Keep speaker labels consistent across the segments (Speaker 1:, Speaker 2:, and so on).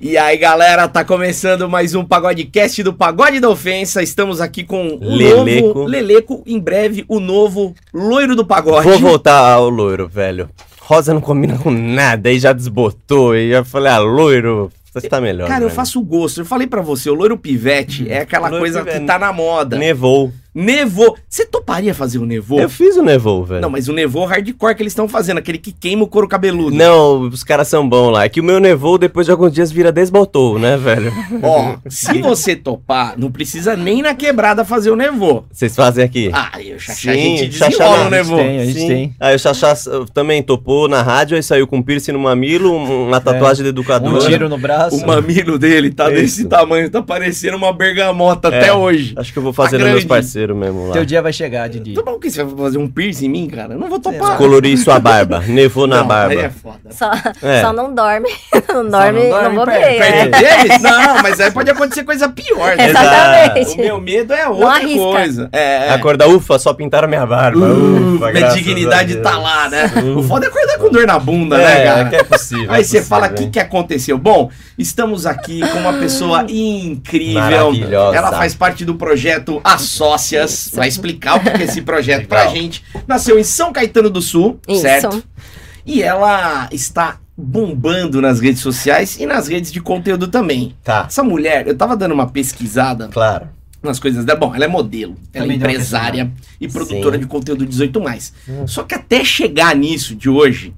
Speaker 1: E aí, galera, tá começando mais um Pagodecast do Pagode da Ofensa. Estamos aqui com o
Speaker 2: Leleco.
Speaker 1: novo Leleco, em breve o novo Loiro do Pagode.
Speaker 2: Vou voltar ao loiro, velho. Rosa não combina com nada, aí já desbotou, e eu falei, ah, loiro, você tá melhor.
Speaker 1: Cara, eu
Speaker 2: velho.
Speaker 1: faço o gosto. Eu falei pra você, o Loiro Pivete é aquela
Speaker 2: Loiro
Speaker 1: coisa
Speaker 2: pivete.
Speaker 1: que tá na moda.
Speaker 2: Nevou.
Speaker 1: Nevô. Você toparia fazer o Nevô?
Speaker 2: Eu fiz o nevou, velho.
Speaker 1: Não, mas o Nevô hardcore que eles estão fazendo, aquele que queima o couro cabeludo.
Speaker 2: Não, os caras são bons lá. É que o meu nevou, depois de alguns dias, vira desbotou, né, velho?
Speaker 1: Ó, se você topar, não precisa nem na quebrada fazer o Nevô.
Speaker 2: Vocês fazem aqui?
Speaker 1: Ah, eu já
Speaker 2: Sim,
Speaker 1: a gente
Speaker 2: Xaxá
Speaker 1: desenrola
Speaker 2: não,
Speaker 1: o
Speaker 2: a gente
Speaker 1: Nevô.
Speaker 3: tem, a gente tem.
Speaker 2: Aí o Xaxá eh, também topou na rádio, aí saiu com piercing no mamilo, um-
Speaker 1: É.
Speaker 2: uma tatuagem de educador.
Speaker 3: Um tiro no braço.
Speaker 1: O mamilo dele tá
Speaker 2: É Isso. É.
Speaker 1: desse tamanho, tá parecendo uma bergamota até hoje.
Speaker 2: Acho que eu vou fazer
Speaker 1: A
Speaker 2: nos meus
Speaker 1: Ah, grande.
Speaker 2: parceiros mesmo lá.
Speaker 3: Teu dia vai chegar, Didi.
Speaker 1: Tá bom que você vai fazer um piercing em mim, cara? Eu não vou topar.
Speaker 2: Colorir sua barba, nevou na
Speaker 1: Não,
Speaker 2: barba.
Speaker 1: Aí é foda.
Speaker 4: Só,
Speaker 2: É.
Speaker 4: só não dorme. Não dorme, não,
Speaker 3: dorme,
Speaker 4: vou
Speaker 3: perde,
Speaker 4: beber.
Speaker 1: Perto
Speaker 4: é.
Speaker 1: deles? Não, mas aí pode acontecer coisa pior, né?
Speaker 2: Exato.
Speaker 4: Exatamente.
Speaker 1: O meu medo é outra
Speaker 4: arrisca.
Speaker 1: coisa. É. é.
Speaker 2: Acordar, ufa, só pintaram minha barba.
Speaker 1: Uh,
Speaker 2: ufa,
Speaker 1: minha
Speaker 2: graças
Speaker 1: dignidade
Speaker 2: a Deus.
Speaker 1: tá lá, né? O foda é acordar com dor na bunda, né,
Speaker 2: É,
Speaker 1: cara?
Speaker 2: que é possível.
Speaker 1: Aí
Speaker 2: é
Speaker 1: você
Speaker 2: possível,
Speaker 1: fala, o que,
Speaker 2: hein?
Speaker 1: que aconteceu? Bom, estamos aqui com uma pessoa incrível.
Speaker 2: Maravilhosa.
Speaker 1: Ela faz parte do projeto As Sócias. Vai explicar o que que é esse projeto pra
Speaker 2: Legal.
Speaker 1: gente. Nasceu em São Caetano do Sul,
Speaker 4: Isso.
Speaker 1: certo? E ela está bombando nas redes sociais e nas redes de conteúdo também.
Speaker 2: Tá,
Speaker 1: Essa mulher, eu tava dando uma pesquisada
Speaker 2: claro.
Speaker 1: nas coisas dela. Bom, ela é modelo, ela é
Speaker 3: Também deu uma
Speaker 1: empresária e produtora
Speaker 2: Sim.
Speaker 1: de conteúdo 18 mais. Só que até chegar nisso de hoje,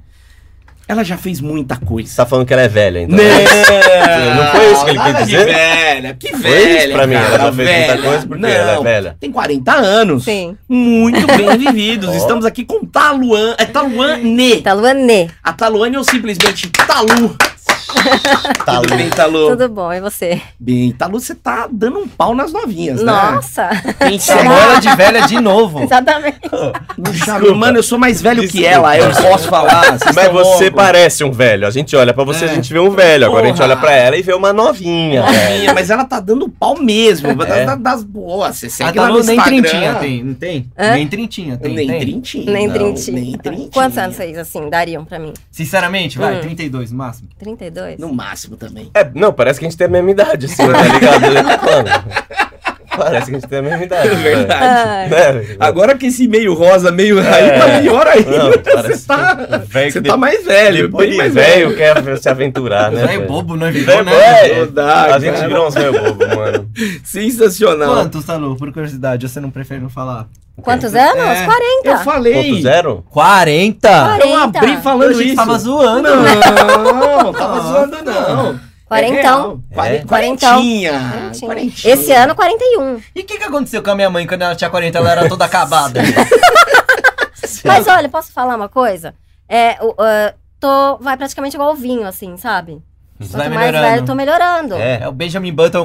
Speaker 1: ela já fez muita coisa.
Speaker 2: Você tá falando que ela é velha, então. né?
Speaker 1: Não,
Speaker 2: É, Não foi isso que ele
Speaker 1: Né? nada
Speaker 2: quis
Speaker 1: de
Speaker 2: dizer?
Speaker 1: velha, Ah, que
Speaker 2: Foi isso
Speaker 1: velha.
Speaker 2: pra mim,
Speaker 1: cara,
Speaker 2: ela já fez
Speaker 1: velha.
Speaker 2: muita coisa porque
Speaker 1: Não,
Speaker 2: ela é velha.
Speaker 1: Tem 40 anos.
Speaker 4: Sim.
Speaker 1: Muito bem vividos.
Speaker 2: Ó.
Speaker 1: Estamos aqui com Taluan. É Taluane.
Speaker 4: Tá. Taluanê.
Speaker 1: A Taluane ou simplesmente Talu.
Speaker 2: Tá
Speaker 1: Tudo
Speaker 2: louco.
Speaker 1: bem, Talu?
Speaker 4: Tudo bom, e você?
Speaker 1: Bem, Talu, você tá dando um pau nas
Speaker 4: é.
Speaker 1: novinhas, né?
Speaker 4: Nossa! Tá
Speaker 1: Quem
Speaker 3: Chamou
Speaker 1: chegou,
Speaker 3: ela é de velha de novo.
Speaker 4: Exatamente.
Speaker 1: não chama.
Speaker 2: Desculpa.
Speaker 1: Mano, eu sou mais velho que
Speaker 2: Desculpa.
Speaker 1: ela, eu posso falar. vocês
Speaker 2: Mas
Speaker 1: tão
Speaker 2: você
Speaker 1: louco.
Speaker 2: parece um velho. A gente olha pra você,
Speaker 1: É.
Speaker 2: a gente vê um velho. Agora a gente
Speaker 1: Porra.
Speaker 2: olha pra ela e vê uma novinha. velho.
Speaker 1: Minha, Mas ela tá dando pau mesmo. Das,
Speaker 2: É.
Speaker 1: das, das boas. Você
Speaker 3: Ah,
Speaker 1: segue
Speaker 3: tá
Speaker 1: lá no
Speaker 3: bom, nem
Speaker 1: Instagram.
Speaker 3: trintinha tem, não tem?
Speaker 4: Hã?
Speaker 3: Nem trintinha tem,
Speaker 1: Nem
Speaker 3: tem?
Speaker 1: trintinha.
Speaker 4: Nem
Speaker 1: não, Nem
Speaker 4: trintinha.
Speaker 1: trintinha.
Speaker 4: Quantos anos vocês, assim, dariam pra mim?
Speaker 3: Sinceramente, vai,
Speaker 4: Hum.
Speaker 3: 32 no máximo.
Speaker 4: 32?
Speaker 1: No máximo também.
Speaker 2: É, não, parece que a gente tem a mesma idade, assim, tá ligado? Mano, parece que a gente tem a mesma idade.
Speaker 1: É
Speaker 2: velho.
Speaker 1: verdade.
Speaker 2: Né,
Speaker 4: Ai,
Speaker 2: velho?
Speaker 1: Agora que esse meio rosa, meio raio,
Speaker 2: É.
Speaker 1: tá pior ainda.
Speaker 2: Não,
Speaker 1: você
Speaker 2: parece
Speaker 1: tá,
Speaker 2: que o um velho
Speaker 1: você
Speaker 2: que
Speaker 1: tá
Speaker 2: de-
Speaker 1: mais velho.
Speaker 2: Depois
Speaker 1: bem
Speaker 2: de
Speaker 1: mais
Speaker 2: velho quer se
Speaker 1: Ah,
Speaker 2: aventurar, né?
Speaker 3: Velho bobo, não é
Speaker 2: Velho
Speaker 3: virou,
Speaker 2: bobo,
Speaker 3: né?
Speaker 2: é.
Speaker 1: Não dá,
Speaker 2: A gente
Speaker 1: cara.
Speaker 2: virou uns velho bobo, mano.
Speaker 1: Sensacional.
Speaker 3: Quantos, Salu? Por curiosidade, você não prefere não falar?
Speaker 4: Quantos anos?
Speaker 3: É.
Speaker 4: 40.
Speaker 1: Eu falei.
Speaker 2: Ponto zero?
Speaker 3: 40!
Speaker 1: Eu abri
Speaker 4: 40.
Speaker 3: Eu
Speaker 1: falando
Speaker 3: achei que
Speaker 1: isso.
Speaker 3: você tava zoando. né?
Speaker 1: Não, tava
Speaker 3: Ah.
Speaker 1: zoando não.
Speaker 4: Quarentão.
Speaker 1: É real.
Speaker 2: É.
Speaker 4: Quarentão.
Speaker 1: Quarentinha.
Speaker 4: ah, Quarentinha.
Speaker 1: Quarentinha.
Speaker 4: Esse ano, 41.
Speaker 3: E o que, que aconteceu com a minha mãe quando ela tinha 40? Ela era toda acabada. né?
Speaker 4: Mas olha, posso falar uma coisa? É, o, ah, tô, vai praticamente igual o vinho, assim, sabe?
Speaker 3: Você vai
Speaker 4: Quanto mais velho, tô
Speaker 3: melhorando.
Speaker 4: melhorando.
Speaker 2: É.
Speaker 3: É o Benjamin Button ao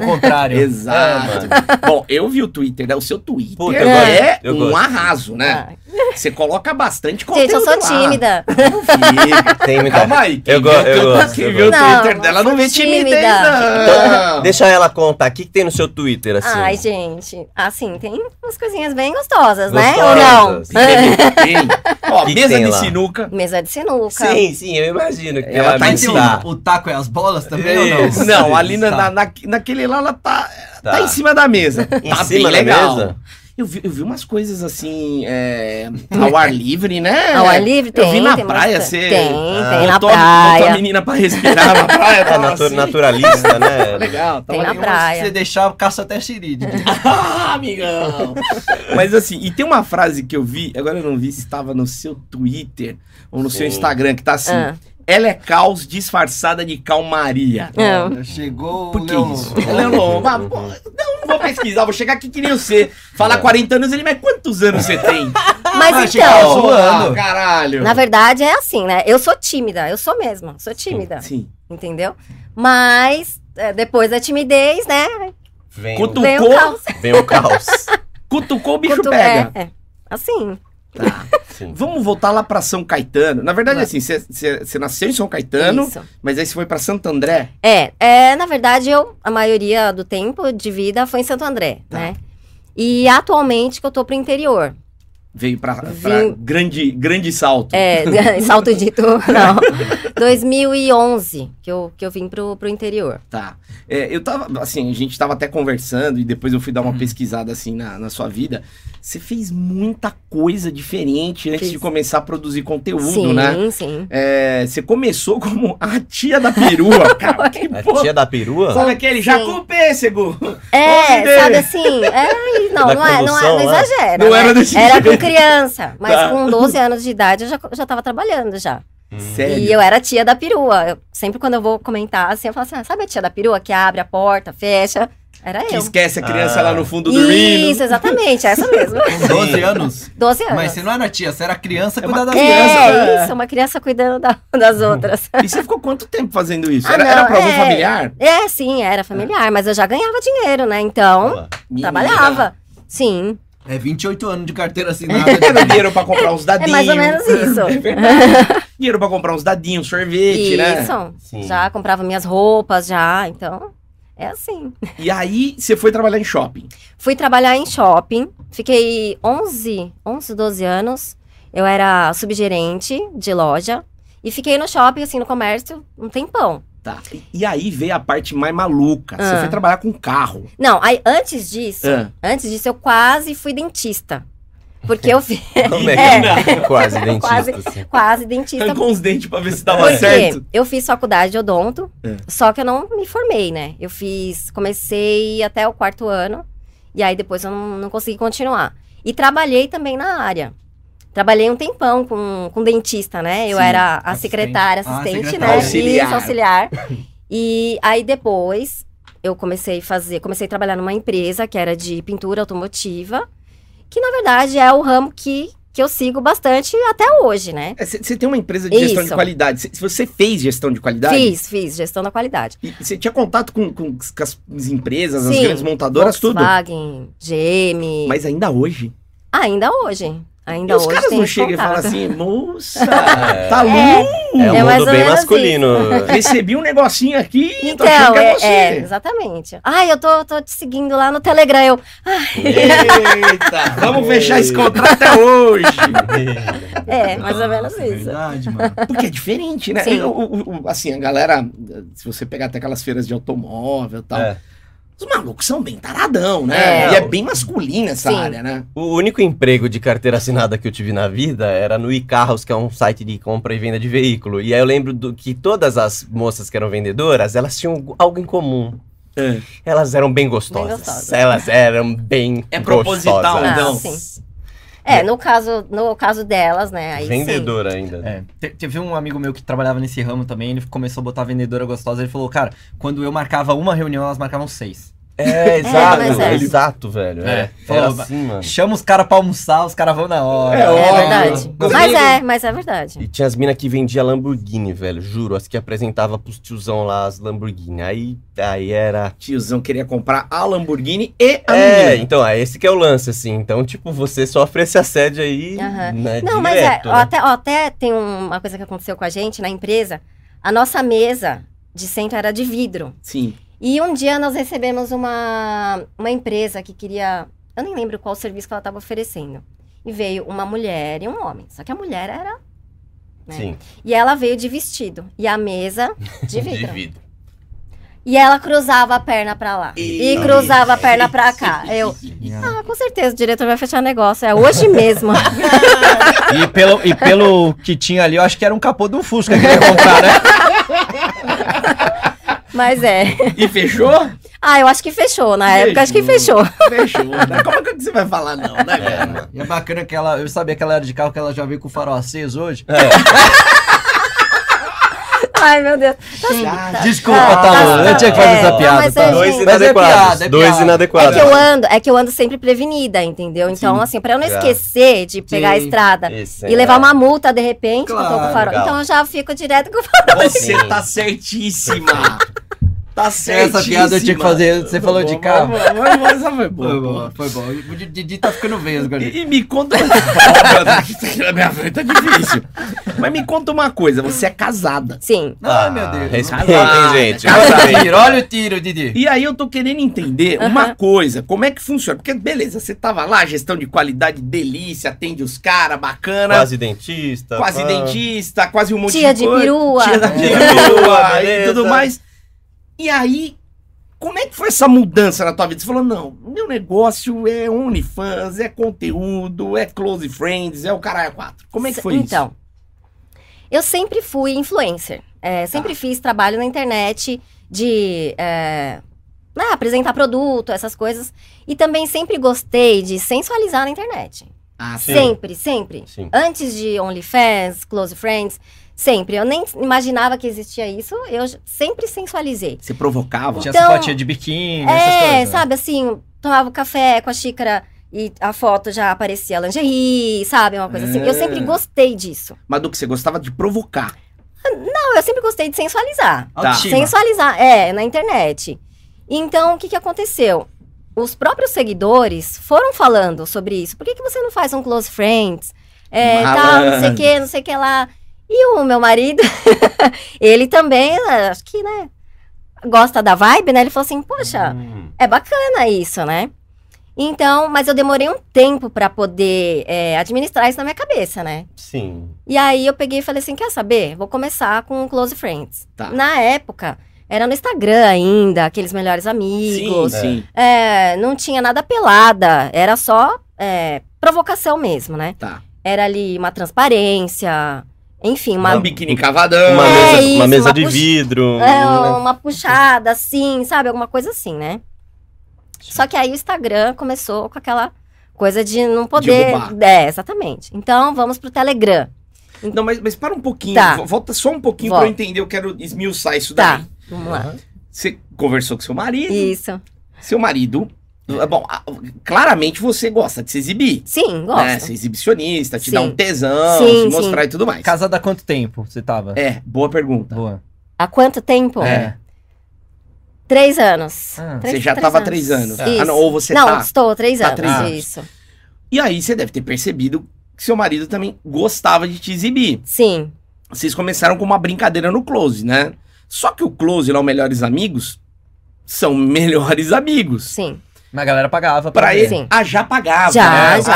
Speaker 3: contrário.
Speaker 1: Exato.
Speaker 2: É,
Speaker 1: Bom, eu vi o Twitter, né? O seu Twitter
Speaker 2: Puta,
Speaker 4: eu
Speaker 1: é
Speaker 2: gosto, eu
Speaker 1: um
Speaker 2: gosto.
Speaker 1: arraso, né?
Speaker 4: Ah,
Speaker 1: Você coloca bastante conteúdo
Speaker 4: Gente, eu sou
Speaker 1: lá.
Speaker 4: tímida.
Speaker 1: Não fica.
Speaker 2: Tem muita.
Speaker 1: Calma aí. quem é
Speaker 2: Eu
Speaker 1: vê
Speaker 2: go-
Speaker 1: o teu-
Speaker 2: eu gosto, Então,
Speaker 1: Quem
Speaker 2: eu
Speaker 1: vê o
Speaker 4: gosto.
Speaker 1: Twitter
Speaker 4: Não,
Speaker 1: dela não
Speaker 4: eu
Speaker 1: vê
Speaker 4: sou
Speaker 1: timidez,
Speaker 4: tímida.
Speaker 1: não.
Speaker 2: Deixa ela contar. O que, que tem no seu Twitter, assim?
Speaker 4: Ai, gente. Assim, tem umas coisinhas bem gostosas, né? Ou não?
Speaker 2: Gostosas.
Speaker 1: Tem, Ó,
Speaker 2: Que que
Speaker 1: mesa
Speaker 2: tem
Speaker 1: de
Speaker 2: lá?
Speaker 1: sinuca.
Speaker 4: Mesa de sinuca.
Speaker 2: Sim, sim, eu imagino que
Speaker 1: Ela
Speaker 2: ela
Speaker 1: tá
Speaker 3: Tá
Speaker 2: me
Speaker 3: em cima.
Speaker 2: está.
Speaker 3: O taco é as bolas também ou não?
Speaker 1: Não, ali na,
Speaker 3: Tá.
Speaker 1: na- na- naquele lá, ela tá, tá.
Speaker 2: Tá.
Speaker 1: em cima da mesa. Tá
Speaker 2: Em
Speaker 1: bem
Speaker 2: cima da
Speaker 1: legal.
Speaker 2: mesa?
Speaker 1: Eu, vi, eu vi umas coisas assim, é, ao ar livre, né?
Speaker 4: Ao ar livre tem.
Speaker 1: Eu vi na
Speaker 4: tem
Speaker 1: praia,
Speaker 4: bastante.
Speaker 1: você-
Speaker 4: Tem,
Speaker 2: Ah,
Speaker 4: tem na
Speaker 1: Botou a- Botou a
Speaker 4: praia. Ah,
Speaker 1: menina pra respirar na praia.
Speaker 2: É
Speaker 1: tava
Speaker 2: natu-
Speaker 1: assim.
Speaker 2: naturalista, né?
Speaker 1: Legal, tá
Speaker 4: Tem
Speaker 1: tava
Speaker 4: na
Speaker 1: legal.
Speaker 4: praia.
Speaker 3: Se um você deixar, caça até xeride.
Speaker 1: Ah, amigão! Mas assim, e tem uma frase que eu vi, agora eu não vi se estava no seu Twitter ou no seu
Speaker 2: Sim.
Speaker 1: Instagram, que tá assim:
Speaker 4: Ah,
Speaker 1: ela é caos disfarçada de calmaria.
Speaker 4: não.
Speaker 3: Chegou
Speaker 1: Por
Speaker 3: o
Speaker 1: que
Speaker 3: Leon.
Speaker 1: isso? Ela é louca. Ah, pô, Não, não vou pesquisar, vou chegar aqui que nem você. Falar 40 anos, ele, mas quantos anos você tem?
Speaker 4: Mas
Speaker 3: achei que ela
Speaker 4: então,
Speaker 3: zoou.
Speaker 1: Ah,
Speaker 3: zoando.
Speaker 1: caralho!
Speaker 4: na verdade é assim, né? Eu sou tímida, eu sou mesmo, sou tímida,
Speaker 1: Sim.
Speaker 4: entendeu? Mas é, depois da timidez, né?
Speaker 2: Vem,
Speaker 1: Cutu-
Speaker 2: o-
Speaker 4: Vem o
Speaker 1: Tocou,
Speaker 4: caos.
Speaker 2: vem o caos.
Speaker 1: Cutucou, o bicho
Speaker 4: Quanto-
Speaker 1: pega.
Speaker 4: É, é. Assim,
Speaker 2: Sim.
Speaker 1: Vamos voltar lá pra São Caetano. Na verdade, assim, você- você você nasceu em São Caetano,
Speaker 4: isso.
Speaker 1: mas aí você foi pra Santo André.
Speaker 4: É, é, na verdade, eu, a maioria do tempo de vida foi em Santo André,
Speaker 1: Tá.
Speaker 4: né? E atualmente que eu tô pro interior.
Speaker 1: Veio pra, pra
Speaker 4: Vim-
Speaker 1: grande, grande salto.
Speaker 4: É, salto dito, não. 2011 que eu, que eu vim pro, pro interior.
Speaker 1: Tá. É, eu tava, assim, a gente tava até conversando e depois eu fui dar uma
Speaker 2: Uhum.
Speaker 1: pesquisada, assim, na, na sua vida. Você fez muita coisa diferente antes
Speaker 4: Fiz.
Speaker 1: de começar a produzir conteúdo,
Speaker 4: sim,
Speaker 1: né?
Speaker 4: sim.
Speaker 1: É, você começou como a tia da perua, cara. Que
Speaker 2: A
Speaker 1: porra.
Speaker 2: tia da perua?
Speaker 1: Sabe aquele jacu pêssego?
Speaker 4: É,
Speaker 1: Considere.
Speaker 4: sabe assim? É, e não,
Speaker 2: Da
Speaker 4: não, é, não, é,
Speaker 2: condução,
Speaker 4: não
Speaker 2: né?
Speaker 4: exagera.
Speaker 1: Não
Speaker 4: né?
Speaker 1: era desse
Speaker 4: Era
Speaker 1: jeito.
Speaker 4: com criança, mas
Speaker 1: Tá.
Speaker 4: com 12 anos de idade eu já, já tava trabalhando já.
Speaker 2: Hum,
Speaker 1: Sério?
Speaker 4: E eu era tia da perua. Eu- sempre quando eu vou comentar, assim, eu falo assim: ah, sabe a tia da perua que abre a porta, fecha? Era
Speaker 1: Que
Speaker 4: eu.
Speaker 1: esquece a criança
Speaker 2: Ah.
Speaker 1: lá no fundo dormindo.
Speaker 4: Isso, exatamente, é essa mesmo.
Speaker 3: Com 12 anos?
Speaker 4: 12 anos.
Speaker 3: Mas você não era tia, você era criança
Speaker 1: é uma né? Uhum.
Speaker 3: cuidada das
Speaker 4: é,
Speaker 3: crianças.
Speaker 4: isso, uma criança cuidando da- das outras.
Speaker 1: E você ficou quanto tempo fazendo isso?
Speaker 4: Ah,
Speaker 1: era, era
Speaker 4: não,
Speaker 1: pra algum
Speaker 4: é.
Speaker 1: familiar?
Speaker 4: É, sim, era familiar, mas eu já ganhava dinheiro, né? Então, trabalhava. Sim,
Speaker 3: É 28 anos de carteira assinada.
Speaker 1: Era dinheiro pra comprar uns
Speaker 4: é
Speaker 1: dadinhos.
Speaker 4: mais ou menos isso.
Speaker 1: É verdade. dinheiro pra comprar uns dadinhos, sorvete, né?
Speaker 4: Isso.
Speaker 2: Sim.
Speaker 4: Já comprava minhas roupas, já. Então, é assim.
Speaker 1: E aí, você foi trabalhar em shopping.
Speaker 4: Fui trabalhar em shopping. Fiquei 11, 11, 12 anos. Eu era subgerente de loja. E fiquei no shopping, assim, no comércio, um tempão.
Speaker 1: Tá. E aí veio a parte mais maluca. Você
Speaker 4: Ah.
Speaker 1: foi trabalhar com carro.
Speaker 4: Não, aí, antes disso,
Speaker 1: Ah.
Speaker 4: antes disso, eu quase fui dentista. Porque eu fiz
Speaker 2: Como é que
Speaker 1: É.
Speaker 2: Quase dentista,
Speaker 4: Quase.
Speaker 2: assim.
Speaker 4: quase dentista.
Speaker 1: Arrancou os dentes pra ver se
Speaker 4: Porque
Speaker 1: tava certo.
Speaker 4: eu fiz faculdade de odonto,
Speaker 1: É.
Speaker 4: só que eu não me formei, né? Eu fiz, comecei até o quarto ano, e aí depois eu não, não consegui continuar. E trabalhei também na área. Trabalhei um tempão com, com dentista, né? Eu
Speaker 1: Sim,
Speaker 4: era a
Speaker 3: assistente.
Speaker 4: secretária,
Speaker 3: Ah,
Speaker 4: assistente, né?
Speaker 3: secretária.
Speaker 1: Auxiliar.
Speaker 4: Isso, auxiliar. e aí depois eu comecei a fazer, comecei a trabalhar numa empresa que era de pintura automotiva, que na verdade é o ramo que, que eu sigo bastante até hoje, né?
Speaker 1: É, Você você tem uma empresa de gestão de
Speaker 4: Isso.
Speaker 1: qualidade. Você- Você fez gestão de qualidade?
Speaker 4: Fiz, fiz, gestão da qualidade.
Speaker 1: E você tinha contato com, com as- com as empresas, as
Speaker 4: Sim.
Speaker 1: grandes montadoras, tudo?
Speaker 4: Volkswagen, GM.
Speaker 1: Mas ainda hoje.
Speaker 4: Ainda hoje. Ainda
Speaker 1: e os
Speaker 4: hoje.
Speaker 1: caras
Speaker 4: tem
Speaker 1: não
Speaker 4: esse
Speaker 1: chegam e falam
Speaker 4: contato.
Speaker 1: assim, moça,
Speaker 2: É.
Speaker 1: tá louco?
Speaker 2: É
Speaker 4: É
Speaker 2: um mundo
Speaker 4: mais ou
Speaker 2: bem
Speaker 4: menos
Speaker 2: masculino.
Speaker 1: Recebi um negocinho aqui, tô achando
Speaker 4: Então,
Speaker 1: que é,
Speaker 4: é,
Speaker 1: você.
Speaker 4: é, exatamente. Ai, eu tô, tô te seguindo lá no Telegram. Eu,
Speaker 1: Eita, vamos fechar esse contrato até hoje.
Speaker 4: é, mais ou menos
Speaker 3: Nossa, é
Speaker 4: isso.
Speaker 3: Verdade, mano.
Speaker 1: Porque é diferente, né?
Speaker 4: Sim.
Speaker 1: O- o- o- assim, a galera, se você pegar até aquelas feiras de automóvel e tal,
Speaker 2: É.
Speaker 1: os malucos são bem taradão, né?
Speaker 4: É.
Speaker 1: E é bem masculina essa
Speaker 4: Sim.
Speaker 1: área, né?
Speaker 2: O único emprego de carteira assinada que eu tive na vida era no iCarros, que é um site de compra e venda de veículo. E aí eu lembro do, que todas as moças que eram vendedoras, elas tinham algo em comum.
Speaker 1: É.
Speaker 2: Elas eram bem gostosas.
Speaker 4: Bem gostosas.
Speaker 2: Elas eram bem
Speaker 1: É proposital,
Speaker 2: gostosas.
Speaker 4: então. Ah, sim. É, no caso, no caso delas, né? Aí
Speaker 2: Vendedora ainda.
Speaker 3: É, te- teve um amigo meu que trabalhava nesse ramo também, ele começou a botar vendedora gostosa, ele falou, cara, quando eu marcava uma reunião, elas marcavam seis.
Speaker 2: É,
Speaker 4: mas
Speaker 2: exato,
Speaker 4: é.
Speaker 2: exato, velho.
Speaker 3: É.
Speaker 2: É. Era
Speaker 3: Falou,
Speaker 2: assim, mano.
Speaker 3: Chama os caras pra almoçar, os caras vão na hora.
Speaker 1: É,
Speaker 4: Sim. É
Speaker 1: Ó,
Speaker 4: verdade.
Speaker 1: comigo.
Speaker 4: Mas é, mas é verdade.
Speaker 2: E tinha as minas que vendia Lamborghini, velho, juro. As que apresentava pros tiozão lá as Lamborghini. Aí, aí era
Speaker 1: Tiozão queria comprar a Lamborghini e a
Speaker 2: É,
Speaker 1: menina.
Speaker 2: então, é esse que é o lance, assim. Então, tipo, você sofre esse assédio aí,
Speaker 4: Aham.
Speaker 2: né,
Speaker 4: Não, mas é,
Speaker 2: direto,
Speaker 4: ó,
Speaker 2: né?
Speaker 4: até, ó, até tem um, uma coisa que aconteceu com a gente na empresa. A nossa mesa de centro era de vidro.
Speaker 1: Sim.
Speaker 4: E um dia nós recebemos uma, uma empresa que queria. Eu nem lembro qual serviço que ela estava oferecendo. E veio uma mulher e um homem. Só que a mulher era. né?
Speaker 2: Sim,
Speaker 4: E ela veio de vestido. E a mesa de vidro.
Speaker 2: vidro.
Speaker 4: e ela cruzava a perna pra lá. E,
Speaker 1: Eita.
Speaker 4: cruzava a perna pra cá. Eu. Ah, com certeza, o diretor vai fechar negócio. É hoje mesmo.
Speaker 3: E pelo, e pelo que tinha ali, eu acho que era um capô de um Fusca que ele ia comprar, né?
Speaker 4: Mas é.
Speaker 1: E fechou?
Speaker 4: Ah, eu acho que fechou. Na época, acho que
Speaker 1: Fechou.
Speaker 4: fechou.
Speaker 1: fechou. né? Como é que você vai falar não, né,
Speaker 2: É,
Speaker 1: velho?
Speaker 2: mano.
Speaker 3: E é bacana que ela, eu sabia que ela era de carro, que ela já veio com o farol aceso hoje.
Speaker 4: Ai, meu Deus.
Speaker 1: Já-
Speaker 3: Desculpa,
Speaker 4: Ah,
Speaker 3: Talo,
Speaker 4: tá,
Speaker 3: eu tinha que fazer
Speaker 4: é.
Speaker 3: essa
Speaker 4: Não,
Speaker 3: piada,
Speaker 4: mas
Speaker 3: tá?
Speaker 4: é,
Speaker 2: Dois
Speaker 4: gente.
Speaker 3: Mas é
Speaker 2: inadequados,
Speaker 3: piada, é
Speaker 2: dois
Speaker 3: piada.
Speaker 4: É
Speaker 2: inadequados.
Speaker 4: que eu ando, é que eu ando sempre prevenida, entendeu? Então,
Speaker 1: Sim. É.
Speaker 4: assim, pra eu não
Speaker 2: Já.
Speaker 4: esquecer de pegar a
Speaker 3: Sim.
Speaker 4: estrada
Speaker 2: Esse,
Speaker 4: e
Speaker 2: é.
Speaker 4: levar uma multa de repente, que eu tô com
Speaker 3: Claro,
Speaker 4: farol.
Speaker 2: legal.
Speaker 4: Então eu já fico direto com o
Speaker 1: Você
Speaker 2: Sim.
Speaker 1: tá certíssima. Tá certo.
Speaker 3: Essa piada eu tinha que fazer, você falou de carro.
Speaker 1: Mas, mas essa foi boa.
Speaker 3: Foi bom, foi bom. O Didi tá ficando veio agora.
Speaker 1: E, e me conta. Olha, isso aqui na minha frente tá difícil. Mas me conta uma coisa: você é casada.
Speaker 4: Sim.
Speaker 3: Ah, meu Deus.
Speaker 2: Respeitem,
Speaker 1: Ah,
Speaker 2: gente.
Speaker 3: Olha o
Speaker 2: Respeitem.
Speaker 3: tiro, olha o tiro, Didi.
Speaker 1: E aí eu tô querendo entender uma coisa, como é que funciona? Porque, beleza, você tava lá, gestão de qualidade, delícia, atende os caras, bacana, quase,
Speaker 2: Quase tá dentista. pá.
Speaker 1: né? dentista, quase um monte
Speaker 4: Tia
Speaker 1: de
Speaker 4: de
Speaker 1: coisa.
Speaker 4: perua.
Speaker 1: Tia da
Speaker 2: Tia da
Speaker 1: perua
Speaker 2: perua,
Speaker 1: e
Speaker 2: beleza.
Speaker 1: tudo mais. E aí, como é que foi essa mudança na tua vida? Você falou, não, meu negócio é OnlyFans, é conteúdo, é Close Friends, é o caralho 4. Como é que foi
Speaker 4: então, eu sempre fui influencer. É, sempre
Speaker 1: Ah.
Speaker 4: fiz trabalho na internet de é, né, apresentar produto, essas coisas. E também sempre gostei de sensualizar na internet.
Speaker 1: isso? Ah,
Speaker 2: Sim.
Speaker 4: Sempre, sempre.
Speaker 2: Sim.
Speaker 4: Antes de OnlyFans, Close Friends, sempre. Eu nem imaginava que existia isso. Eu j- sempre sensualizei.
Speaker 1: Você provocava?
Speaker 3: Tinha
Speaker 4: Então-
Speaker 3: essa fotinha de biquíni, essas
Speaker 4: É,
Speaker 3: coisas. né?
Speaker 4: sabe assim, tomava café com a xícara e a foto já aparecia lingerie, sabe? Uma coisa assim.
Speaker 1: É.
Speaker 4: Eu sempre gostei disso.
Speaker 1: Mas do que você gostava de provocar.
Speaker 4: Não, eu sempre gostei de sensualizar.
Speaker 1: Tá.
Speaker 3: Autoestima.
Speaker 4: Sensualizar, é, na internet. Então, o que, que aconteceu? Os próprios seguidores foram falando sobre isso. Por que, que você não faz um close friends? É, tal, não sei o que, não sei o que lá. E o meu marido, ele também, né, acho que, né, gosta da vibe, né? Ele falou assim, poxa,
Speaker 2: Hum.
Speaker 4: é bacana isso, né? Então, mas eu demorei um tempo pra poder é, administrar isso na minha cabeça, né?
Speaker 2: Sim.
Speaker 4: E aí eu peguei e falei assim: quer saber? Vou começar com o Close Friends.
Speaker 1: Tá.
Speaker 4: Na época, era no Instagram ainda, aqueles melhores amigos.
Speaker 1: sim.
Speaker 4: É, não tinha nada pelada, era só é, provocação mesmo, né?
Speaker 1: Tá.
Speaker 4: Era ali uma transparência, enfim, uma,
Speaker 1: Um biquíni cavadão.
Speaker 2: É. Uma
Speaker 4: É
Speaker 2: mesa,
Speaker 4: isso,
Speaker 2: uma mesa
Speaker 4: uma
Speaker 2: de
Speaker 4: pux-
Speaker 2: vidro.
Speaker 4: é,
Speaker 2: né?
Speaker 4: uma puxada assim, sabe? Alguma coisa assim, né? Só que aí o Instagram começou com aquela coisa de não poder.
Speaker 1: roubar.
Speaker 4: é, exatamente. Então vamos pro Telegram.
Speaker 1: Não, mas, mas para um pouquinho,
Speaker 4: Tá.
Speaker 1: vo- volta só um pouquinho
Speaker 4: Volta.
Speaker 1: pra eu entender, eu quero esmiuçar isso
Speaker 4: Tá,
Speaker 1: daí.
Speaker 4: vamos lá.
Speaker 3: Uhum.
Speaker 1: Você conversou com seu marido,
Speaker 4: Isso.
Speaker 1: seu marido, é, bom, a- claramente você gosta de se exibir,
Speaker 4: Sim,
Speaker 1: né?
Speaker 4: gosto.
Speaker 1: Ser exibicionista, te
Speaker 4: Sim.
Speaker 1: dar um tesão,
Speaker 4: Sim,
Speaker 1: se mostrar e tudo mais.
Speaker 3: Casada há quanto tempo você tava?
Speaker 1: É, boa pergunta.
Speaker 3: Boa.
Speaker 4: Há quanto tempo?
Speaker 3: É.
Speaker 4: Três anos.
Speaker 3: Ah.
Speaker 4: Três-
Speaker 1: você já tava há três anos.
Speaker 4: Isso.
Speaker 1: Ah, não, ou você
Speaker 4: não,
Speaker 1: tá.
Speaker 4: estou três
Speaker 1: Tá
Speaker 4: anos.
Speaker 1: três
Speaker 3: anos.
Speaker 4: Isso.
Speaker 1: E aí você deve ter percebido que seu marido também gostava de te exibir.
Speaker 4: Sim.
Speaker 1: Vocês começaram com uma brincadeira no close, né? Só que o close lá, o melhores amigos, são melhores amigos.
Speaker 4: Sim.
Speaker 3: Mas a galera pagava pra,
Speaker 1: Pra
Speaker 3: ver.
Speaker 1: ele.
Speaker 4: Sim.
Speaker 1: Ah, já pagava.
Speaker 4: Já,
Speaker 1: né?
Speaker 3: já.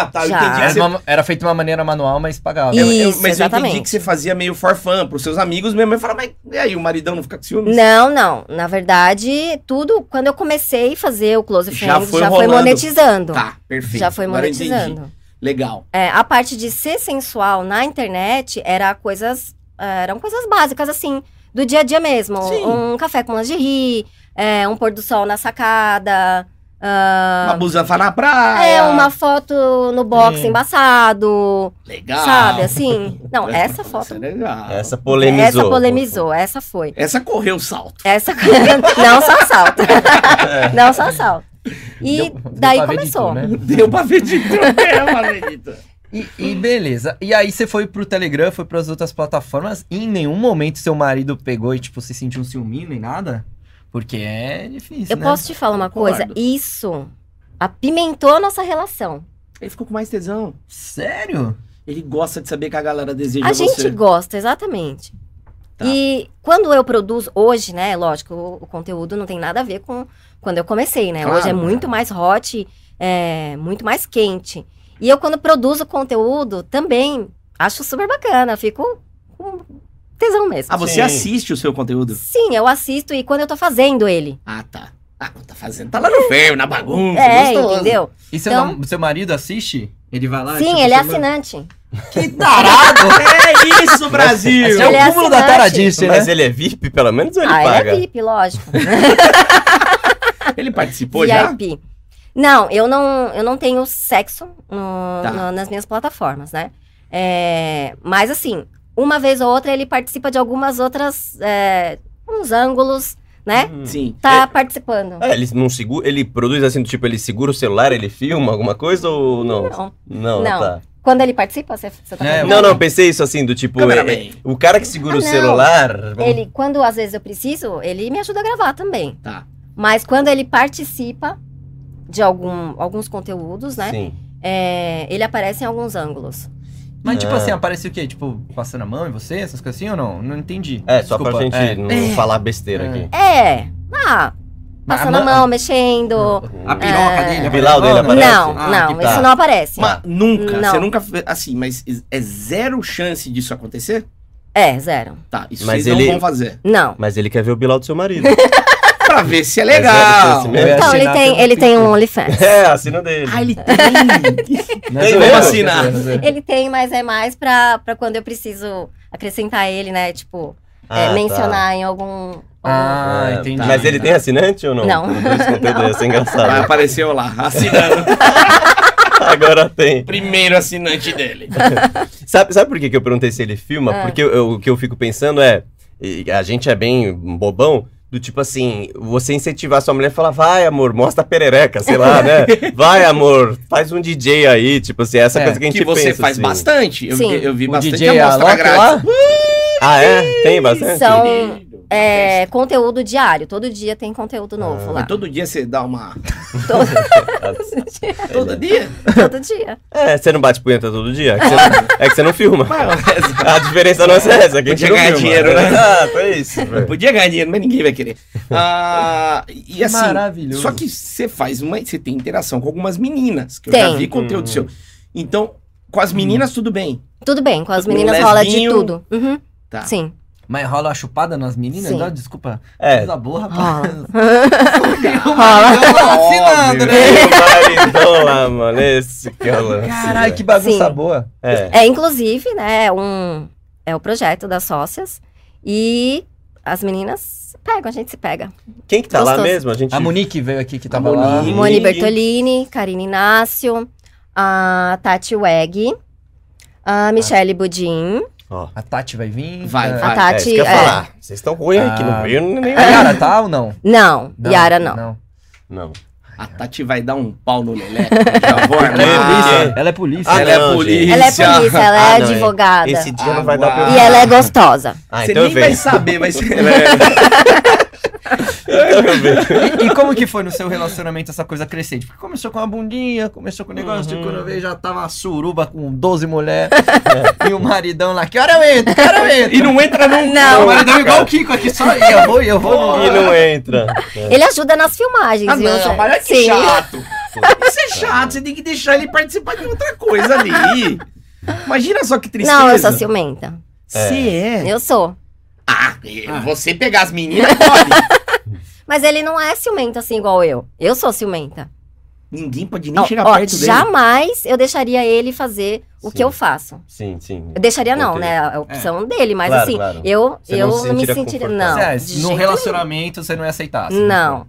Speaker 1: Ah, tá. Eu
Speaker 4: Já.
Speaker 1: entendi.
Speaker 3: Era,
Speaker 1: Que você...
Speaker 3: uma- era feito de uma maneira manual, mas pagava.
Speaker 4: E-
Speaker 1: eu- eu-
Speaker 4: Isso,
Speaker 1: mas eu entendi
Speaker 4: exatamente.
Speaker 1: que você fazia meio forfã pros seus amigos. Minha mãe fala, mas e aí, o maridão não fica com ciúmes?
Speaker 4: Não, não. Na verdade, tudo. Quando eu comecei a fazer o Close
Speaker 1: Já
Speaker 4: Friends,
Speaker 1: foi
Speaker 4: já foi
Speaker 1: rolando.
Speaker 4: monetizando.
Speaker 1: Tá, perfeito.
Speaker 4: Já foi
Speaker 1: Agora eu entendi.
Speaker 4: monetizando.
Speaker 1: Legal.
Speaker 4: É, a parte de ser sensual na internet era coisas. eh, Eram coisas básicas, assim, do dia a dia mesmo.
Speaker 1: Sim.
Speaker 4: Um café com lingerie, é, um pôr do sol na sacada. ah,
Speaker 1: Uma busanfa na praia.
Speaker 4: É, uma foto no box
Speaker 3: Sim.
Speaker 4: embaçado,
Speaker 1: Legal.
Speaker 3: Ah.
Speaker 4: sabe, assim. Não, essa
Speaker 1: Essa
Speaker 4: foto,
Speaker 1: é legal. Essa...
Speaker 2: Essa polemizou.
Speaker 4: essa polemizou, essa foi.
Speaker 1: correu o salto.
Speaker 4: Essa, não só assalto, não só assalto. E
Speaker 3: Deu- deu
Speaker 4: daí
Speaker 3: pra ver de
Speaker 4: começou.
Speaker 3: tudo, né?
Speaker 1: Deu pra ver de tudo, acredita?
Speaker 3: E, e beleza. E aí você foi pro Telegram, foi pras outras plataformas, e em nenhum momento seu marido pegou e, tipo, se sentiu um ciúminho nem nada? Porque é difícil,
Speaker 4: Eu
Speaker 3: né?
Speaker 4: posso te falar uma coisa?
Speaker 1: Concordo.
Speaker 4: Isso apimentou a nossa relação.
Speaker 1: Ele ficou com mais tesão.
Speaker 3: Sério?
Speaker 1: Ele gosta de saber que a galera deseja
Speaker 4: A gente
Speaker 1: você.
Speaker 4: gosta, exatamente.
Speaker 1: Tá.
Speaker 4: E quando eu produzo hoje, né? Lógico, o, o conteúdo não tem nada a ver com quando eu comecei, né?
Speaker 1: Claro.
Speaker 4: Hoje é muito mais hot, é, muito mais quente. E eu, quando produzo conteúdo, também acho super bacana, fico com tesão mesmo.
Speaker 1: Ah, você
Speaker 2: Sim.
Speaker 1: assiste o seu conteúdo?
Speaker 4: Sim, eu assisto e quando eu tô fazendo ele.
Speaker 1: Ah, tá. Ah, tá fazendo. Tá lá no ferro, na bagunça.
Speaker 4: é,
Speaker 1: gostoso. Ah,
Speaker 4: entendeu?
Speaker 3: E seu,
Speaker 4: Então-
Speaker 3: nam- seu marido assiste? Ele vai lá?
Speaker 4: Sim,
Speaker 3: tipo,
Speaker 4: ele
Speaker 3: seu
Speaker 4: é
Speaker 1: assim,
Speaker 3: mar-
Speaker 4: assinante.
Speaker 3: Que tarado!
Speaker 1: É isso, Brasil!
Speaker 3: Esse é
Speaker 4: Ele é
Speaker 3: o cúmulo da
Speaker 4: assinante.
Speaker 3: taradice, né?
Speaker 2: Mas ele é VIP, pelo menos, ou ele
Speaker 4: ah,
Speaker 2: paga?
Speaker 4: ele é VIP, lógico.
Speaker 1: Ele participou já?
Speaker 4: VIP. Não, eu não, eu não tenho sexo no-
Speaker 1: Tá.
Speaker 4: no- nas minhas plataformas, né? É, mas assim, uma vez ou outra ele participa de algumas outras, é, uns ângulos, né?
Speaker 2: Hum.
Speaker 1: Sim.
Speaker 4: Tá participando.
Speaker 2: Ah, ele não segura, ele produz assim, do tipo, ele segura o celular, ele filma alguma coisa ou não?
Speaker 4: Não,
Speaker 2: Não,
Speaker 4: Não.
Speaker 2: tá.
Speaker 4: Quando ele participa, você, você tá
Speaker 3: É,
Speaker 4: falando?
Speaker 2: Não, não, pensei isso assim, do tipo, é-
Speaker 1: Cameraman.
Speaker 2: é- o cara que segura
Speaker 4: Ah,
Speaker 2: o
Speaker 4: não.
Speaker 2: celular. vamos-
Speaker 4: Ele, quando às vezes eu preciso, ele me ajuda a gravar também.
Speaker 1: Tá.
Speaker 4: Mas quando ele participa de algum, alguns conteúdos, né?
Speaker 2: Sim.
Speaker 4: é, ele aparece em alguns ângulos.
Speaker 3: Mas, tipo
Speaker 2: Ah.
Speaker 3: assim, aparecia o quê? Tipo, passando a mão em você, essas coisas assim ou não? Não entendi.
Speaker 2: É, só
Speaker 3: Desculpa.
Speaker 2: pra gente
Speaker 3: É.
Speaker 2: não
Speaker 1: É.
Speaker 2: falar besteira
Speaker 3: É.
Speaker 2: aqui.
Speaker 4: É. Ah,
Speaker 3: Mas
Speaker 4: passando a mão,
Speaker 3: Hum.
Speaker 4: mexendo.
Speaker 1: A piroca
Speaker 4: É.
Speaker 1: dele.
Speaker 2: O Bilal dele
Speaker 3: Não,
Speaker 2: aparece?
Speaker 4: Não,
Speaker 1: Ah,
Speaker 4: não,
Speaker 1: que tá.
Speaker 4: isso não aparece.
Speaker 1: Mas nunca,
Speaker 4: Não.
Speaker 1: você nunca. fe- Assim, mas é zero chance disso acontecer?
Speaker 4: É, zero.
Speaker 1: Tá, isso
Speaker 2: Mas
Speaker 1: vocês
Speaker 2: ele-
Speaker 1: não vão fazer.
Speaker 4: Não.
Speaker 2: Mas ele quer ver o Bilal do seu marido.
Speaker 1: Pra ver se é
Speaker 2: zero
Speaker 1: legal.
Speaker 2: chance mesmo.
Speaker 4: Então, ele
Speaker 3: assinar
Speaker 4: tem,
Speaker 3: pelo
Speaker 4: ele tem
Speaker 3: Twitter.
Speaker 4: um OnlyFans.
Speaker 2: é, assina dele.
Speaker 1: ah, ele tem.
Speaker 3: Não,
Speaker 2: Tem
Speaker 3: não,
Speaker 2: mesmo?
Speaker 3: não,
Speaker 1: Assinar.
Speaker 3: não, não, não.
Speaker 4: Ele tem, mas é mais pra, pra quando eu preciso acrescentar ele, né? Tipo,
Speaker 2: Ah,
Speaker 4: é,
Speaker 2: tá.
Speaker 4: mencionar em algum. algum-
Speaker 3: Ah,
Speaker 2: É,
Speaker 3: entendi.
Speaker 2: Mas ele tem assinante ou não?
Speaker 4: Não.
Speaker 2: Por isso que eu tô
Speaker 4: Não.
Speaker 2: desse, é
Speaker 1: Vai,
Speaker 2: engraçado.
Speaker 1: apareceu lá, assinando.
Speaker 3: Ah,
Speaker 2: Agora tem.
Speaker 1: Primeiro assinante
Speaker 2: É
Speaker 1: dele.
Speaker 2: Sabe, sabe por que, que eu perguntei se ele filma?
Speaker 4: Ah.
Speaker 2: Porque eu- eu- o que eu fico pensando é. e A gente é bem bobão. Do tipo assim, você incentivar sua mulher e falar, vai amor, mostra a perereca, sei lá, né? Vai amor, faz um DJ aí, tipo assim, essa
Speaker 3: É,
Speaker 2: coisa que a gente
Speaker 1: Que você
Speaker 2: pensa,
Speaker 1: faz
Speaker 2: assim.
Speaker 1: bastante. Eu,
Speaker 4: Sim.
Speaker 1: vi- eu vi
Speaker 3: O
Speaker 1: bastante
Speaker 3: DJ
Speaker 1: amostra
Speaker 3: Alok lá?
Speaker 1: grátis.
Speaker 2: Ah, é? Tem bastante?
Speaker 4: São- Então, É, conteúdo diário. Todo dia tem conteúdo novo lá.
Speaker 1: Mas todo dia você dá uma.
Speaker 4: É
Speaker 1: É.
Speaker 4: Todo dia.
Speaker 1: Todo dia?
Speaker 4: Todo dia.
Speaker 2: É, você não bate punheta todo dia? É que você não, é que você não filma.
Speaker 1: Mas,
Speaker 2: A diferença nossa é essa, que a gente
Speaker 1: Podia
Speaker 2: não
Speaker 1: ganhar
Speaker 2: filma.
Speaker 1: dinheiro, né?
Speaker 2: Exato, é isso.
Speaker 1: podia ganhar dinheiro, mas ninguém vai querer. Ah, e assim.
Speaker 3: Maravilhoso.
Speaker 1: Só que você faz uma. Você tem interação com algumas meninas, que eu
Speaker 4: Tem.
Speaker 1: já vi
Speaker 2: Hum.
Speaker 1: conteúdo seu. Então, com as meninas, tudo bem.
Speaker 4: Tudo bem, com as
Speaker 1: Um
Speaker 4: meninas rola de
Speaker 1: levinho.
Speaker 4: tudo. Uhum,
Speaker 1: Tá.
Speaker 4: Sim.
Speaker 3: Mas rola uma chupada nas meninas?
Speaker 4: Sim.
Speaker 3: Não, desculpa.
Speaker 2: É.
Speaker 3: Coisa boa, rapaz.
Speaker 4: Rola.
Speaker 1: Ah,
Speaker 3: Rola.
Speaker 4: tá
Speaker 3: assinando, né?
Speaker 2: Maridão lá, mano, esse que é o lance,
Speaker 3: Caralho,
Speaker 2: velho.
Speaker 3: que bagunça
Speaker 4: Ah, Sim.
Speaker 3: boa.
Speaker 2: É.
Speaker 4: É, inclusive, né, é um, é o projeto das sócias. E as meninas se pegam, a gente se pega.
Speaker 2: Quem que tá lá
Speaker 4: Gostoso.
Speaker 2: mesmo? A gente...
Speaker 3: A Monique veio aqui que tava lá.
Speaker 1: Monique.
Speaker 4: Moni Bertolini, Karine Inácio, a Tati Weg, a Michele Budin.
Speaker 2: Ó,
Speaker 3: A Tati vai vir.
Speaker 1: Vai,
Speaker 3: É.
Speaker 1: vai.
Speaker 4: A
Speaker 2: é, isso que
Speaker 4: Tati.
Speaker 2: eu ia
Speaker 4: é.
Speaker 2: falar. Vocês estão ruins aqui, não
Speaker 3: Ah.
Speaker 2: veio nem...
Speaker 3: A Yara tá ou não?
Speaker 4: Não, Yara não.
Speaker 2: Não.
Speaker 1: A Tati vai dar um pau no Lelé. Já vou
Speaker 3: Ela é
Speaker 1: armar.
Speaker 3: polícia. Ela é polícia.
Speaker 2: Ah,
Speaker 1: ela é
Speaker 2: não, gente.
Speaker 1: polícia.
Speaker 4: Ela é polícia, ela é
Speaker 2: Ah, não, é.
Speaker 4: advogada.
Speaker 2: Esse dia não vai dar pra... eu-
Speaker 1: Ah.
Speaker 4: E ela é gostosa.
Speaker 2: Ah,
Speaker 1: você
Speaker 2: então eu
Speaker 1: nem vai
Speaker 2: vejo.
Speaker 1: saber, mas. é
Speaker 2: Então eu vejo.
Speaker 3: E, e como que foi no seu relacionamento essa coisa crescente? Porque começou com uma bundinha, começou com o negócio,
Speaker 2: Uhum.
Speaker 3: e quando eu vejo já tava uma suruba com 12 mulheres e o maridão lá, que hora eu entro, que hora eu entro.
Speaker 1: e não entra num.
Speaker 4: Não.
Speaker 3: O maridão é igual o Kiko aqui, só eu vou, eu vou.
Speaker 2: E não entra. É.
Speaker 4: Ele ajuda nas filmagens,
Speaker 1: Ah,
Speaker 4: viu?
Speaker 1: não,
Speaker 4: Zé?
Speaker 1: mas olha que
Speaker 4: Sim.
Speaker 1: chato. Isso é chato, você tem que deixar ele participar de outra coisa ali. Imagina só que tristeza.
Speaker 4: Não, eu sou ciumenta.
Speaker 1: Você é.
Speaker 4: Eu sou.
Speaker 1: Ah, você pegar as meninas, pode.
Speaker 4: Mas ele não é ciumenta assim igual eu. Eu sou ciumenta.
Speaker 1: Ninguém pode nem
Speaker 4: Ó,
Speaker 1: chegar
Speaker 4: ó,
Speaker 1: perto dele.
Speaker 4: jamais eu deixaria ele fazer o
Speaker 2: Sim.
Speaker 4: que eu faço.
Speaker 2: Sim, sim.
Speaker 4: Eu deixaria não,
Speaker 2: Ok.
Speaker 4: né? É A opção dele, mas
Speaker 2: Claro,
Speaker 4: assim,
Speaker 2: claro.
Speaker 4: eu,
Speaker 2: Você não
Speaker 4: eu
Speaker 2: se
Speaker 4: não me
Speaker 2: sentiria
Speaker 4: sentiria.
Speaker 2: confortável.
Speaker 4: Não.
Speaker 3: Sério,
Speaker 4: de
Speaker 3: num
Speaker 4: jeito
Speaker 3: É, relacionamento você não ia aceitar.
Speaker 4: nenhum. Não.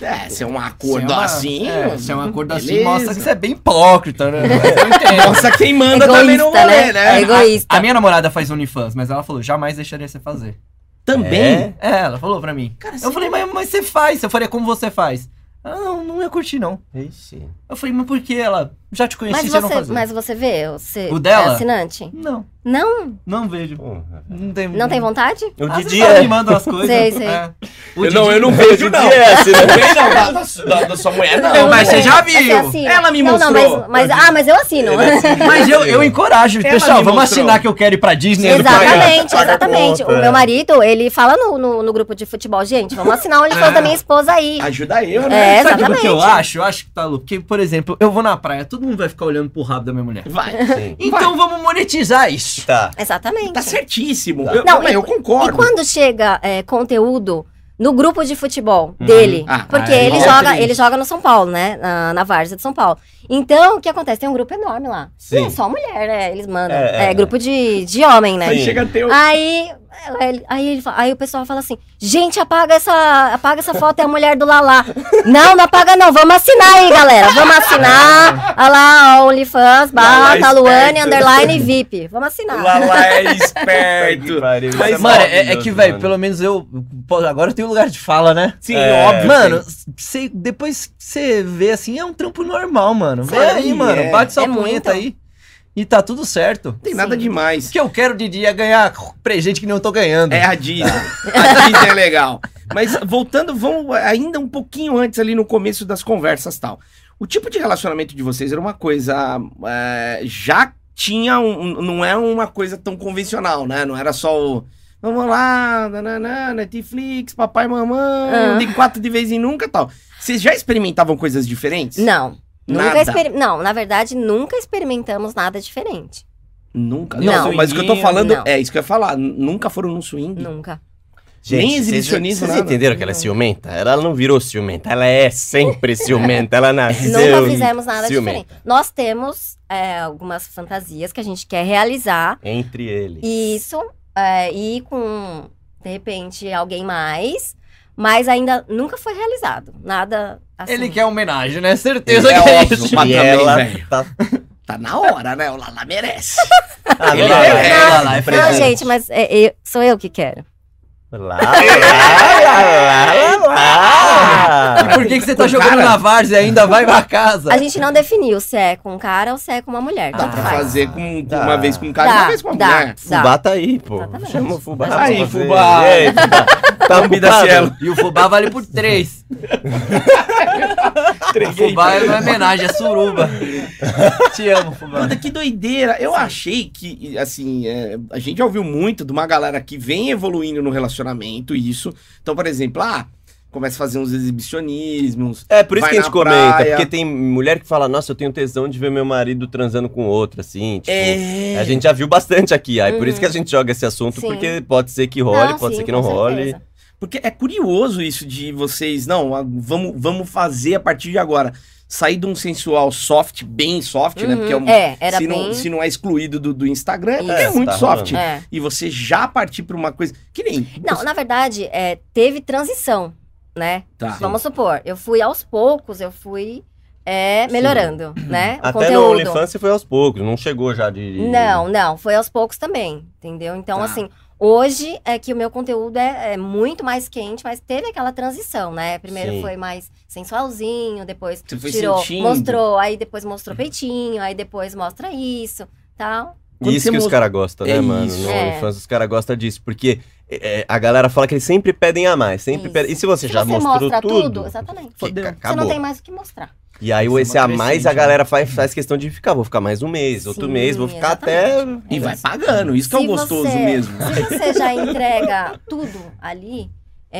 Speaker 1: É, se é um
Speaker 3: Isso
Speaker 1: acordo
Speaker 3: é uma-
Speaker 1: assim.
Speaker 3: É, se é um acordo assim,
Speaker 1: beleza.
Speaker 3: mostra que você é bem hipócrita, né? Mas eu entendo.
Speaker 1: Mostra quem manda também no
Speaker 4: Egoísta,
Speaker 1: rolê,
Speaker 4: né?
Speaker 1: né?
Speaker 4: É egoísta.
Speaker 3: A minha namorada faz OnlyFans, mas ela falou, jamais deixaria você fazer.
Speaker 1: Também.
Speaker 3: É, ela falou pra mim.
Speaker 1: Cara,
Speaker 3: Eu falei, mas, mas você faz, eu falei, como você faz? Ela, não, não ia curtir, não.
Speaker 2: É? Ixi.
Speaker 3: Eu falei, mas por que ela? Já te conheci,
Speaker 4: Mas
Speaker 3: já não
Speaker 4: você,
Speaker 3: fazia.
Speaker 4: mas você vê, você
Speaker 3: O dela?
Speaker 4: é assinante?
Speaker 3: Não,
Speaker 4: Não?
Speaker 3: não vejo.
Speaker 2: Porra.
Speaker 3: Não tem,
Speaker 4: Não tem vontade?
Speaker 2: O
Speaker 3: Ah,
Speaker 2: Didi
Speaker 3: você só
Speaker 2: é...
Speaker 3: me manda as coisas.
Speaker 4: Sei, sei.
Speaker 3: É. O
Speaker 1: Eu não,
Speaker 3: Didi-
Speaker 1: eu não
Speaker 2: O
Speaker 1: vejo,
Speaker 2: Didi
Speaker 1: não.
Speaker 2: é assinante.
Speaker 1: Também não, da, da- da sua mulher, não.
Speaker 3: Não, mas
Speaker 1: né?
Speaker 3: você
Speaker 4: é.
Speaker 3: já viu.
Speaker 4: Você assina?
Speaker 1: Ela me
Speaker 4: assim. não,
Speaker 1: mostrou.
Speaker 4: Não, mas, mas, ah, mas eu assino.
Speaker 2: Ele assina.
Speaker 3: Mas eu, eu encorajo,
Speaker 1: Ela
Speaker 3: pessoal,
Speaker 1: me
Speaker 3: vamos
Speaker 1: mostrou.
Speaker 3: assinar que eu quero ir pra Disney. eu não quero.
Speaker 4: Exatamente,
Speaker 2: paga a
Speaker 4: exatamente.
Speaker 2: conta,
Speaker 4: O
Speaker 2: é.
Speaker 4: meu marido, ele fala no, no, no grupo de futebol, gente, vamos assinar o OnlyFans da minha esposa aí.
Speaker 1: Ajuda eu, né?
Speaker 4: É,
Speaker 3: Sabe o que eu
Speaker 4: exatamente.
Speaker 3: acho? Eu acho que tá louco. Porque, por exemplo, eu vou na praia, todo mundo vai ficar olhando pro rabo da minha mulher.
Speaker 1: Vai.
Speaker 2: Sim.
Speaker 3: Então vamos monetizar isso.
Speaker 2: Tá.
Speaker 4: Exatamente.
Speaker 1: Tá certíssimo.
Speaker 2: Tá.
Speaker 1: Eu,
Speaker 4: Não,
Speaker 1: mas eu
Speaker 4: E
Speaker 1: concordo.
Speaker 4: quando chega é, conteúdo no grupo de futebol dele,
Speaker 1: Ah,
Speaker 4: porque
Speaker 3: aí
Speaker 4: ele
Speaker 3: é
Speaker 4: joga,
Speaker 3: triste.
Speaker 4: ele joga no São Paulo, né? Na, na Várzea de São Paulo. Então, o que acontece? Tem um grupo enorme lá. E
Speaker 2: Sim.
Speaker 4: é só mulher, né? Eles mandam.
Speaker 2: É,
Speaker 4: É,
Speaker 2: é.
Speaker 4: grupo de, de homem, né?
Speaker 1: Aí
Speaker 2: Sim.
Speaker 1: chega teu.
Speaker 4: Aí, aí, aí, ele fa- aí o pessoal fala assim: gente, apaga essa, apaga essa foto, é a mulher do Lalá. não, não apaga não, vamos assinar aí, galera. Vamos assinar. Olha lá, ó, OnlyFans,
Speaker 1: Lalá
Speaker 4: barra, Luane,
Speaker 1: esperto.
Speaker 4: underline VIP. Vamos assinar.
Speaker 1: Lalá é esperto. Mas,
Speaker 3: Mano, é, é que, velho, pelo menos eu. pô, Agora eu tenho lugar de fala, né?
Speaker 1: Sim,
Speaker 2: É,
Speaker 1: óbvio.
Speaker 3: Mano, cê, depois que você vê assim, é um trampo normal, mano. Vê
Speaker 1: Sim,
Speaker 3: aí, mano.
Speaker 1: é.
Speaker 3: Bate sua
Speaker 4: É
Speaker 3: punheta
Speaker 4: muito.
Speaker 3: aí. e tá tudo certo.
Speaker 1: Tem nada
Speaker 4: Sim.
Speaker 1: demais.
Speaker 3: O que eu quero de dia é ganhar presente que não tô ganhando.
Speaker 1: É a Disney. A Disney é legal. Mas voltando, vamos ainda um pouquinho antes ali no começo das conversas tal. O tipo de relacionamento de vocês era uma coisa. é, já tinha um. Não é uma coisa tão convencional, né? Não era só o. Vamos lá, nananã, Netflix, papai, mamãe,
Speaker 4: Ah.
Speaker 1: de quatro de vez em nunca tal. Vocês já experimentavam coisas diferentes?
Speaker 4: Não. Nunca
Speaker 1: Nada.
Speaker 4: experim- Não, na verdade, nunca experimentamos nada diferente.
Speaker 1: Nunca. Não,
Speaker 4: Não.
Speaker 1: mas o que eu tô falando
Speaker 4: Não.
Speaker 1: é isso que eu ia falar. n- Nunca foram num swing.
Speaker 4: Nunca.
Speaker 2: Gente,
Speaker 1: Nem exibicionismo,
Speaker 2: Vocês, vocês
Speaker 1: nada.
Speaker 2: entenderam que ela é ciumenta? Ela não virou ciumenta, ela é sempre ciumenta. Ela nasceu.
Speaker 4: Nunca fizemos nada
Speaker 2: ciumenta.
Speaker 4: diferente. Nós temos é, algumas fantasias que a gente quer realizar.
Speaker 2: Entre eles.
Speaker 4: Isso. É, e com, de repente, alguém mais. Mas ainda nunca foi realizado. Nada assim.
Speaker 3: Ele quer homenagem, né? Certeza
Speaker 1: Ele é
Speaker 3: que é
Speaker 1: óbvio.
Speaker 3: isso.
Speaker 1: Mas
Speaker 2: E
Speaker 1: também,
Speaker 2: ela
Speaker 1: velho.
Speaker 2: tá.
Speaker 1: Tá na hora, né? O Lala merece.
Speaker 2: Ah,
Speaker 1: Ele
Speaker 2: não,
Speaker 1: é-
Speaker 2: ela-
Speaker 1: é-
Speaker 2: ela-
Speaker 3: ela é-
Speaker 2: ela-
Speaker 4: Não, Ah, gente, mas é, eu- sou eu que quero.
Speaker 2: Lá, lá, lá, lá, lá.
Speaker 3: E por que, que você tá
Speaker 1: Com
Speaker 3: jogando
Speaker 1: cara?
Speaker 3: na várzea e ainda vai pra casa?
Speaker 4: A gente não definiu se é com um cara ou se é com uma mulher.
Speaker 1: Dá
Speaker 4: tanto
Speaker 1: pra
Speaker 4: faz.
Speaker 1: fazer com, com
Speaker 2: Dá.
Speaker 1: uma vez com um cara e
Speaker 4: Dá,
Speaker 1: uma vez com uma
Speaker 4: dá.
Speaker 1: mulher.
Speaker 2: Fubá tá aí, pô.
Speaker 4: Exatamente.
Speaker 2: Chama o Fubá.
Speaker 4: Mas
Speaker 1: Tá
Speaker 2: pra
Speaker 1: aí,
Speaker 2: fazer.
Speaker 1: Fubá.
Speaker 2: E aí, Fubá? Tá
Speaker 1: Comida Cielo.
Speaker 2: ocupado?
Speaker 3: E o fubá vale por três. O
Speaker 1: Entreguei.
Speaker 3: fubá é uma homenagem, é suruba. Te amo, fubá.
Speaker 1: Puta, que doideira. Eu achei que, assim, é, a gente já ouviu muito de uma galera que vem evoluindo no relacionamento, isso. Então, por exemplo, ah, começa a fazer uns exibicionismos.
Speaker 2: É, por isso
Speaker 1: Vai
Speaker 2: que a gente
Speaker 1: na
Speaker 2: comenta,
Speaker 1: praia.
Speaker 2: porque tem mulher que fala, nossa, eu tenho tesão de ver meu marido transando com outra, assim, tipo...
Speaker 1: É.
Speaker 2: A gente já viu bastante aqui, aí por
Speaker 4: Uhum.
Speaker 2: isso que a gente joga esse assunto,
Speaker 4: Sim.
Speaker 2: porque pode ser que role,
Speaker 4: Não,
Speaker 2: pode
Speaker 4: sim,
Speaker 2: ser que não
Speaker 4: com
Speaker 2: role.
Speaker 4: certeza.
Speaker 1: Porque é curioso isso de vocês, não, a- vamos, vamos fazer a partir de agora. Sair de um sensual soft, bem soft, né?
Speaker 4: Uhum.
Speaker 1: Porque é um-
Speaker 4: É, era
Speaker 1: se,
Speaker 4: bem.
Speaker 1: não, se não é excluído do, do Instagram,
Speaker 4: Isso.
Speaker 1: é muito
Speaker 2: Tá
Speaker 1: soft.
Speaker 2: rolando.
Speaker 4: É.
Speaker 1: E você já partir pra uma coisa. Que nem.
Speaker 4: Não, na verdade, é, teve transição, né?
Speaker 1: Tá.
Speaker 4: Vamos supor, eu fui aos poucos, eu fui é, melhorando, né? O
Speaker 2: Uhum. Até no
Speaker 4: conteúdo.
Speaker 2: OnlyFans você foi aos poucos, não chegou já de...
Speaker 4: Não, não, foi aos poucos também, entendeu? Então,
Speaker 1: Tá.
Speaker 4: assim, hoje é que o meu conteúdo é, é muito mais quente, mas teve aquela transição, né? Primeiro
Speaker 2: Sim.
Speaker 4: foi mais sensualzinho, depois
Speaker 1: Você foi
Speaker 4: tirou,
Speaker 1: sentindo.
Speaker 4: mostrou, aí depois mostrou peitinho, aí depois mostra isso, tal.
Speaker 1: Quando
Speaker 2: E
Speaker 1: você
Speaker 2: isso que os
Speaker 1: mos-
Speaker 2: caras gostam, né,
Speaker 1: É
Speaker 2: mano?
Speaker 1: isso.
Speaker 2: No
Speaker 4: É.
Speaker 2: OnlyFans os caras gostam disso, porque é, é, a galera fala que eles sempre pedem a mais, sempre
Speaker 4: Isso.
Speaker 2: pedem... E se você já mostrou
Speaker 4: mostra
Speaker 2: tudo...
Speaker 4: exatamente.
Speaker 2: que-
Speaker 1: Fodeu. Você não
Speaker 4: Você
Speaker 2: acabou.
Speaker 4: não tem mais o que mostrar.
Speaker 2: E aí
Speaker 3: Isso é
Speaker 2: esse
Speaker 3: uma
Speaker 2: a mais
Speaker 3: crescente,
Speaker 2: a galera faz, faz questão de ficar, vou ficar mais um mês, outro
Speaker 4: Sim,
Speaker 2: mês, vou ficar
Speaker 4: exatamente.
Speaker 2: até...
Speaker 1: E vai pagando. Isso que é o
Speaker 4: Se
Speaker 1: gostoso
Speaker 4: você-
Speaker 1: mesmo.
Speaker 4: Se você já entrega tudo ali,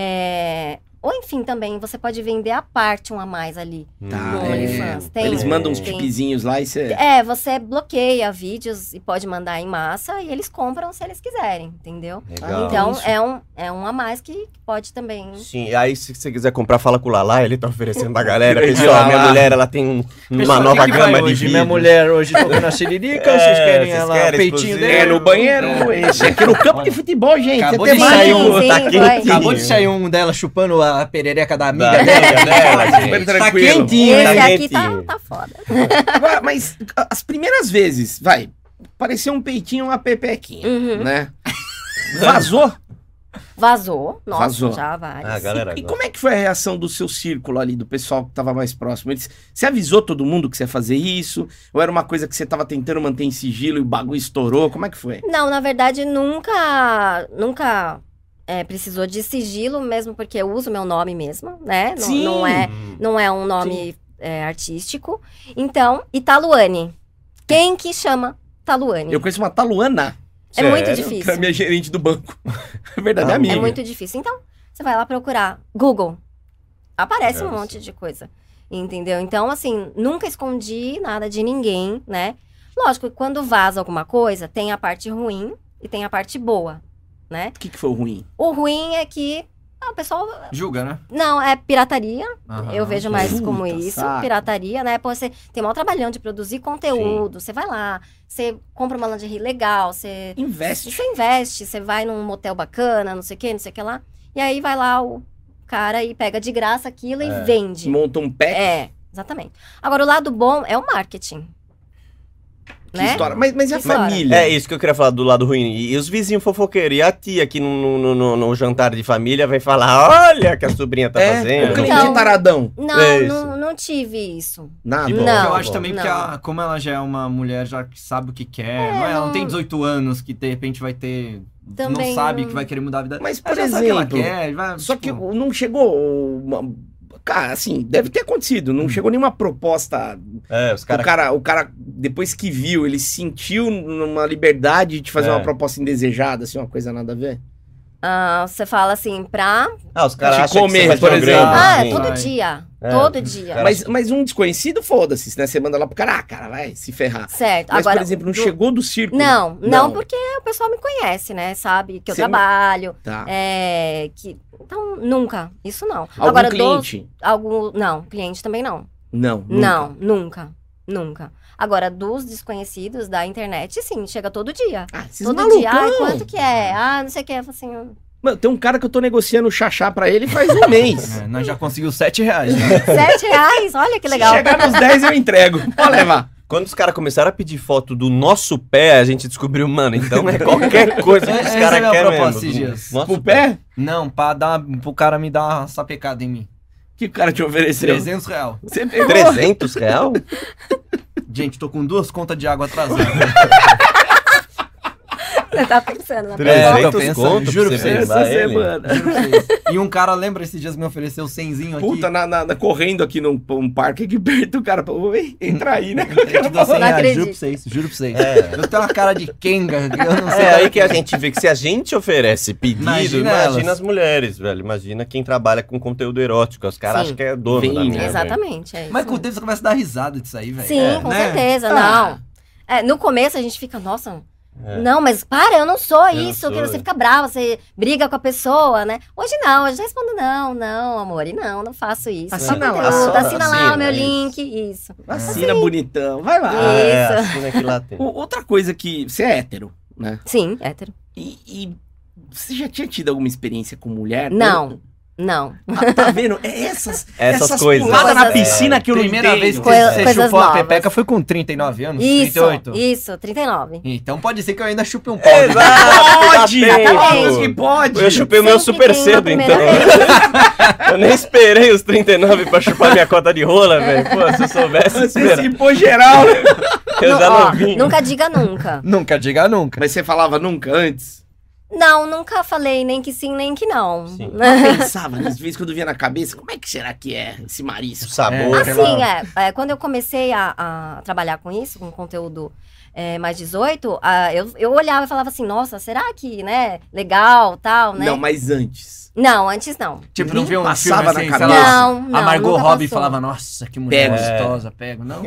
Speaker 4: é, ou enfim, também você pode vender a parte um a mais ali.
Speaker 1: Tá,
Speaker 4: No
Speaker 1: é.
Speaker 4: OnlyFans. Tem-
Speaker 1: Eles mandam uns
Speaker 4: tem-
Speaker 1: tipzinhos lá e você.
Speaker 4: É, você bloqueia vídeos e pode mandar em massa e eles compram se eles quiserem, entendeu?
Speaker 2: Legal.
Speaker 4: Então
Speaker 1: Isso.
Speaker 4: é um, é um a mais que pode também.
Speaker 2: Sim, e aí se você quiser comprar, fala com o Lala, ele tá oferecendo pra galera.
Speaker 1: Ele
Speaker 2: Pessoal,
Speaker 1: lá,
Speaker 2: minha
Speaker 1: lá.
Speaker 2: mulher, ela tem um- uma
Speaker 3: Pessoal,
Speaker 2: nova
Speaker 3: quem que vai
Speaker 2: gama de
Speaker 3: hoje?
Speaker 2: vidro.
Speaker 3: Minha mulher hoje tocou na xiririca, vocês
Speaker 2: É,
Speaker 3: querem
Speaker 2: vocês
Speaker 3: ela,
Speaker 2: querem
Speaker 3: peitinho
Speaker 2: explosivo?
Speaker 3: dele?
Speaker 1: É, no banheiro, esse aqui no campo de futebol, gente.
Speaker 3: Acabou
Speaker 1: é
Speaker 3: de sair
Speaker 1: temático.
Speaker 2: um,
Speaker 4: Sim,
Speaker 2: tá
Speaker 4: vai.
Speaker 2: quentinho.
Speaker 3: Acabou de sair um dela chupando a perereca da amiga
Speaker 2: Da amiga
Speaker 3: dela.
Speaker 2: dela,
Speaker 1: Super
Speaker 2: gente.
Speaker 3: Tá
Speaker 1: tranquilo.
Speaker 3: quentinho,
Speaker 4: Esse
Speaker 3: né?
Speaker 4: aqui tá,
Speaker 2: Exatamente.
Speaker 4: tá foda.
Speaker 1: Agora, Mas a- as primeiras vezes, vai, pareceu um peitinho, uma pepequinha,
Speaker 4: Uhum.
Speaker 1: né? Vazou.
Speaker 4: Vazou. Nossa,
Speaker 1: Vazou.
Speaker 4: já vai.
Speaker 2: Ah, galera,
Speaker 1: E como é que foi a reação do seu círculo ali, do pessoal que tava mais próximo? Eles, você avisou todo mundo que você ia fazer isso? Ou era uma coisa que você tava tentando manter em sigilo e o bagulho estourou? Como é que foi?
Speaker 4: Não, na verdade, nunca. Nunca é, precisou de sigilo, mesmo porque eu uso meu nome mesmo, né? Não,
Speaker 1: Sim.
Speaker 4: não é, não é um nome é, artístico. Então, Italuane. Quem que chama Taluane?
Speaker 1: Eu conheço uma taluana,
Speaker 4: É muito
Speaker 2: Sério?
Speaker 1: que é
Speaker 4: difícil.
Speaker 1: minha gerente do banco. É verdade, é
Speaker 2: Taluana.
Speaker 1: amiga.
Speaker 4: É muito difícil. Então, você vai lá procurar Google. Aparece um
Speaker 2: Nossa.
Speaker 4: monte de coisa. Entendeu? Então, assim, nunca escondi nada de ninguém, né? Lógico, que quando vaza alguma coisa, tem a parte ruim e tem a parte boa, né?
Speaker 1: O que, que foi o ruim?
Speaker 4: O ruim é que ah, o pessoal.
Speaker 3: Julga, né? Ah.
Speaker 4: Não, é pirataria. eu vejo mais
Speaker 1: Puta,
Speaker 4: como isso.
Speaker 1: saco.
Speaker 4: Pirataria, né? Pô, você tem maior trabalhão de produzir conteúdo. Você vai lá, você compra uma lingerie legal, você
Speaker 1: Investe.
Speaker 4: você investe, você vai num motel bacana, não sei o que, não sei o que lá. E aí vai lá o cara e pega de graça aquilo
Speaker 2: É.
Speaker 4: e vende.
Speaker 1: Monta um pé.
Speaker 4: É, exatamente. Agora, o lado bom é o marketing.
Speaker 1: Que
Speaker 4: é né?
Speaker 1: história. Mas, mas e a
Speaker 4: Que história.
Speaker 1: família?
Speaker 2: É isso que eu queria falar do lado ruim. E, e os vizinhos fofoqueiros. E a tia que no, no- no- no jantar de família vai falar: olha o que a sobrinha tá
Speaker 1: É, O
Speaker 2: fazendo.
Speaker 1: cliente
Speaker 4: Então-
Speaker 1: é taradão.
Speaker 4: Não,
Speaker 2: É isso.
Speaker 4: não, não tive isso.
Speaker 1: Nada.
Speaker 2: Que bom.
Speaker 4: Não,
Speaker 3: eu acho
Speaker 4: bom,
Speaker 3: também
Speaker 4: não.
Speaker 3: que a- como ela já é uma mulher já que sabe o que quer, não é- ela não tem 18 anos que de repente vai ter.
Speaker 4: Também
Speaker 3: não sabe
Speaker 4: não.
Speaker 3: que vai querer mudar a vida.
Speaker 1: Mas,
Speaker 3: Ela
Speaker 1: por
Speaker 3: já sabe o que ela
Speaker 1: exemplo,
Speaker 3: quer, vai-
Speaker 1: Só que
Speaker 3: tipo,
Speaker 1: não chegou. uma- Cara, assim, deve ter acontecido. Não chegou nenhuma proposta.
Speaker 2: É, os
Speaker 1: O,
Speaker 2: caras.
Speaker 1: cara, o cara, depois que viu, ele sentiu numa liberdade de fazer
Speaker 2: É.
Speaker 1: uma proposta indesejada, assim, uma coisa nada a ver.
Speaker 4: Ah, você fala assim, pra.
Speaker 2: Ah, os caras
Speaker 1: Te
Speaker 2: acham que
Speaker 1: comer,
Speaker 2: você vai
Speaker 1: por
Speaker 2: ter um
Speaker 1: exemplo.
Speaker 2: grande
Speaker 3: é
Speaker 4: Ah,
Speaker 2: vizinho.
Speaker 4: todo
Speaker 3: Ai.
Speaker 4: dia.
Speaker 2: É.
Speaker 4: Todo dia.
Speaker 2: Cara,
Speaker 1: Mas, mas um desconhecido, foda-se, né? Você manda lá pro cara, ah, cara, vai se ferrar.
Speaker 4: certo.
Speaker 1: Mas,
Speaker 4: Agora,
Speaker 1: por exemplo, não
Speaker 4: do-
Speaker 1: chegou do circo.
Speaker 4: Não, não,
Speaker 1: Não.
Speaker 4: porque o pessoal me conhece, né? Sabe que eu
Speaker 1: Você não-
Speaker 4: trabalho.
Speaker 1: Tá.
Speaker 4: É, que... Então, nunca. Isso não.
Speaker 1: Algum
Speaker 4: Agora, do
Speaker 1: cliente?
Speaker 4: algum. Não, cliente também não.
Speaker 1: Não. nunca.
Speaker 4: Não, nunca. Nunca. Agora, dos desconhecidos da internet, sim, chega todo dia.
Speaker 1: Ah, esses
Speaker 4: Todo
Speaker 1: malucão.
Speaker 4: dia, ah, quanto que é? Ah, não sei o que. Eu falo assim,
Speaker 1: Mano, tem um cara que eu tô negociando o chachá pra ele faz um mês.
Speaker 3: é, nós já conseguimos 7 reais. né?
Speaker 4: 7 reais? Olha que legal.
Speaker 1: Se chegar nos 10 eu entrego. Pode levar.
Speaker 2: Quando os caras começaram a pedir foto do nosso pé, a gente descobriu, mano, então é qualquer coisa que os
Speaker 3: Essa é a
Speaker 2: caras
Speaker 3: minha
Speaker 2: querem
Speaker 3: proposta
Speaker 2: mesmo.
Speaker 3: esses dias.
Speaker 2: Nosso
Speaker 1: Pro pé?
Speaker 3: Não, pra dar, pro cara me dar uma sapecada em mim.
Speaker 1: Que o cara te ofereceu?
Speaker 3: 300 reais.
Speaker 1: Você pegou.
Speaker 2: 300 real?
Speaker 3: É, Gente, tô com duas contas de água atrasadas.
Speaker 4: Você tá pensando na
Speaker 3: Três.
Speaker 4: pessoa.
Speaker 3: É, tô
Speaker 2: 300
Speaker 3: pensando,
Speaker 2: conto
Speaker 3: juro
Speaker 2: pra
Speaker 3: pra
Speaker 2: você
Speaker 3: você,
Speaker 2: levar
Speaker 1: Essa
Speaker 2: ele?
Speaker 1: semana.
Speaker 3: e um cara, lembra esses dias me ofereceu 100zinho aqui?
Speaker 1: Puta, na, na- na- correndo aqui num num parque aqui perto, o cara falou, "Oi, entra aí, né?
Speaker 3: Eu te dou 100
Speaker 4: Não
Speaker 3: reais,
Speaker 4: acredito.
Speaker 3: Tipo assim, ah, juro pra vocês, juro pra vocês.
Speaker 2: É.
Speaker 3: Eu tenho uma cara de Kenga, que eu não sei.
Speaker 2: É aí que a gente vê que se a gente oferece pedido, imagina,
Speaker 3: Imagina elas.
Speaker 2: as mulheres, velho. Imagina quem trabalha com conteúdo erótico. Os caras
Speaker 4: Sim.
Speaker 2: acham que é dono
Speaker 1: Sim,
Speaker 2: da minha,
Speaker 4: Exatamente, é isso.
Speaker 3: Mas com o tempo você começa a dar risada disso aí, velho.
Speaker 4: Sim,
Speaker 2: É,
Speaker 4: com
Speaker 3: né?
Speaker 4: certeza,
Speaker 3: Ah.
Speaker 4: não. É, no começo a gente fica, nossa,
Speaker 2: É.
Speaker 4: não, mas para, eu não sou
Speaker 2: Eu não
Speaker 4: isso.
Speaker 2: sou,
Speaker 4: que
Speaker 2: é.
Speaker 4: você fica brava, você briga com a pessoa, né? Hoje não, eu já respondo, não, não, amor, e não, não faço isso.
Speaker 1: Assina
Speaker 4: Só
Speaker 1: lá,
Speaker 4: conteúdo,
Speaker 1: só
Speaker 4: assina lá
Speaker 2: assina,
Speaker 4: o meu
Speaker 2: é
Speaker 4: link, isso. né?
Speaker 1: Assina bonitão, vai
Speaker 2: velho.
Speaker 1: lá.
Speaker 2: Ah, é,
Speaker 4: Isso.
Speaker 2: assina que lá tem.
Speaker 1: O- outra coisa que, você é hétero, né?
Speaker 4: Sim, hétero.
Speaker 1: E, e você já tinha tido alguma experiência com
Speaker 2: É
Speaker 1: mulher?
Speaker 4: Não, não.
Speaker 1: Ah, tá vendo? É essas,
Speaker 2: Essas coisas.
Speaker 1: puladas na
Speaker 4: Coisas-
Speaker 1: piscina que eu não
Speaker 3: Primeira
Speaker 1: entendo.
Speaker 3: vez que
Speaker 4: Coi-
Speaker 3: você
Speaker 4: coisas
Speaker 3: chupou a
Speaker 4: novas.
Speaker 3: pepeca foi com 39 anos?
Speaker 4: Isso,
Speaker 3: 38?
Speaker 4: isso, 39.
Speaker 3: Então pode ser que eu ainda chupe um pau.
Speaker 2: Exato,
Speaker 1: Pode!
Speaker 2: dá
Speaker 1: Claro
Speaker 2: tempo.
Speaker 1: Tá que pode!
Speaker 2: Eu chupei o meu super
Speaker 4: Sempre tem uma
Speaker 2: cedo, então.
Speaker 4: primeira
Speaker 2: eu nem esperei os 39 pra chupar minha cota de rola, velho. Pô, se eu soubesse, eu
Speaker 1: Você se
Speaker 2: esperava.
Speaker 1: impôs geral. né?
Speaker 2: eu
Speaker 4: Nu-
Speaker 2: já
Speaker 4: ó,
Speaker 2: não vim.
Speaker 4: Nunca diga nunca.
Speaker 3: Nunca diga nunca.
Speaker 1: Mas você falava nunca antes?
Speaker 4: Não, nunca falei nem que sim, nem que não.
Speaker 2: Sim.
Speaker 1: Pensava, às vezes, quando via na cabeça, como é que será que é esse
Speaker 2: O
Speaker 1: marisco?
Speaker 2: sabor.
Speaker 3: É.
Speaker 4: Assim, é, é, Quando eu comecei a, a trabalhar com isso, com conteúdo é, mais 18, ah, eu, eu olhava e falava assim, nossa, será que, né, legal, tal, né?
Speaker 1: Não, mas antes.
Speaker 4: Não, antes não.
Speaker 3: Tipo, não
Speaker 1: Nem
Speaker 3: vê um
Speaker 1: passava
Speaker 3: filme
Speaker 1: na
Speaker 3: assim, sei
Speaker 1: cabeça.
Speaker 3: lá,
Speaker 4: Não, não,
Speaker 3: A Margot
Speaker 4: nunca
Speaker 3: Robbie
Speaker 4: passou. É.
Speaker 3: falava, nossa, que mulher
Speaker 1: Pego.
Speaker 3: gostosa, pego. Não,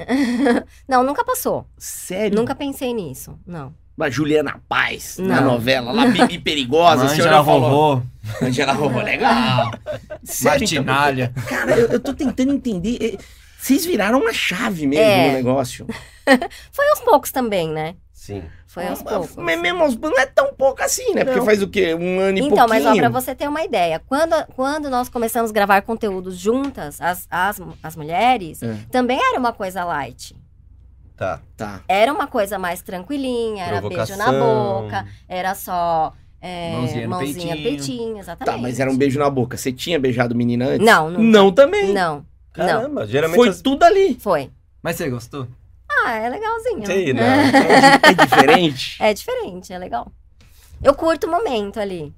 Speaker 4: Não, nunca passou.
Speaker 1: Sério?
Speaker 4: Nunca pensei nisso, não.
Speaker 1: A Juliana Paz, na
Speaker 4: Não.
Speaker 1: novela, lá, Bibi Perigosa, você
Speaker 3: Angela
Speaker 1: olhou e falou.
Speaker 3: Vovô,
Speaker 1: Angela Rorô, legal. Sério, então,
Speaker 3: Martinalha.
Speaker 1: cara, eu, eu tô tentando entender. eh, Vocês viraram uma chave mesmo
Speaker 4: É.
Speaker 1: no negócio.
Speaker 4: Foi aos poucos também, né?
Speaker 2: Sim.
Speaker 4: Foi aos
Speaker 1: Mas-
Speaker 4: poucos.
Speaker 1: Mas mesmo aos não é tão pouco assim, né? Porque
Speaker 4: Não.
Speaker 1: faz o quê? Um ano e
Speaker 4: Então, mas
Speaker 1: pouquinho?
Speaker 4: ó, pra você ter uma ideia, quando, quando nós começamos a gravar conteúdo juntas, as, as, as mulheres,
Speaker 1: É.
Speaker 4: também era uma coisa light.
Speaker 2: Tá.
Speaker 1: Tá.
Speaker 4: Era uma coisa mais tranquilinha, era beijo na
Speaker 2: Provocação.
Speaker 4: boca, era só é,
Speaker 3: Mãozinha
Speaker 4: mãozinha,
Speaker 3: no peitinho.
Speaker 4: peitinho, exatamente.
Speaker 1: Tá, mas era um beijo na boca. Você tinha beijado menina antes?
Speaker 4: Não, nunca.
Speaker 1: Não também.
Speaker 4: Não,
Speaker 2: Caramba, geralmente
Speaker 1: Foi
Speaker 2: as...
Speaker 1: tudo ali.
Speaker 4: foi.
Speaker 3: Mas você gostou?
Speaker 4: Ah, é legalzinho.
Speaker 2: Sei, né? não.
Speaker 1: É diferente.
Speaker 4: É diferente, é legal. Eu curto o momento ali.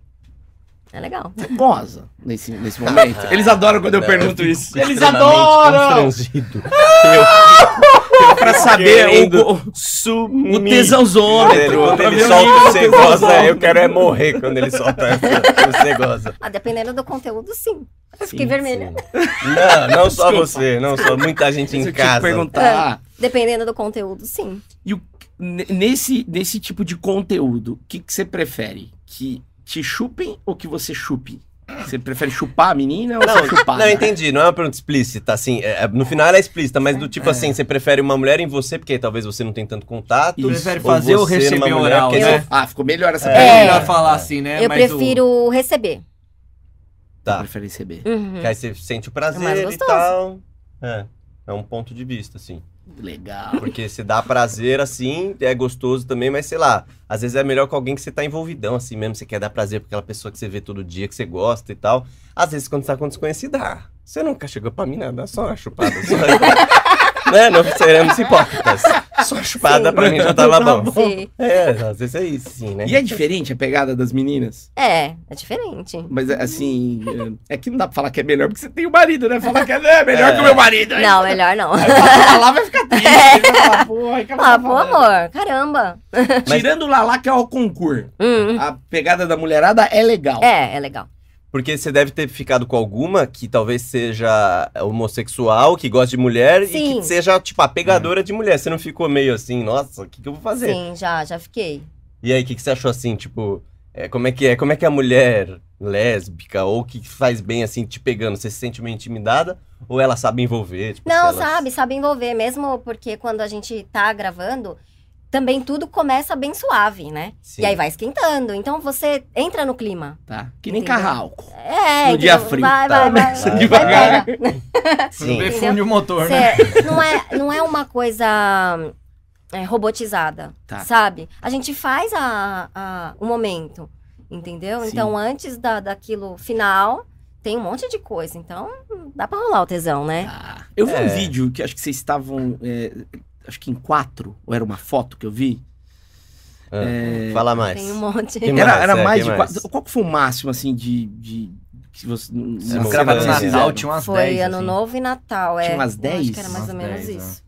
Speaker 4: É legal.
Speaker 1: Você Goza nesse, nesse momento. Eles adoram quando eu
Speaker 2: Não,
Speaker 1: pergunto
Speaker 2: fico
Speaker 1: isso. Eles
Speaker 2: Ah, é extremamente
Speaker 1: adoram!
Speaker 2: Constrangido.
Speaker 1: Pra saber
Speaker 2: Querendo um
Speaker 1: o, o,
Speaker 2: Sumir.
Speaker 1: o tesãozômetro.
Speaker 2: Ele, quando
Speaker 1: pra
Speaker 2: ele
Speaker 1: ver o
Speaker 2: solta
Speaker 1: nível do
Speaker 2: o você goza,
Speaker 1: tesãozômetro.
Speaker 2: eu quero é morrer quando ele solta essa- você goza.
Speaker 4: Ah, dependendo do conteúdo, sim. Eu fiquei
Speaker 2: Sim,
Speaker 4: vermelha.
Speaker 2: sim. Não, não só
Speaker 1: Desculpa.
Speaker 2: você, não só muita gente
Speaker 1: Isso
Speaker 2: em
Speaker 1: eu tinha que
Speaker 2: casa.
Speaker 1: perguntar.
Speaker 4: Ah. Dependendo do conteúdo, sim.
Speaker 1: N- Nesse, nesse tipo de conteúdo, o que, que você prefere? Que te chupem ou que você chupe? Você prefere chupar a menina ou
Speaker 2: Não,
Speaker 1: você chupar?
Speaker 2: não, entendi. Não é uma pergunta explícita, assim. é- é- no final ela é explícita, mas do tipo
Speaker 3: É.
Speaker 2: assim, você prefere uma mulher em você, porque talvez você não tem tanto contato.
Speaker 1: Isso.
Speaker 3: Prefere
Speaker 2: ou
Speaker 3: fazer ou
Speaker 2: você
Speaker 3: receber
Speaker 2: numa mulher
Speaker 3: oral,
Speaker 2: que-
Speaker 3: né?
Speaker 1: Ah, ficou melhor essa
Speaker 4: É.
Speaker 3: Pra
Speaker 1: pergunta.
Speaker 3: falar assim, né?
Speaker 4: eu
Speaker 3: Mas o-
Speaker 4: prefiro receber.
Speaker 1: Tá.
Speaker 2: Tá.
Speaker 1: Prefere receber.
Speaker 4: Uhum.
Speaker 2: Que aí você sente o
Speaker 4: É mais
Speaker 2: prazer e
Speaker 4: gostoso.
Speaker 2: tal. É. É um ponto de vista, assim.
Speaker 1: Legal.
Speaker 2: Porque se dá prazer assim, é gostoso também, mas sei lá, às vezes é melhor com alguém que você tá envolvidão, assim mesmo, você quer dar prazer pra aquela pessoa que você vê todo dia, que você gosta e tal. Às vezes quando você tá com desconhecida, ah, você nunca chegou pra mim, né? Dá só uma chupada. Só né? Não seremos hipócritas. Só uma chupada
Speaker 4: Sim.
Speaker 2: pra mim já tava
Speaker 1: Tá
Speaker 2: bom.
Speaker 4: Sim.
Speaker 2: É, às vezes é isso, sim, né?
Speaker 1: E é diferente a pegada das meninas?
Speaker 4: É, é diferente.
Speaker 1: Mas é, assim, é é que não dá pra falar que é melhor porque você tem o marido, né? Falar que é, né, melhor
Speaker 2: É.
Speaker 1: que o meu marido. aí-
Speaker 4: Não, melhor não.
Speaker 1: Aí ela falar, vai ficar triste. ele vai falar, porra, o que ela
Speaker 4: Ah,
Speaker 1: tá
Speaker 4: pô,
Speaker 1: falando?"
Speaker 4: amor, caramba.
Speaker 2: Mas-
Speaker 1: Tirando o Lalá, que é o concurso.
Speaker 4: Hum,
Speaker 1: A pegada da mulherada é legal.
Speaker 4: é, é legal.
Speaker 2: Porque você deve ter ficado com alguma que talvez seja homossexual, que gosta de mulher e
Speaker 4: Sim.
Speaker 2: que seja, tipo, a pegadora de mulher. Você não ficou meio assim, nossa, o que, que eu vou fazer?
Speaker 4: Sim, já, já fiquei.
Speaker 2: E aí, o que, que você achou assim, tipo, é, como é que é? Como é que a mulher lésbica ou que faz bem assim te pegando? Você se sente meio intimidada ou ela sabe envolver? Tipo,
Speaker 4: Não,
Speaker 2: se ela-
Speaker 4: sabe, sabe envolver, mesmo porque quando a gente tá gravando, também tudo começa bem suave, né?
Speaker 2: Sim.
Speaker 4: E aí vai esquentando. Então você entra no clima.
Speaker 1: Tá? Que nem Ah,
Speaker 4: Entendeu?
Speaker 1: carrar álcool.
Speaker 4: É,
Speaker 1: No
Speaker 4: entendeu?
Speaker 1: dia frio,
Speaker 2: tá?
Speaker 4: Vai, vai, vai.
Speaker 2: Começa
Speaker 4: vai,
Speaker 1: devagar.
Speaker 2: né?
Speaker 4: pega.
Speaker 2: Sim.
Speaker 3: Vê funde o motor, né?
Speaker 4: Cê- não, é, não é uma coisa é, robotizada,
Speaker 1: Tá.
Speaker 4: sabe? A gente faz a, a- o momento, entendeu?
Speaker 1: Sim.
Speaker 4: Então, antes da, daquilo final, tem um monte de coisa. Então, dá pra rolar o tesão, né?
Speaker 1: Ah, Eu vi um
Speaker 2: É.
Speaker 1: vídeo que acho que vocês estavam. é, acho que em quatro, ou era uma foto que eu vi.
Speaker 2: Ah, Fala mais.
Speaker 4: Tem um monte.
Speaker 2: Tem- Quem
Speaker 1: Era,
Speaker 2: mais?
Speaker 1: era
Speaker 2: É,
Speaker 1: mais
Speaker 2: quem
Speaker 1: de
Speaker 2: mais?
Speaker 1: quatro. Qual que foi o máximo, assim, de. de que você,
Speaker 2: Sim,
Speaker 1: nas
Speaker 2: Sim.
Speaker 3: Gravado no
Speaker 1: gravações
Speaker 2: Sim.
Speaker 3: Natal,
Speaker 1: fizeram?
Speaker 3: tinha umas 10.
Speaker 4: Foi ano
Speaker 3: assim.
Speaker 4: novo e Natal, é.
Speaker 1: Tinha umas
Speaker 4: Eu Acho
Speaker 1: 10?
Speaker 4: que era mais
Speaker 3: Umas
Speaker 4: ou menos
Speaker 3: 10,
Speaker 2: é.
Speaker 4: isso.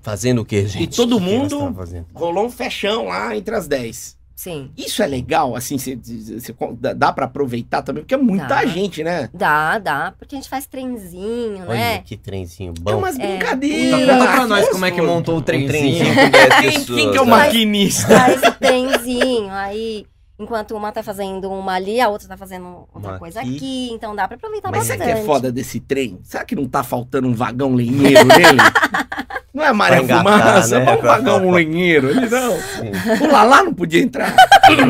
Speaker 2: Fazendo o quê, gente?
Speaker 1: todo
Speaker 2: O que que elas
Speaker 1: mundo-
Speaker 2: tavam fazendo?
Speaker 1: Rolou um fechão lá entre as 10.
Speaker 4: Sim.
Speaker 1: Isso é legal, assim, cê, cê- cê- dá- dá pra aproveitar também, porque é muita
Speaker 4: Dá.
Speaker 1: gente, né?
Speaker 4: Dá, dá. Porque a gente faz trenzinho,
Speaker 2: Olha
Speaker 4: né?
Speaker 2: que trenzinho
Speaker 1: É
Speaker 2: bom.
Speaker 1: umas
Speaker 3: Então,
Speaker 1: brincadeiras.
Speaker 3: conta pra nós como é que montou o
Speaker 2: Um
Speaker 3: trenzinho.
Speaker 2: com dez
Speaker 1: Quem, quem que é o
Speaker 2: pessoas, né?
Speaker 1: maquinista?
Speaker 4: faz o trenzinho. Aí, enquanto uma tá fazendo uma ali, a outra tá fazendo outra
Speaker 2: Uma
Speaker 4: coisa
Speaker 2: aqui.
Speaker 4: aqui. Então dá pra aproveitar
Speaker 1: Mas sabe o
Speaker 4: bastante.
Speaker 1: que é foda desse trem? Será que não tá faltando um vagão lenheiro nele? Não é Maria
Speaker 2: Pra engatar,
Speaker 1: Fumaça,
Speaker 2: né?
Speaker 1: é um vagão lenheiro. Ele não. O Lalá não podia entrar.
Speaker 2: Ele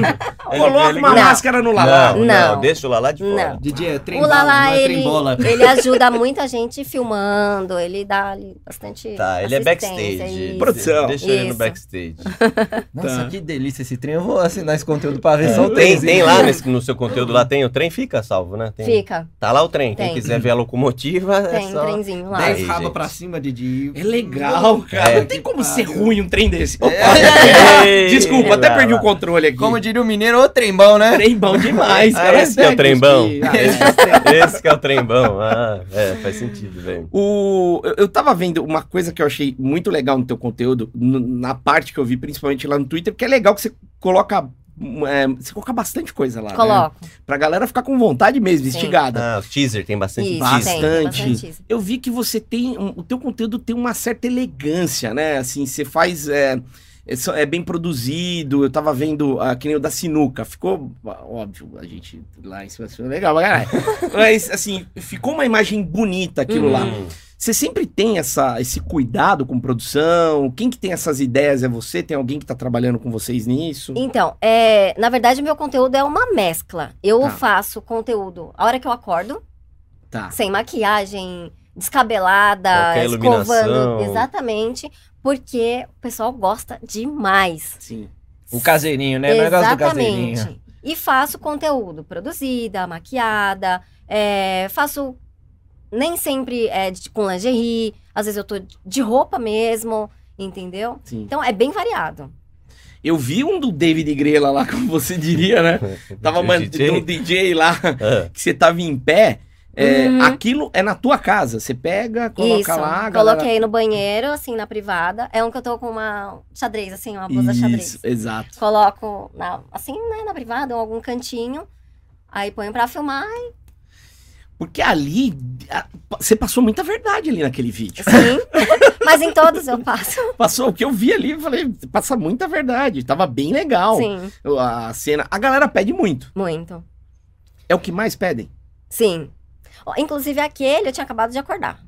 Speaker 1: Coloca
Speaker 2: é
Speaker 1: uma
Speaker 2: legal.
Speaker 1: máscara no Lalá.
Speaker 2: Não, não,
Speaker 4: Não.
Speaker 2: deixa o Lalá de fora.
Speaker 4: Não.
Speaker 3: DJ é trem
Speaker 4: O Lala,
Speaker 1: né?
Speaker 4: ele,
Speaker 3: bola.
Speaker 4: ele ajuda muita gente filmando, ele dá ali bastante.
Speaker 2: Tá, ele é
Speaker 4: assistência,
Speaker 2: backstage.
Speaker 4: isso.
Speaker 1: Produção.
Speaker 2: Deixa ele no
Speaker 4: Isso.
Speaker 2: backstage.
Speaker 3: Nossa,
Speaker 1: Tá.
Speaker 3: que delícia esse trem. Eu vou assinar esse conteúdo pra ver só o
Speaker 2: Tem,
Speaker 3: trenzinho.
Speaker 2: tem lá nesse- no seu conteúdo, lá tem o trem, fica salvo, né? Tem-
Speaker 4: Fica,
Speaker 2: Tá lá o trem. Quem
Speaker 4: Tem.
Speaker 2: quiser ver a locomotiva,
Speaker 4: tem
Speaker 2: é
Speaker 4: um
Speaker 2: só...
Speaker 4: trenzinho lá.
Speaker 2: Dez.
Speaker 3: Dez
Speaker 2: Aí,
Speaker 3: raba
Speaker 2: gente.
Speaker 3: pra cima, Didi.
Speaker 1: É legal, cara.
Speaker 2: É.
Speaker 1: Não tem como ser ruim um trem desse. Opa.
Speaker 2: Ei,
Speaker 1: Desculpa, até
Speaker 2: Lalá.
Speaker 1: perdi o controle aqui.
Speaker 3: Como diria o mineiro, ô trem bom, né?
Speaker 1: Trem bom demais,
Speaker 2: Ah,
Speaker 1: cara.
Speaker 2: esse que é o
Speaker 1: Sério,
Speaker 2: trem bom?
Speaker 1: que- Ah, esse é o trem
Speaker 2: Esse que é o trembão. Ah, é, faz sentido, velho.
Speaker 1: O, eu- eu tava vendo uma coisa que eu achei muito legal no teu conteúdo, n- na parte que eu vi, principalmente lá no Twitter, porque é legal que você coloca. hum, é, você coloca bastante coisa lá. Né?
Speaker 4: Coloco.
Speaker 1: Pra galera ficar com vontade mesmo,
Speaker 4: Sim.
Speaker 1: instigada.
Speaker 2: Ah, o teaser tem bastante
Speaker 4: Isso,
Speaker 2: teaser.
Speaker 4: tem,
Speaker 1: Bastante.
Speaker 4: bastante. isso.
Speaker 1: Eu vi que você tem. um- o teu conteúdo tem uma certa elegância, né? Assim, você faz. É, é só- é bem produzido, eu tava vendo ah, que nem o da sinuca, ficou ó, óbvio, a gente lá em cima, assim, legal, pra caralho. mas assim, ficou uma imagem bonita aquilo lá.
Speaker 2: Hum.
Speaker 1: Você sempre tem essa, esse cuidado com produção? Quem que tem essas ideias é você? Tem alguém que tá trabalhando com vocês nisso?
Speaker 4: Então, é, na verdade, o meu conteúdo é uma mescla. Eu
Speaker 1: Tá.
Speaker 4: faço conteúdo a hora que eu acordo,
Speaker 1: Tá.
Speaker 4: sem maquiagem, descabelada,
Speaker 2: Qualquer iluminação.
Speaker 4: escovando. Exatamente, porque o pessoal gosta demais.
Speaker 1: Sim.
Speaker 3: O caseirinho, né? O negócio do caseirinho.
Speaker 4: Exatamente. E faço conteúdo produzida, maquiada, é, faço nem sempre é, de- com lingerie, às vezes eu tô de roupa mesmo, entendeu?
Speaker 1: Sim.
Speaker 4: Então é bem variado.
Speaker 1: Eu vi um do David Grela lá, como você diria, né? Tava
Speaker 2: O
Speaker 1: mandando
Speaker 2: DJ?
Speaker 1: um DJ lá,
Speaker 2: Ah,
Speaker 1: que você tava em pé. É,
Speaker 4: Uhum.
Speaker 1: Aquilo é na tua casa. Você pega, coloca
Speaker 4: Isso.
Speaker 1: lá. a galera-
Speaker 4: Coloquei no banheiro, assim, na privada. É um que eu tô com uma xadrez, assim, uma blusa
Speaker 1: Isso,
Speaker 4: xadrez.
Speaker 1: exato.
Speaker 4: Coloco, na- assim, né, na privada, em algum cantinho. Aí ponho pra filmar.
Speaker 1: Porque ali, a- você passou muita verdade ali naquele vídeo.
Speaker 4: Sim. Mas em todos eu passo.
Speaker 1: Passou o que eu vi ali, eu falei, passa muita verdade. Tava bem legal
Speaker 4: Sim,
Speaker 1: a cena. A galera pede muito.
Speaker 4: muito.
Speaker 1: É o que mais pedem.
Speaker 4: Sim. Ó, Inclusive aquele eu tinha acabado de acordar.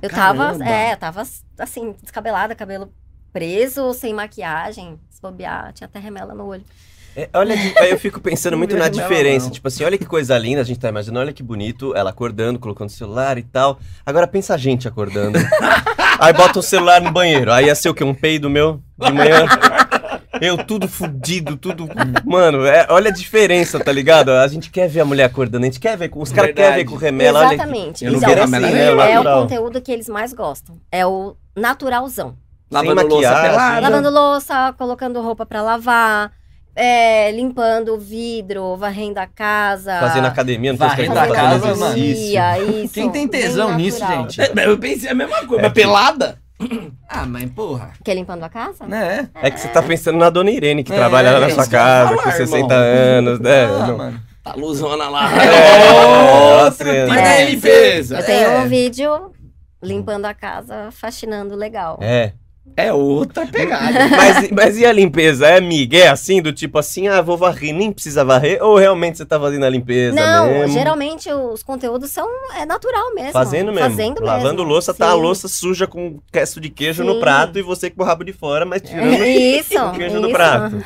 Speaker 4: Eu
Speaker 1: Caramba.
Speaker 4: tava, é, eu tava assim, descabelada, cabelo preso, sem maquiagem, se bobear, tinha até remela no olho.
Speaker 2: é, olha, que- aí eu fico pensando muito na
Speaker 1: Não vejo ela,
Speaker 2: diferença.
Speaker 1: não.
Speaker 2: Tipo assim, olha que coisa linda, a gente tá imaginando, olha que bonito, ela acordando, colocando o celular e tal. Agora pensa a gente acordando. Aí bota o celular no banheiro. Aí ia ser o quê? Um peido meu de manhã? Eu tudo fudido, tudo. Mano, é- olha a diferença, tá ligado? A gente quer ver a mulher acordando, a gente quer ver. com Os caras querem
Speaker 1: Verdade.
Speaker 2: ver com remela. olha que-
Speaker 4: Exatamente.
Speaker 1: Eu não
Speaker 4: Então,
Speaker 1: quero
Speaker 4: assim,
Speaker 1: ameaçar,
Speaker 2: né?
Speaker 4: é o
Speaker 2: Natural.
Speaker 4: conteúdo que eles mais gostam. É o naturalzão.
Speaker 1: Lavando
Speaker 2: Sem
Speaker 1: louça
Speaker 2: maquiagem.
Speaker 1: pelada.
Speaker 4: Lavando louça, colocando roupa pra lavar, é, limpando o vidro, varrendo a casa.
Speaker 2: Fazendo academia, não tem os caras que
Speaker 3: Varrendo
Speaker 2: estão
Speaker 4: fazendo
Speaker 2: fazendo
Speaker 3: a casa, mano.
Speaker 2: exercício.
Speaker 4: academia, isso.
Speaker 3: Quem tem tesão
Speaker 4: bem
Speaker 3: nisso,
Speaker 4: natural.
Speaker 3: gente?
Speaker 1: É, mas Eu pensei a mesma coisa,
Speaker 2: É
Speaker 1: mas pelada?
Speaker 3: Ah, mas porra.
Speaker 4: Quer limpando a casa?
Speaker 3: Né?
Speaker 2: É que você tá pensando na dona Irene, que
Speaker 3: É,
Speaker 2: trabalha lá na
Speaker 3: é
Speaker 2: sua
Speaker 1: isso que eu
Speaker 2: casa,
Speaker 1: ia falar,
Speaker 2: com 60
Speaker 1: irmão.
Speaker 2: anos,
Speaker 4: É,
Speaker 2: né?
Speaker 3: Ah,
Speaker 2: Não.
Speaker 3: mano.
Speaker 1: Tá luzona lá.
Speaker 2: É,
Speaker 1: Outro tipo
Speaker 2: nossa,
Speaker 4: é.
Speaker 1: de limpeza.
Speaker 4: Eu tenho
Speaker 3: É.
Speaker 4: um vídeo limpando a casa, faxinando legal.
Speaker 2: É.
Speaker 1: É outra pegada.
Speaker 2: Mas, mas e a limpeza? É migué assim, do tipo assim, ah, vou varrer, nem precisa varrer? Ou realmente você tá fazendo a limpeza
Speaker 4: Não,
Speaker 2: mesmo?
Speaker 4: geralmente os conteúdos são é natural mesmo.
Speaker 2: Fazendo mesmo.
Speaker 4: Fazendo
Speaker 2: Lavando
Speaker 4: mesmo.
Speaker 2: louça, tá a
Speaker 4: Sim.
Speaker 2: louça suja com resto de queijo no
Speaker 4: Sim. É.
Speaker 2: prato e você com o rabo de fora, mas tirando
Speaker 4: Isso,
Speaker 2: o queijo do
Speaker 4: isso.
Speaker 2: prato.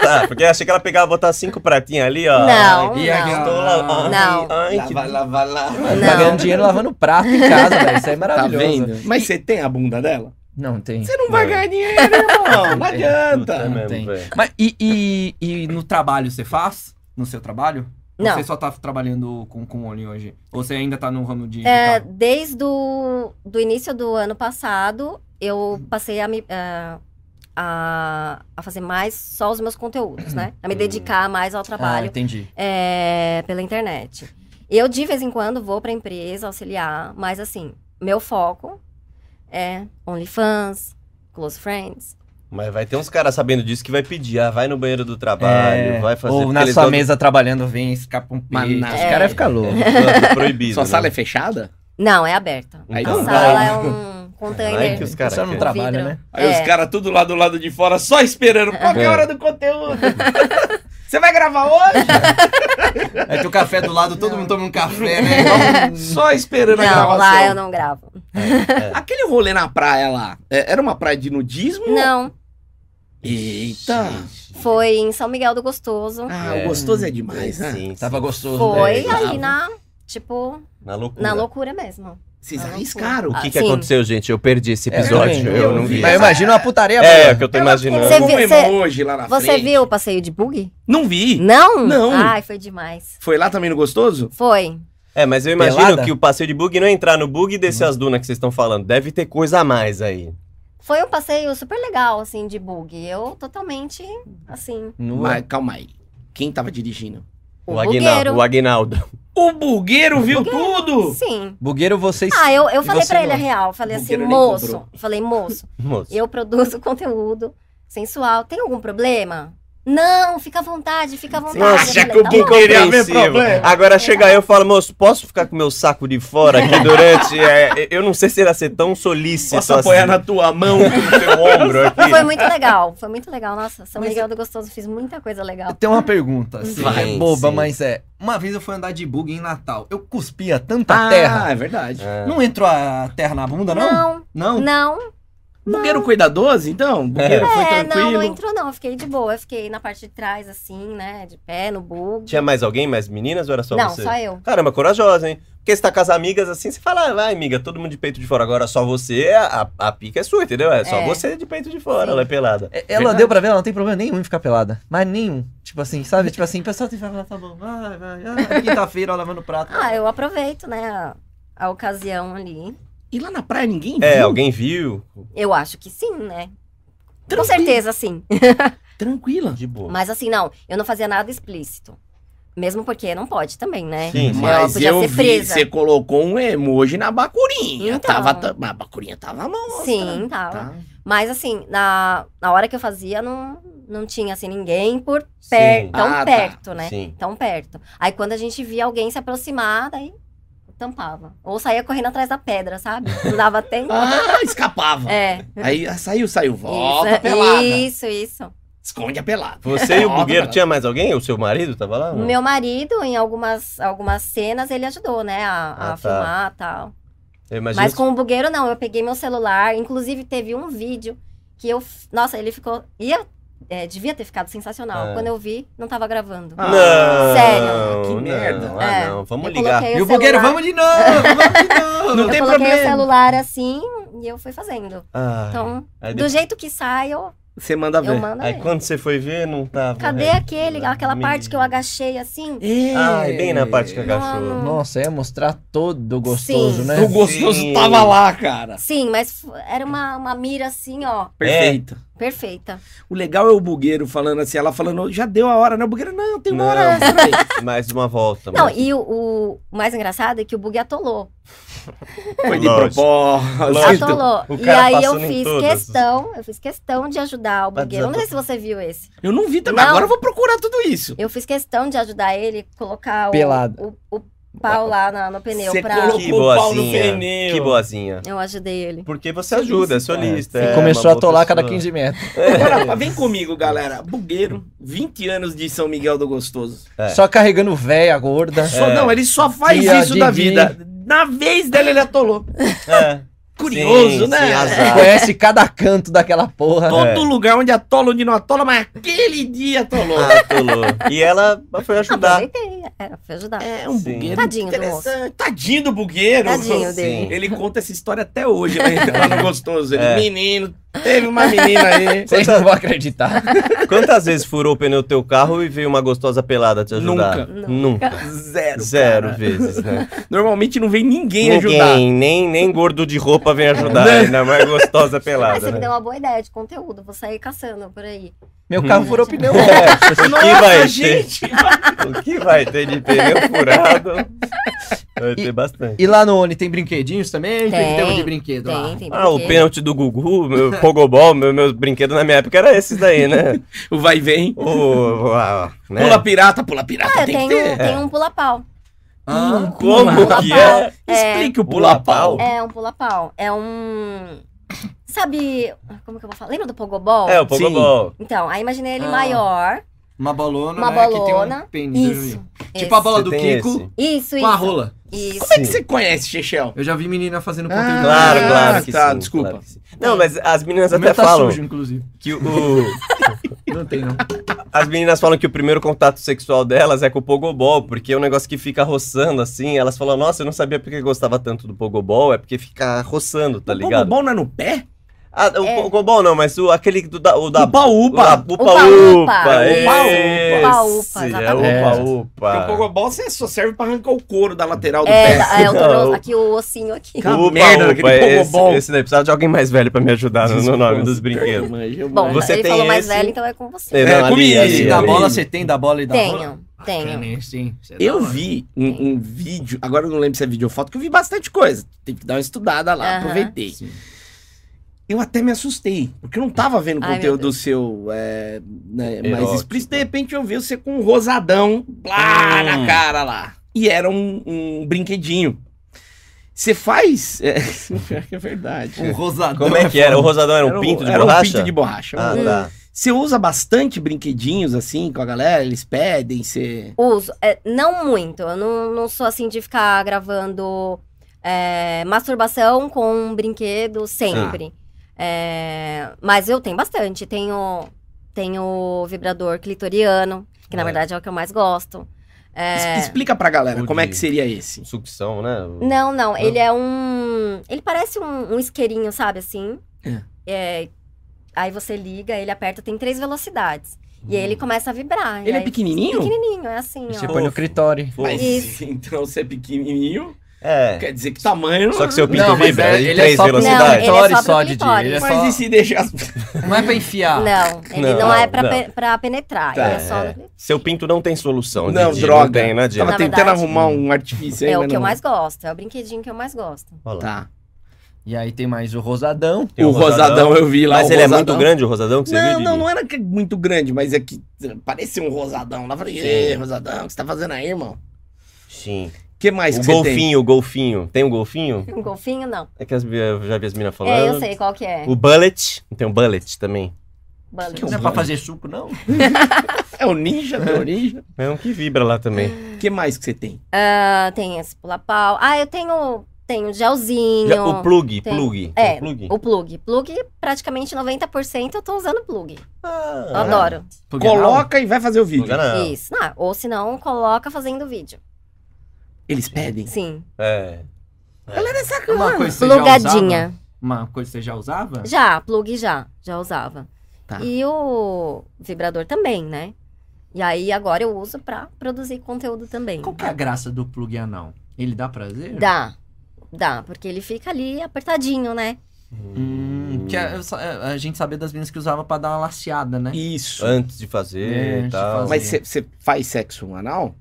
Speaker 2: Tá, porque eu achei que ela pegava botar cinco pratinhos ali, ó.
Speaker 4: Não,
Speaker 2: Ai,
Speaker 4: não.
Speaker 2: e aqui estou lá.
Speaker 4: Não.
Speaker 2: Ai, ai, que...
Speaker 1: Lava, lava, lava.
Speaker 3: Mano,
Speaker 4: Não.
Speaker 3: Tá ganhando dinheiro lavando prato em casa, velho. Isso aí é
Speaker 1: Tá
Speaker 3: maravilhoso.
Speaker 1: vendo? Mas você tem a bunda dela?
Speaker 3: Não tem.
Speaker 1: Você não É. vai
Speaker 2: Não.
Speaker 1: ganhar dinheiro, irmão. Não
Speaker 2: Puta é
Speaker 1: adianta.
Speaker 2: mesmo,
Speaker 3: tem.
Speaker 2: velho.
Speaker 3: Mas e, e, e no trabalho você faz? No seu trabalho? Ou
Speaker 4: Não.
Speaker 3: Você só tá trabalhando com, com olho hoje? Ou você ainda tá no ramo de.
Speaker 4: É,
Speaker 3: de
Speaker 4: desde o do início do ano passado, eu passei a me. eh, a, a fazer mais só os meus conteúdos, né? A me
Speaker 2: Hum.
Speaker 4: dedicar mais ao
Speaker 3: carro? Ah,
Speaker 4: trabalho
Speaker 3: entendi.
Speaker 4: eh, pela internet. Eu, de vez em quando, vou pra empresa auxiliar, mas assim, meu foco é OnlyFans, Close Friends.
Speaker 2: Mas vai ter uns caras sabendo disso que vai pedir. Ah, vai no banheiro do trabalho,
Speaker 3: É,
Speaker 2: vai fazer.
Speaker 3: Ou
Speaker 2: porque
Speaker 3: na
Speaker 2: eles
Speaker 3: sua
Speaker 2: dão-
Speaker 3: mesa trabalhando, vem escapa um
Speaker 1: Mas
Speaker 3: peito.
Speaker 1: nada.
Speaker 3: Os caras ficam loucos.
Speaker 2: É, proibido.
Speaker 1: Sua
Speaker 2: né? Então
Speaker 1: sala é fechada?
Speaker 4: Não, é aberta.
Speaker 1: Aí
Speaker 4: A
Speaker 1: não
Speaker 4: sala
Speaker 1: vai.
Speaker 4: é um container.
Speaker 2: Vai que os caras.
Speaker 3: Só não
Speaker 2: querem.
Speaker 4: tra-
Speaker 3: trabalha,
Speaker 4: Vidro.
Speaker 3: né?
Speaker 1: Aí
Speaker 4: É.
Speaker 1: os caras tudo lá do lado de fora, só esperando. Qual que é a hora do conteúdo? Você vai gravar hoje?
Speaker 3: Aí tem É o café do lado, todo mundo toma um café, né?
Speaker 1: só esperando a
Speaker 4: Não,
Speaker 1: gravação.
Speaker 4: lá eu não gravo.
Speaker 2: É,
Speaker 1: Aquele rolê na praia lá, é- era uma praia de nudismo?
Speaker 4: Não,
Speaker 1: Eita.
Speaker 4: foi em São Miguel do Gostoso.
Speaker 1: Ah,
Speaker 2: É.
Speaker 1: o gostoso é
Speaker 2: é,
Speaker 1: demais, né?
Speaker 2: sim, sim.
Speaker 3: Tava gostoso.
Speaker 4: Foi
Speaker 2: né?
Speaker 3: velho.
Speaker 1: tava.
Speaker 4: aí na, tipo,
Speaker 2: na loucura.
Speaker 4: na loucura mesmo.
Speaker 1: Vocês
Speaker 4: Ah, não
Speaker 1: arriscaram.
Speaker 2: O
Speaker 4: Ah,
Speaker 2: que, que
Speaker 4: sim.
Speaker 2: aconteceu, gente? Eu perdi esse
Speaker 3: É,
Speaker 2: episódio.
Speaker 3: também,
Speaker 2: eu, não vi.
Speaker 3: Mas eu imagino uma
Speaker 2: É,
Speaker 3: putaria
Speaker 2: é o
Speaker 3: boa.
Speaker 2: que eu tô
Speaker 1: Ela
Speaker 2: imaginando.
Speaker 1: colocou
Speaker 4: Você
Speaker 1: um
Speaker 4: viu- você-
Speaker 1: emoji lá na
Speaker 4: Você
Speaker 1: frente.
Speaker 4: viu Hum. o passeio de bug?
Speaker 1: Não vi.
Speaker 4: Não?
Speaker 1: Não.
Speaker 4: Ai, foi demais.
Speaker 1: Foi lá também no gostoso?
Speaker 4: Foi.
Speaker 2: É, mas eu imagino
Speaker 3: Pelada?
Speaker 2: que o passeio de bug não é entrar no bug e descer as dunas que vocês estão falando. Deve ter coisa a mais aí.
Speaker 4: Foi um passeio super legal, assim, de bug. Eu totalmente, assim,
Speaker 3: Nua.
Speaker 1: Mas calma aí. Quem tava dirigindo?
Speaker 4: o,
Speaker 2: O, Aguinaldo.
Speaker 4: bugueiro.
Speaker 2: O Aguinaldo.
Speaker 1: O bugueiro viu tudo?
Speaker 4: Sim.
Speaker 3: Bugueiro, vocês.
Speaker 4: Ah, eu, eu
Speaker 3: E
Speaker 4: falei
Speaker 3: você
Speaker 4: pra
Speaker 3: não?
Speaker 4: ele a real.
Speaker 1: O
Speaker 4: Falei assim,
Speaker 1: bugueiro nem
Speaker 4: moço.
Speaker 1: cobrou.
Speaker 4: Falei, moço,
Speaker 2: Moço.
Speaker 4: eu produzo conteúdo sensual. Tem algum problema? Não, fica à vontade, fica à vontade.
Speaker 2: Nossa,
Speaker 4: Eu
Speaker 1: já
Speaker 4: falei,
Speaker 1: que
Speaker 4: "Tá
Speaker 1: o
Speaker 4: bom."
Speaker 1: bugueiro- Queria ver
Speaker 2: Compreensivo.
Speaker 1: problema.
Speaker 2: Agora chega eu e falo, moço, posso ficar com meu saco de fora aqui durante. é, eu não sei se irá ser tão solícito assim.
Speaker 1: Posso apoiar na tua mão?
Speaker 2: no teu ombro aqui.
Speaker 4: Foi muito legal, foi muito legal. Nossa, São
Speaker 3: Mas-
Speaker 4: Miguel do Gostoso, fiz muita coisa legal.
Speaker 3: Tem uma pergunta. assim,
Speaker 2: Vai,
Speaker 3: é boba,
Speaker 2: sim.
Speaker 3: mas é. Uma vez eu fui andar de bug em Natal. Eu cuspia tanta
Speaker 1: Ah,
Speaker 3: terra.
Speaker 1: é verdade.
Speaker 2: É.
Speaker 3: Não entrou a terra na bunda, não?
Speaker 4: Não,
Speaker 3: Não.
Speaker 4: não,
Speaker 1: Bugueiro cuidadoso, então? Bugueiro foi
Speaker 4: É, não,
Speaker 1: tranquilo.
Speaker 4: não entrou não, eu fiquei de boa, eu fiquei na parte de trás assim, né, de pé, no bug.
Speaker 2: Tinha mais alguém, mais meninas ou era só
Speaker 4: não,
Speaker 2: você?
Speaker 4: só eu.
Speaker 2: Caramba, corajosa, hein? Porque você tá com as amigas assim, você fala, ah, vai, amiga, todo mundo de peito de fora. Agora só você, a, a pica é sua, entendeu? É só
Speaker 4: É.
Speaker 2: você de peito de fora,
Speaker 4: Sim.
Speaker 2: ela é pelada.
Speaker 3: É, Ela
Speaker 1: Verdade.
Speaker 3: deu pra ver, ela não tem problema nenhum em ficar pelada. Mas nenhum. Tipo assim, sabe? Tipo assim, o pessoal tem que falar, tá bom, vai, vai. ah, Quinta-feira, ó, lavando prato.
Speaker 4: Ah, eu aproveito, né, a, a ocasião ali.
Speaker 1: E lá na praia ninguém viu?
Speaker 2: É, alguém viu?
Speaker 4: Eu acho que sim, né? Com
Speaker 1: Tranquilo.
Speaker 4: certeza sim.
Speaker 1: Tranquila.
Speaker 2: De boa.
Speaker 4: Mas assim, não, eu não fazia nada explícito. Mesmo porque não pode também, né?
Speaker 2: Sim, sim.
Speaker 4: Ela
Speaker 1: Mas
Speaker 4: podia
Speaker 1: eu
Speaker 4: ser
Speaker 1: vi,
Speaker 4: presa.
Speaker 1: você colocou um emoji na bacurinha.
Speaker 4: Então.
Speaker 1: Tava, ta- mas a bacurinha tava à mão.
Speaker 4: Sim, tal.
Speaker 1: Tá.
Speaker 4: Mas assim, na, na hora que eu fazia, não, não tinha assim ninguém por
Speaker 2: Sim.
Speaker 4: per, tão
Speaker 1: Ah, tá.
Speaker 4: perto, é né?
Speaker 2: Sim.
Speaker 4: tão perto. Aí quando a gente via alguém se aproximar, daí tampava. Ou saía correndo atrás da pedra, sabe? Não dava tempo.
Speaker 1: Ah, escapava.
Speaker 4: É.
Speaker 1: Aí ah, saiu, saiu. Volta,
Speaker 4: isso, é,
Speaker 1: pelada.
Speaker 4: Isso, isso.
Speaker 1: Esconde a pelada.
Speaker 2: Você e o
Speaker 1: Volta,
Speaker 2: bugueiro,
Speaker 1: pelada.
Speaker 2: tinha mais alguém? O seu marido tava lá? não?
Speaker 4: Meu marido, em algumas, algumas cenas, ele ajudou, né? A, a
Speaker 2: Ah, tá.
Speaker 4: filmar e tal.
Speaker 2: Eu imagino
Speaker 4: Mas
Speaker 2: que-
Speaker 4: com o bugueiro, não. Eu peguei meu celular. Inclusive, teve um vídeo que eu. f- Nossa, ele ficou. Ia, é, devia ter ficado sensacional.
Speaker 2: Ah.
Speaker 4: Quando eu vi, não tava gravando.
Speaker 1: Ah,
Speaker 2: Não!
Speaker 4: sério.
Speaker 1: Que
Speaker 2: não,
Speaker 1: merda.
Speaker 2: Ah,
Speaker 4: É,
Speaker 2: não. Vamos
Speaker 4: eu
Speaker 2: ligar.
Speaker 4: coloquei
Speaker 3: E o bugueiro,
Speaker 4: celular-
Speaker 3: vamos de novo, vamos de novo.
Speaker 1: Não
Speaker 4: eu
Speaker 1: tem
Speaker 4: coloquei
Speaker 1: problema.
Speaker 4: o celular assim, e eu fui fazendo.
Speaker 2: Ai,
Speaker 4: Então,
Speaker 2: aí,
Speaker 4: do
Speaker 2: de-
Speaker 4: jeito que sai, eu,
Speaker 1: Você manda ver.
Speaker 4: eu mando
Speaker 2: aí
Speaker 4: ver.
Speaker 2: quando você foi ver, não tava.
Speaker 4: Cadê
Speaker 2: né?
Speaker 4: aquele, aquela parte que eu
Speaker 2: Menino.
Speaker 4: agachei assim?
Speaker 1: É.
Speaker 2: Ai, bem na parte que agachou.
Speaker 4: Mano.
Speaker 3: Nossa, ia mostrar todo gostoso,
Speaker 4: Sim.
Speaker 3: né?
Speaker 1: O gostoso
Speaker 2: Sim.
Speaker 1: tava lá, cara.
Speaker 4: Sim, mas f- era uma, uma mira assim, ó,
Speaker 1: Perfeito.
Speaker 4: perfeita.
Speaker 1: O legal é o bugueiro falando assim, ela falando, já deu a hora, né? O bugueiro, não, tem uma
Speaker 2: Não.
Speaker 1: hora extra aí.
Speaker 2: Mais uma volta.
Speaker 4: Não,
Speaker 2: mas-
Speaker 4: e o, o mais engraçado é que o bug atolou.
Speaker 1: Foi de
Speaker 2: Lógico.
Speaker 1: propósito.
Speaker 2: Lógico.
Speaker 4: Atolou.
Speaker 2: o
Speaker 4: E
Speaker 2: cara
Speaker 4: aí eu
Speaker 2: passando em
Speaker 4: fiz
Speaker 2: todas. Tá
Speaker 4: questão, eu fiz questão de ajudar o
Speaker 2: Mas
Speaker 4: bugueiro. Eu Não sei se
Speaker 2: desatou.
Speaker 4: você viu esse.
Speaker 1: Eu não vi também,
Speaker 4: Não.
Speaker 1: agora eu vou procurar tudo isso.
Speaker 4: Eu fiz questão de ajudar ele a colocar o,
Speaker 3: Pelado.
Speaker 4: o, o pau lá na- no pneu
Speaker 1: Você
Speaker 4: pra.
Speaker 1: colocou-
Speaker 2: Que
Speaker 1: o pau no
Speaker 2: boazinha.
Speaker 1: pneu.
Speaker 2: Que boazinha.
Speaker 4: Eu ajudei ele.
Speaker 2: Porque você ajuda, é solista.
Speaker 3: E
Speaker 2: é
Speaker 3: começou
Speaker 2: uma É.
Speaker 3: a
Speaker 2: boa
Speaker 3: atolar a cada
Speaker 2: pessoa.
Speaker 3: 15 metros.
Speaker 1: É. Agora, vem comigo, galera. Bugueiro, 20 anos de São Miguel do Gostoso.
Speaker 2: É.
Speaker 3: Só carregando véia gorda.
Speaker 1: Só- não, ele só faz
Speaker 3: Tia,
Speaker 1: isso da
Speaker 3: Didi.
Speaker 1: vida. Na vez dela, ele atolou.
Speaker 2: É.
Speaker 1: Curioso,
Speaker 2: Sim,
Speaker 1: né?
Speaker 2: sim, azar.
Speaker 3: Conhece cada canto daquela porra.
Speaker 1: Todo
Speaker 2: É.
Speaker 1: lugar onde atola, onde não atola, mas aquele dia atolou.
Speaker 2: Ah, atolou. E ela foi ajudar.
Speaker 4: Aproveitei, era, fui ajudar.
Speaker 1: É um
Speaker 2: Ah, Sim.
Speaker 1: bugueiro
Speaker 4: Tadinho do moço.
Speaker 1: interessante. Tadinho do bugueiro.
Speaker 4: Tadinho
Speaker 2: Sim.
Speaker 4: dele.
Speaker 1: Ele conta essa história até hoje, né? Lá no Gostoso. Ele,
Speaker 2: É.
Speaker 1: menino, teve uma menina aí.
Speaker 3: Vocês não vão acreditar.
Speaker 2: Quantas vezes furou o pneu do teu carro e veio uma gostosa pelada te ajudar?
Speaker 4: Nunca.
Speaker 2: Nunca.
Speaker 1: Zero.
Speaker 2: Zero
Speaker 1: cara.
Speaker 2: vezes, né?
Speaker 1: Normalmente não vem ninguém, ajudar.
Speaker 2: Ninguém, nem, nem gordo de roupa vem ajudar,
Speaker 1: Né?
Speaker 2: ainda mais gostosa
Speaker 4: Mas você
Speaker 2: pelada,
Speaker 4: me
Speaker 2: né?
Speaker 4: deu uma boa ideia de conteúdo. Vou sair caçando por aí.
Speaker 3: Meu carro furou pneu.
Speaker 2: É, o que
Speaker 1: Nossa,
Speaker 2: vai ter?
Speaker 1: gente!
Speaker 2: O que vai ter de pneu furado? Vai ter bastante.
Speaker 3: E lá no Oni tem brinquedinhos também?
Speaker 4: Tem,
Speaker 3: tem um de brinquedo lá.
Speaker 4: Tem, tem.
Speaker 2: Ah, o
Speaker 4: brinquedo.
Speaker 2: pênalti do Gugu, meu Pogobol, meu, meus brinquedos na minha época era esses daí, né?
Speaker 1: O vai e vem.
Speaker 2: O, o- né?
Speaker 1: Pula pirata, pula pirata,
Speaker 4: Ah,
Speaker 1: tem que
Speaker 4: tem,
Speaker 1: ter.
Speaker 4: um,
Speaker 2: É.
Speaker 4: tem um pula-pau.
Speaker 3: Ah,
Speaker 2: Como
Speaker 4: Pula
Speaker 2: que
Speaker 4: pau.
Speaker 2: é?
Speaker 1: Explique o pula-pau.
Speaker 4: É um pula-pau. É um. Sabe. Como que eu vou falar? Lembra do Pogobol?
Speaker 2: É, o Pogobol.
Speaker 4: Então, aí imaginei ele
Speaker 3: Ah,
Speaker 4: maior.
Speaker 3: Uma bolona,
Speaker 4: Uma
Speaker 3: né, que
Speaker 4: bolona.
Speaker 3: tem um pênis.
Speaker 4: Isso.
Speaker 3: né?
Speaker 4: esse.
Speaker 3: Tipo a bola
Speaker 2: Você
Speaker 3: do
Speaker 2: tem
Speaker 3: Kiko
Speaker 4: Isso,
Speaker 3: com a
Speaker 4: isso.
Speaker 3: rola.
Speaker 4: Isso.
Speaker 1: Como é que
Speaker 2: Sim.
Speaker 1: você conhece, Chechel?
Speaker 3: Eu já vi menina fazendo
Speaker 1: Ah,
Speaker 3: conteúdo.
Speaker 2: Claro,
Speaker 1: Ah,
Speaker 2: claro que
Speaker 1: tá,
Speaker 2: sim.
Speaker 1: desculpa.
Speaker 2: claro que sim. Não, mas as meninas
Speaker 3: O meu
Speaker 2: até
Speaker 3: tá
Speaker 2: falam
Speaker 3: sujo, inclusive.
Speaker 2: que o, o-
Speaker 3: Não tem, não.
Speaker 2: as meninas falam que o primeiro contato sexual delas é com o pogobol, porque é um negócio que fica roçando assim. Elas falam: "Nossa, eu não sabia porque gostava tanto do pogobol, é porque fica roçando, tá
Speaker 1: O
Speaker 2: ligado?"
Speaker 1: pogobol não é no pé?
Speaker 2: Ah, o
Speaker 4: É.
Speaker 2: pogobol não, mas o aquele do da, o da
Speaker 1: Upa-upa.
Speaker 2: O
Speaker 4: Upa-upa.
Speaker 2: upa-upa. esse.
Speaker 4: Upa-upa,
Speaker 2: É o
Speaker 4: exatamente.
Speaker 1: Porque o
Speaker 2: upa-upa.
Speaker 1: pogobol você só serve pra arrancar o couro da lateral do
Speaker 4: É,
Speaker 1: pé.
Speaker 4: é o torno-
Speaker 2: Não.
Speaker 4: aqui o ossinho aqui.
Speaker 1: Cara, Aquela merda daquele
Speaker 2: esse,
Speaker 1: pogobol.
Speaker 2: esse daí precisava de alguém mais velho pra me ajudar no, no nome dos brinquedos.
Speaker 4: Bom, né?
Speaker 2: Você
Speaker 4: ele
Speaker 2: tem
Speaker 4: falou mais
Speaker 2: esse?
Speaker 4: velho, então é com você.
Speaker 2: É, não, ali,
Speaker 1: comigo.
Speaker 2: ali,
Speaker 1: Esse
Speaker 3: da
Speaker 2: ali.
Speaker 3: bola você tem, da bola e da rola?
Speaker 4: Tenho, tenho.
Speaker 3: Tem, sim. Você é da
Speaker 1: Eu
Speaker 3: hora.
Speaker 1: vi um, um vídeo, agora eu não lembro se é vídeo ou foto, que eu vi bastante coisa. Tem que dar uma estudada lá,
Speaker 4: Aham.
Speaker 1: aproveitei.
Speaker 3: Sim.
Speaker 1: Eu até me assustei, porque eu não tava vendo
Speaker 4: Ai,
Speaker 1: conteúdo
Speaker 4: meu
Speaker 1: seu é, né, mais
Speaker 2: Erótico.
Speaker 1: explícito. De repente eu vi você com um rosadão lá
Speaker 2: Hum.
Speaker 1: na cara lá. E era um, um brinquedinho. Você faz. É, pior que é verdade.
Speaker 3: Um rosadão.
Speaker 2: Como é que era? O rosadão era um pinto de
Speaker 1: era
Speaker 2: borracha?
Speaker 1: Um pinto de borracha.
Speaker 2: Ah,
Speaker 1: Um-
Speaker 2: tá.
Speaker 1: Você usa bastante brinquedinhos assim com a galera? Eles pedem, você.
Speaker 4: Uso. É, não muito. Eu não, não sou assim de ficar gravando é, masturbação com um brinquedo sempre. É, mas eu tenho bastante. Tenho, tenho vibrador clitoriano, que na
Speaker 2: É.
Speaker 4: verdade é o que eu mais gosto. É,
Speaker 1: Es- Explica pra galera
Speaker 2: O
Speaker 1: como é
Speaker 2: de-
Speaker 1: que seria esse.
Speaker 2: Sucção, né?
Speaker 4: Não, não. Ele é um. Ele parece um, um isqueirinho, sabe assim?
Speaker 1: É.
Speaker 4: É, aí você liga, ele aperta, tem três velocidades. E aí ele começa a vibrar. e
Speaker 1: Hum. Ele é
Speaker 4: aí-
Speaker 1: pequenininho?
Speaker 4: Pequenininho, é assim,
Speaker 3: Você
Speaker 4: ó.
Speaker 3: põe no critório.
Speaker 2: Pô,
Speaker 1: Mas
Speaker 4: Isso.
Speaker 1: então você é pequenininho,
Speaker 2: É.
Speaker 1: quer dizer que tamanho.
Speaker 2: Só que seu pinto
Speaker 3: Não, mas
Speaker 2: vibra
Speaker 3: é-
Speaker 2: em
Speaker 3: ele é
Speaker 2: três
Speaker 3: só-
Speaker 4: Não,
Speaker 2: velocidades.
Speaker 4: ele é só,
Speaker 3: Só
Speaker 4: só
Speaker 3: de
Speaker 4: clitóris.
Speaker 3: dia, ele é
Speaker 1: Mas e se deixar.
Speaker 3: Não é pra enfiar.
Speaker 4: Não, ele não,
Speaker 2: Não,
Speaker 4: é pra,
Speaker 2: não.
Speaker 4: pe- pra penetrar.
Speaker 1: Tá,
Speaker 4: ele é só
Speaker 2: é.
Speaker 4: no-
Speaker 2: Seu pinto não tem solução.
Speaker 1: Não,
Speaker 2: Didi,
Speaker 1: droga.
Speaker 2: Não tem, não adianta.
Speaker 1: Tava
Speaker 4: Na
Speaker 1: tentando
Speaker 4: verdade-
Speaker 1: arrumar
Speaker 2: Hum.
Speaker 1: um artifício aí,
Speaker 4: É o
Speaker 1: mas
Speaker 4: que eu
Speaker 1: não-
Speaker 4: mais gosto, é o brinquedinho que eu mais gosto.
Speaker 2: Olha lá.
Speaker 1: Tá.
Speaker 3: E aí tem mais o rosadão.
Speaker 2: Tem um
Speaker 1: o um rosadão, eu vi lá.
Speaker 2: Mas
Speaker 1: o
Speaker 2: ele é
Speaker 1: rosadão.
Speaker 2: muito grande, o rosadão que você viu,
Speaker 1: Não,
Speaker 2: Didi?
Speaker 1: não, é. não era que- muito grande, mas é que eh, parecia um rosadão. Lá eu falei,
Speaker 2: Sim.
Speaker 1: "Ê, rosadão, o que você tá fazendo aí, irmão?
Speaker 2: Sim.
Speaker 1: O que mais
Speaker 2: o
Speaker 1: que você tem?
Speaker 2: golfinho, o golfinho. Tem um golfinho?
Speaker 4: Um golfinho, não.
Speaker 2: É que as, eu já vi as meninas falando.
Speaker 4: É, eu sei qual que é.
Speaker 2: O bullet. Tem um bullet também.
Speaker 4: Bullet.
Speaker 1: que
Speaker 3: Não é pra fazer suco, não?
Speaker 1: É o ninja, é o ninja.
Speaker 2: É um que vibra lá também.
Speaker 1: O que mais que você tem?
Speaker 4: Ah, tem esse pula-pau. Ah, eu tenho, tenho gelzinho.
Speaker 2: Já- o plug,
Speaker 4: Tem.
Speaker 2: plug. Tem
Speaker 4: É,
Speaker 2: um plug.
Speaker 4: O plug. Plug, praticamente 90% eu tô usando plug.
Speaker 2: Ah,
Speaker 4: Eu adoro.
Speaker 3: Porque
Speaker 1: Coloca e vai fazer o
Speaker 2: Não,
Speaker 1: vídeo.
Speaker 2: não.
Speaker 4: Isso. Ah, ou se não, coloca fazendo vídeo.
Speaker 1: Eles pedem.
Speaker 4: Sim.
Speaker 2: É.
Speaker 1: Galera, é
Speaker 3: não.
Speaker 1: sacanagem.
Speaker 3: Uma coisa que você já usava,
Speaker 4: Plugadinha.
Speaker 3: uma coisa que você já usava?
Speaker 4: Já, plug já, já usava.
Speaker 1: Tá.
Speaker 4: E o vibrador também, né? E aí agora eu uso pra produzir conteúdo também.
Speaker 3: Qual que é a graça do plug anão? Ele dá prazer?
Speaker 4: Dá. Dá, porque ele fica ali apertadinho, né?
Speaker 3: Hum, porque a, eu sa- a- a gente sabia das meninas que usava pra dar uma laceada, né?
Speaker 1: Isso.
Speaker 2: Antes de
Speaker 3: É,
Speaker 2: fazer
Speaker 3: antes
Speaker 2: e
Speaker 3: de
Speaker 2: tal.
Speaker 3: fazer.
Speaker 1: Mas você faz sexo um anal?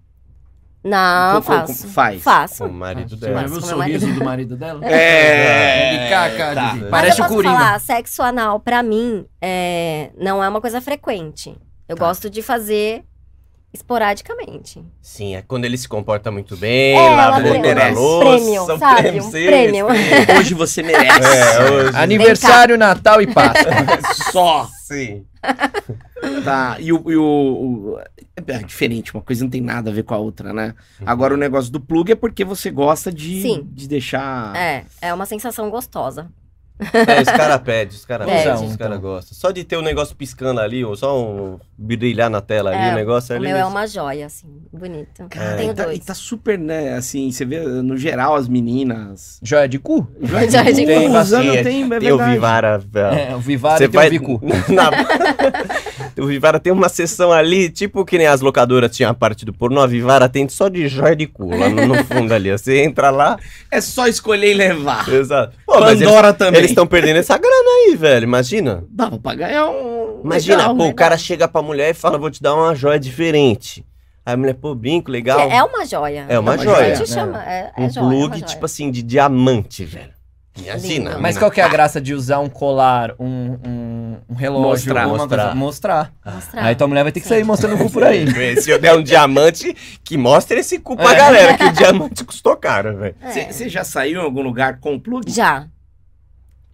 Speaker 4: Não,
Speaker 1: Com- com-
Speaker 4: Ah, faço.
Speaker 1: Faz.
Speaker 2: Com
Speaker 4: Faço.
Speaker 2: o marido
Speaker 3: Ah,
Speaker 2: dela.
Speaker 3: Você já viu o
Speaker 4: Mas com meu
Speaker 3: sorriso do marido dela?
Speaker 1: É.
Speaker 3: Ele caca,
Speaker 1: Tá.
Speaker 3: Didi.
Speaker 2: Mas
Speaker 4: Mas
Speaker 3: Parece
Speaker 4: eu
Speaker 3: o
Speaker 4: posso
Speaker 3: Coringa.
Speaker 4: falar, sexo anal pra mim é, não é uma coisa frequente. Eu
Speaker 3: Tá.
Speaker 4: gosto de fazer esporadicamente.
Speaker 2: Sim, é quando ele se comporta muito bem,
Speaker 4: É,
Speaker 2: lava
Speaker 4: ela
Speaker 2: o
Speaker 1: merece.
Speaker 2: a
Speaker 4: Premium,
Speaker 2: louça,
Speaker 4: sabe? Um
Speaker 2: sim,
Speaker 4: premium.
Speaker 2: sim.
Speaker 1: Hoje você merece.
Speaker 2: É, hoje.
Speaker 3: Aniversário, Natal e Páscoa.
Speaker 1: Só.
Speaker 2: Sim.
Speaker 1: Tá. E, o, e o- o- É diferente, uma coisa não tem nada a ver com a outra, né?
Speaker 2: Uhum.
Speaker 1: Agora o negócio do plug é porque você gosta de,
Speaker 4: Sim.
Speaker 1: de deixar.
Speaker 4: É, é uma sensação gostosa.
Speaker 2: É, os caras pedem, os caras
Speaker 4: Pede.
Speaker 2: pedem, os
Speaker 1: Então.
Speaker 2: caras gostam. Só de ter um negócio piscando ali, ou só um brilhar na tela ali,
Speaker 4: É,
Speaker 2: o negócio
Speaker 4: o
Speaker 2: ali.
Speaker 4: meu é uma joia, assim, bonito.
Speaker 2: É,
Speaker 1: Cara,
Speaker 4: Tenho
Speaker 1: e, tá,
Speaker 4: dois.
Speaker 1: e tá super, né? Assim, você vê no geral as meninas.
Speaker 3: Joia de cu?
Speaker 4: Já de
Speaker 1: Tem,
Speaker 4: cu.
Speaker 1: usando,
Speaker 2: Sim, é-
Speaker 1: tem, é um
Speaker 2: Eu
Speaker 1: verdade.
Speaker 2: vi várias.
Speaker 3: É, o Vivara
Speaker 2: Você
Speaker 3: e
Speaker 2: vai
Speaker 3: o Vicu.
Speaker 2: na- o Vivara tem uma sessão ali, tipo que nem as locadoras tinham a parte do pornô, a Vivara tem só de joia de cu, lá no, no fundo ali. ó. Você entra lá,
Speaker 1: É só escolher e levar.
Speaker 2: exato. Pô, mas eles
Speaker 1: Pandora também.
Speaker 2: eles estão perdendo essa grana aí, velho, imagina.
Speaker 1: Dava pra ganhar um.
Speaker 2: Imagina,
Speaker 1: legal,
Speaker 2: pô,
Speaker 1: né?
Speaker 2: o cara chega pra mulher e fala, vou te dar uma joia diferente. Aí a mulher, pô, brinco, legal.
Speaker 4: É é uma joia.
Speaker 2: É uma
Speaker 1: uma
Speaker 2: joia.
Speaker 4: A
Speaker 1: joia.
Speaker 4: gente chama, é, é
Speaker 2: um
Speaker 4: joia, é uma
Speaker 2: plug,
Speaker 4: joia.
Speaker 2: tipo assim, de diamante, velho. Imagina.
Speaker 4: Lindo.
Speaker 3: Mas
Speaker 2: né?
Speaker 3: qual que é a graça de usar um colar, um, um, um relógio,
Speaker 1: Mostrar,
Speaker 3: alguma
Speaker 2: mostrar.
Speaker 3: coisa? Mostrar.
Speaker 4: Mostrar.
Speaker 3: Aí tua mulher vai ter que sair mostrando o cu é por aí.
Speaker 2: Se eu der um diamante, que mostre esse cu pra
Speaker 3: É.
Speaker 2: galera, que o diamante custou caro, velho.
Speaker 4: É.
Speaker 1: Você já saiu em algum lugar com plug?
Speaker 4: Já.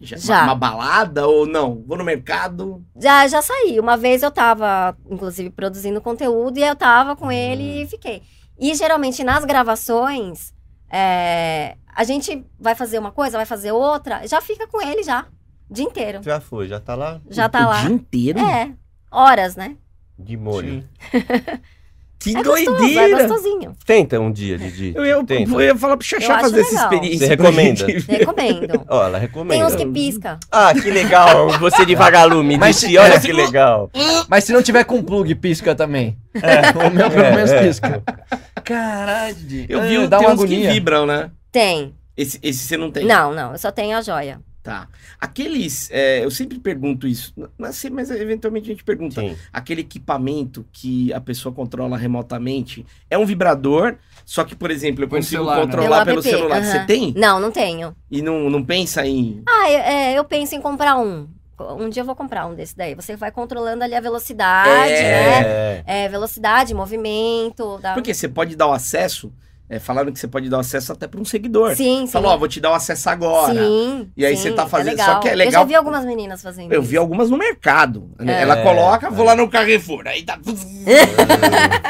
Speaker 4: já.
Speaker 1: Uma, uma balada ou não? Vou no mercado.
Speaker 4: Já, já saí. Uma vez eu tava, inclusive, produzindo conteúdo e eu tava com
Speaker 1: Hum.
Speaker 4: ele e fiquei. E geralmente nas gravações, é, a gente vai fazer uma coisa, vai fazer outra, já fica com ele já. O dia inteiro.
Speaker 2: Já foi, já tá lá
Speaker 4: Já
Speaker 1: o
Speaker 4: tá lá.
Speaker 1: dia inteiro?
Speaker 4: É. Horas, né?
Speaker 2: de molho.
Speaker 1: Que
Speaker 4: É gostoso, é
Speaker 1: doideira!
Speaker 4: gostosinho.
Speaker 2: Tenta um dia, Didi.
Speaker 1: eu, ia,
Speaker 2: Tenta.
Speaker 1: eu ia falar pro
Speaker 4: Eu
Speaker 1: Xaxá
Speaker 4: acho
Speaker 1: fazer essa
Speaker 4: legal.
Speaker 1: experiência.
Speaker 2: Você
Speaker 1: pra
Speaker 2: recomenda?
Speaker 1: gente ver.
Speaker 4: Recomendo.
Speaker 2: Ó, ela
Speaker 4: Tem uns
Speaker 2: recomenda.
Speaker 4: que
Speaker 1: é
Speaker 4: pisca.
Speaker 2: Ah, que legal. Você devagalume,
Speaker 3: Mas- é
Speaker 2: Didi. Olha que legal.
Speaker 3: Mas se não tiver com plug, pisca também. É, o meu pelo
Speaker 2: É,
Speaker 3: menos
Speaker 2: é.
Speaker 3: pisca. Caralho, Didi.
Speaker 1: Eu
Speaker 3: Ah,
Speaker 1: vi,
Speaker 3: dá
Speaker 1: tem
Speaker 3: uma
Speaker 1: uns
Speaker 3: agonia.
Speaker 1: que vibram, né?
Speaker 4: Tem.
Speaker 1: Esse, esse você não tem.
Speaker 4: Não, não. Eu só tenho a joia.
Speaker 1: Tá. Aqueles, é, eu sempre pergunto isso, n- não sei, mas eventualmente a gente pergunta.
Speaker 2: Sim.
Speaker 1: Aquele equipamento que a pessoa controla remotamente é um vibrador, só que, por exemplo, eu
Speaker 3: Pelo
Speaker 1: consigo
Speaker 3: celular, né?
Speaker 1: controlar pelo,
Speaker 4: Pelo app,
Speaker 1: celular. Você
Speaker 4: aham.
Speaker 1: tem?
Speaker 4: Não, não tenho.
Speaker 1: E não, não pensa em.
Speaker 4: Ah, eu, é, eu penso em comprar um. Um dia eu vou comprar um desse daí. Você vai controlando ali a velocidade, né?
Speaker 2: É.
Speaker 4: É, velocidade, movimento. Da...
Speaker 1: Porque você pode dar o acesso, é, falaram que você pode dar o acesso até para um seguidor.
Speaker 4: Sim, sim.
Speaker 1: Falou, ó, vou te dar o acesso agora.
Speaker 4: Sim.
Speaker 1: E aí
Speaker 4: sim,
Speaker 1: você tá fazendo-
Speaker 4: legal.
Speaker 1: só que é
Speaker 4: Eu
Speaker 1: legal-
Speaker 4: já vi algumas meninas fazendo
Speaker 1: Eu vi
Speaker 4: isso.
Speaker 1: algumas no mercado. né?
Speaker 2: É.
Speaker 1: Ela coloca, vou
Speaker 2: É.
Speaker 1: lá no Carrefour. Aí tá.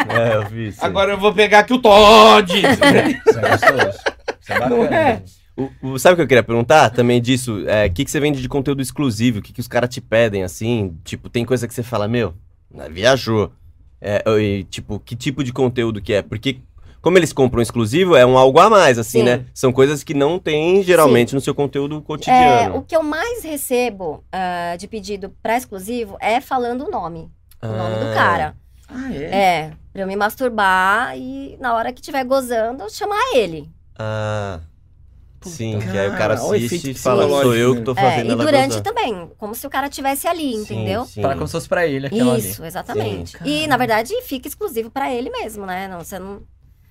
Speaker 2: É, eu vi isso. aí.
Speaker 1: Agora eu vou pegar aqui o Todd.
Speaker 3: Isso é gostoso. Isso é
Speaker 1: Não é?
Speaker 3: Didi.
Speaker 2: O- o- sabe o que eu queria perguntar também disso? É, O que, que você vende de conteúdo exclusivo? O que, que os caras te pedem, assim? Tipo, tem coisa que você fala, meu, né, viajou. É, e, tipo, que tipo de conteúdo que é? Porque, como eles compram exclusivo, é um algo a mais, assim,
Speaker 4: Sim.
Speaker 2: né? São coisas que não tem, geralmente, no seu conteúdo
Speaker 4: É,
Speaker 2: cotidiano.
Speaker 4: o que eu mais recebo ah, de pedido pra exclusivo é falando o nome. É, O nome do
Speaker 2: Ah,
Speaker 4: cara.
Speaker 1: ah, é?
Speaker 4: É. Pra eu me masturbar e na hora que tiver gozando, eu chamar ele.
Speaker 2: Ah.
Speaker 3: Puta.
Speaker 2: Sim, que aí o
Speaker 1: Cara,
Speaker 2: cara
Speaker 1: olha o
Speaker 2: assiste e
Speaker 1: efeito
Speaker 2: fala, sou
Speaker 1: psicológico,
Speaker 2: eu
Speaker 1: né?
Speaker 2: que tô
Speaker 4: É,
Speaker 2: fazendo
Speaker 4: e
Speaker 2: ela
Speaker 4: durante
Speaker 2: gozar.
Speaker 4: também, como se o cara tivesse ali,
Speaker 2: Sim,
Speaker 4: entendeu?
Speaker 2: sim.
Speaker 3: Fala como se fosse pra ele aquela ali.
Speaker 4: Isso, exatamente.
Speaker 3: Sim.
Speaker 4: E na verdade fica exclusivo pra ele mesmo, né? Não, você não,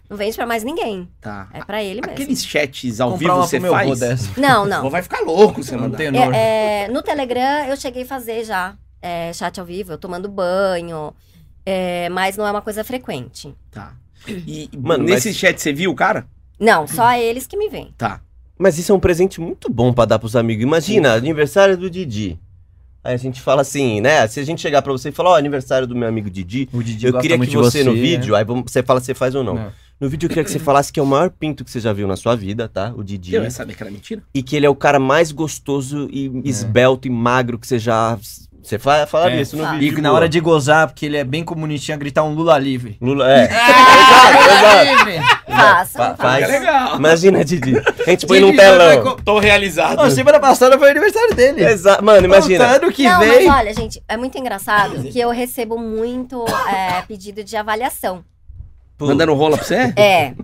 Speaker 4: não vende pra mais ninguém.
Speaker 1: Tá.
Speaker 4: É pra ele mesmo.
Speaker 1: Aqueles chats ao
Speaker 3: Comprar
Speaker 1: vivo
Speaker 3: uma
Speaker 1: você
Speaker 3: pro meu avô
Speaker 1: faz?
Speaker 3: dessa.
Speaker 4: Não,
Speaker 1: O
Speaker 4: não.
Speaker 1: vô vai ficar louco se
Speaker 3: Eu não
Speaker 1: mandar.
Speaker 3: tenho nojo.
Speaker 4: É, é, no Telegram eu cheguei a fazer já é, chat ao vivo, eu tomando banho, é, mas não é uma coisa frequente.
Speaker 1: Tá. E
Speaker 2: Mano,
Speaker 1: nesse
Speaker 2: mas-
Speaker 1: chat você viu o cara?
Speaker 4: Não,
Speaker 2: Hum.
Speaker 4: só eles que me veem.
Speaker 1: Tá.
Speaker 2: Mas isso é um presente muito bom pra dar pros amigos. Imagina, aniversário do Didi. Aí a gente fala assim, né? Se a gente chegar pra você e falar, ó, aniversário do meu amigo Didi,
Speaker 4: é.
Speaker 3: O Didi
Speaker 2: eu
Speaker 3: gosta
Speaker 2: queria que
Speaker 3: muito
Speaker 2: você,
Speaker 3: de É.
Speaker 2: no
Speaker 3: né?
Speaker 2: vídeo, aí vamos- você fala se você faz ou não.
Speaker 3: Não.
Speaker 2: No vídeo eu queria que você falasse que é o maior pinto que você já viu na sua vida, tá? O Didi.
Speaker 1: Eu ia saber que era mentira.
Speaker 2: E que ele é o cara mais gostoso e esbelto e magro que você já. Você fa- falaria
Speaker 3: É.
Speaker 2: isso no
Speaker 4: Ah.
Speaker 2: vídeo.
Speaker 3: E na hora de gozar, porque ele é bem comunistinha, gritar um Lula livre.
Speaker 2: Lula, é. exato, exato.
Speaker 4: faço,
Speaker 2: Fa-
Speaker 4: eu
Speaker 1: É
Speaker 2: faz.
Speaker 1: legal.
Speaker 2: Imagina, Didi. A gente põe num
Speaker 3: Didi já vai
Speaker 2: telão.
Speaker 3: co-
Speaker 1: Tô realizado.
Speaker 3: Ó, semana passada foi o aniversário dele.
Speaker 2: Exa Mano, imagina.
Speaker 3: Ano que
Speaker 4: não,
Speaker 3: vem.
Speaker 4: mas olha, gente, é muito engraçado que eu recebo muito é, pedido de avaliação.
Speaker 2: Pô,
Speaker 1: Mandando rola pra você?
Speaker 4: É,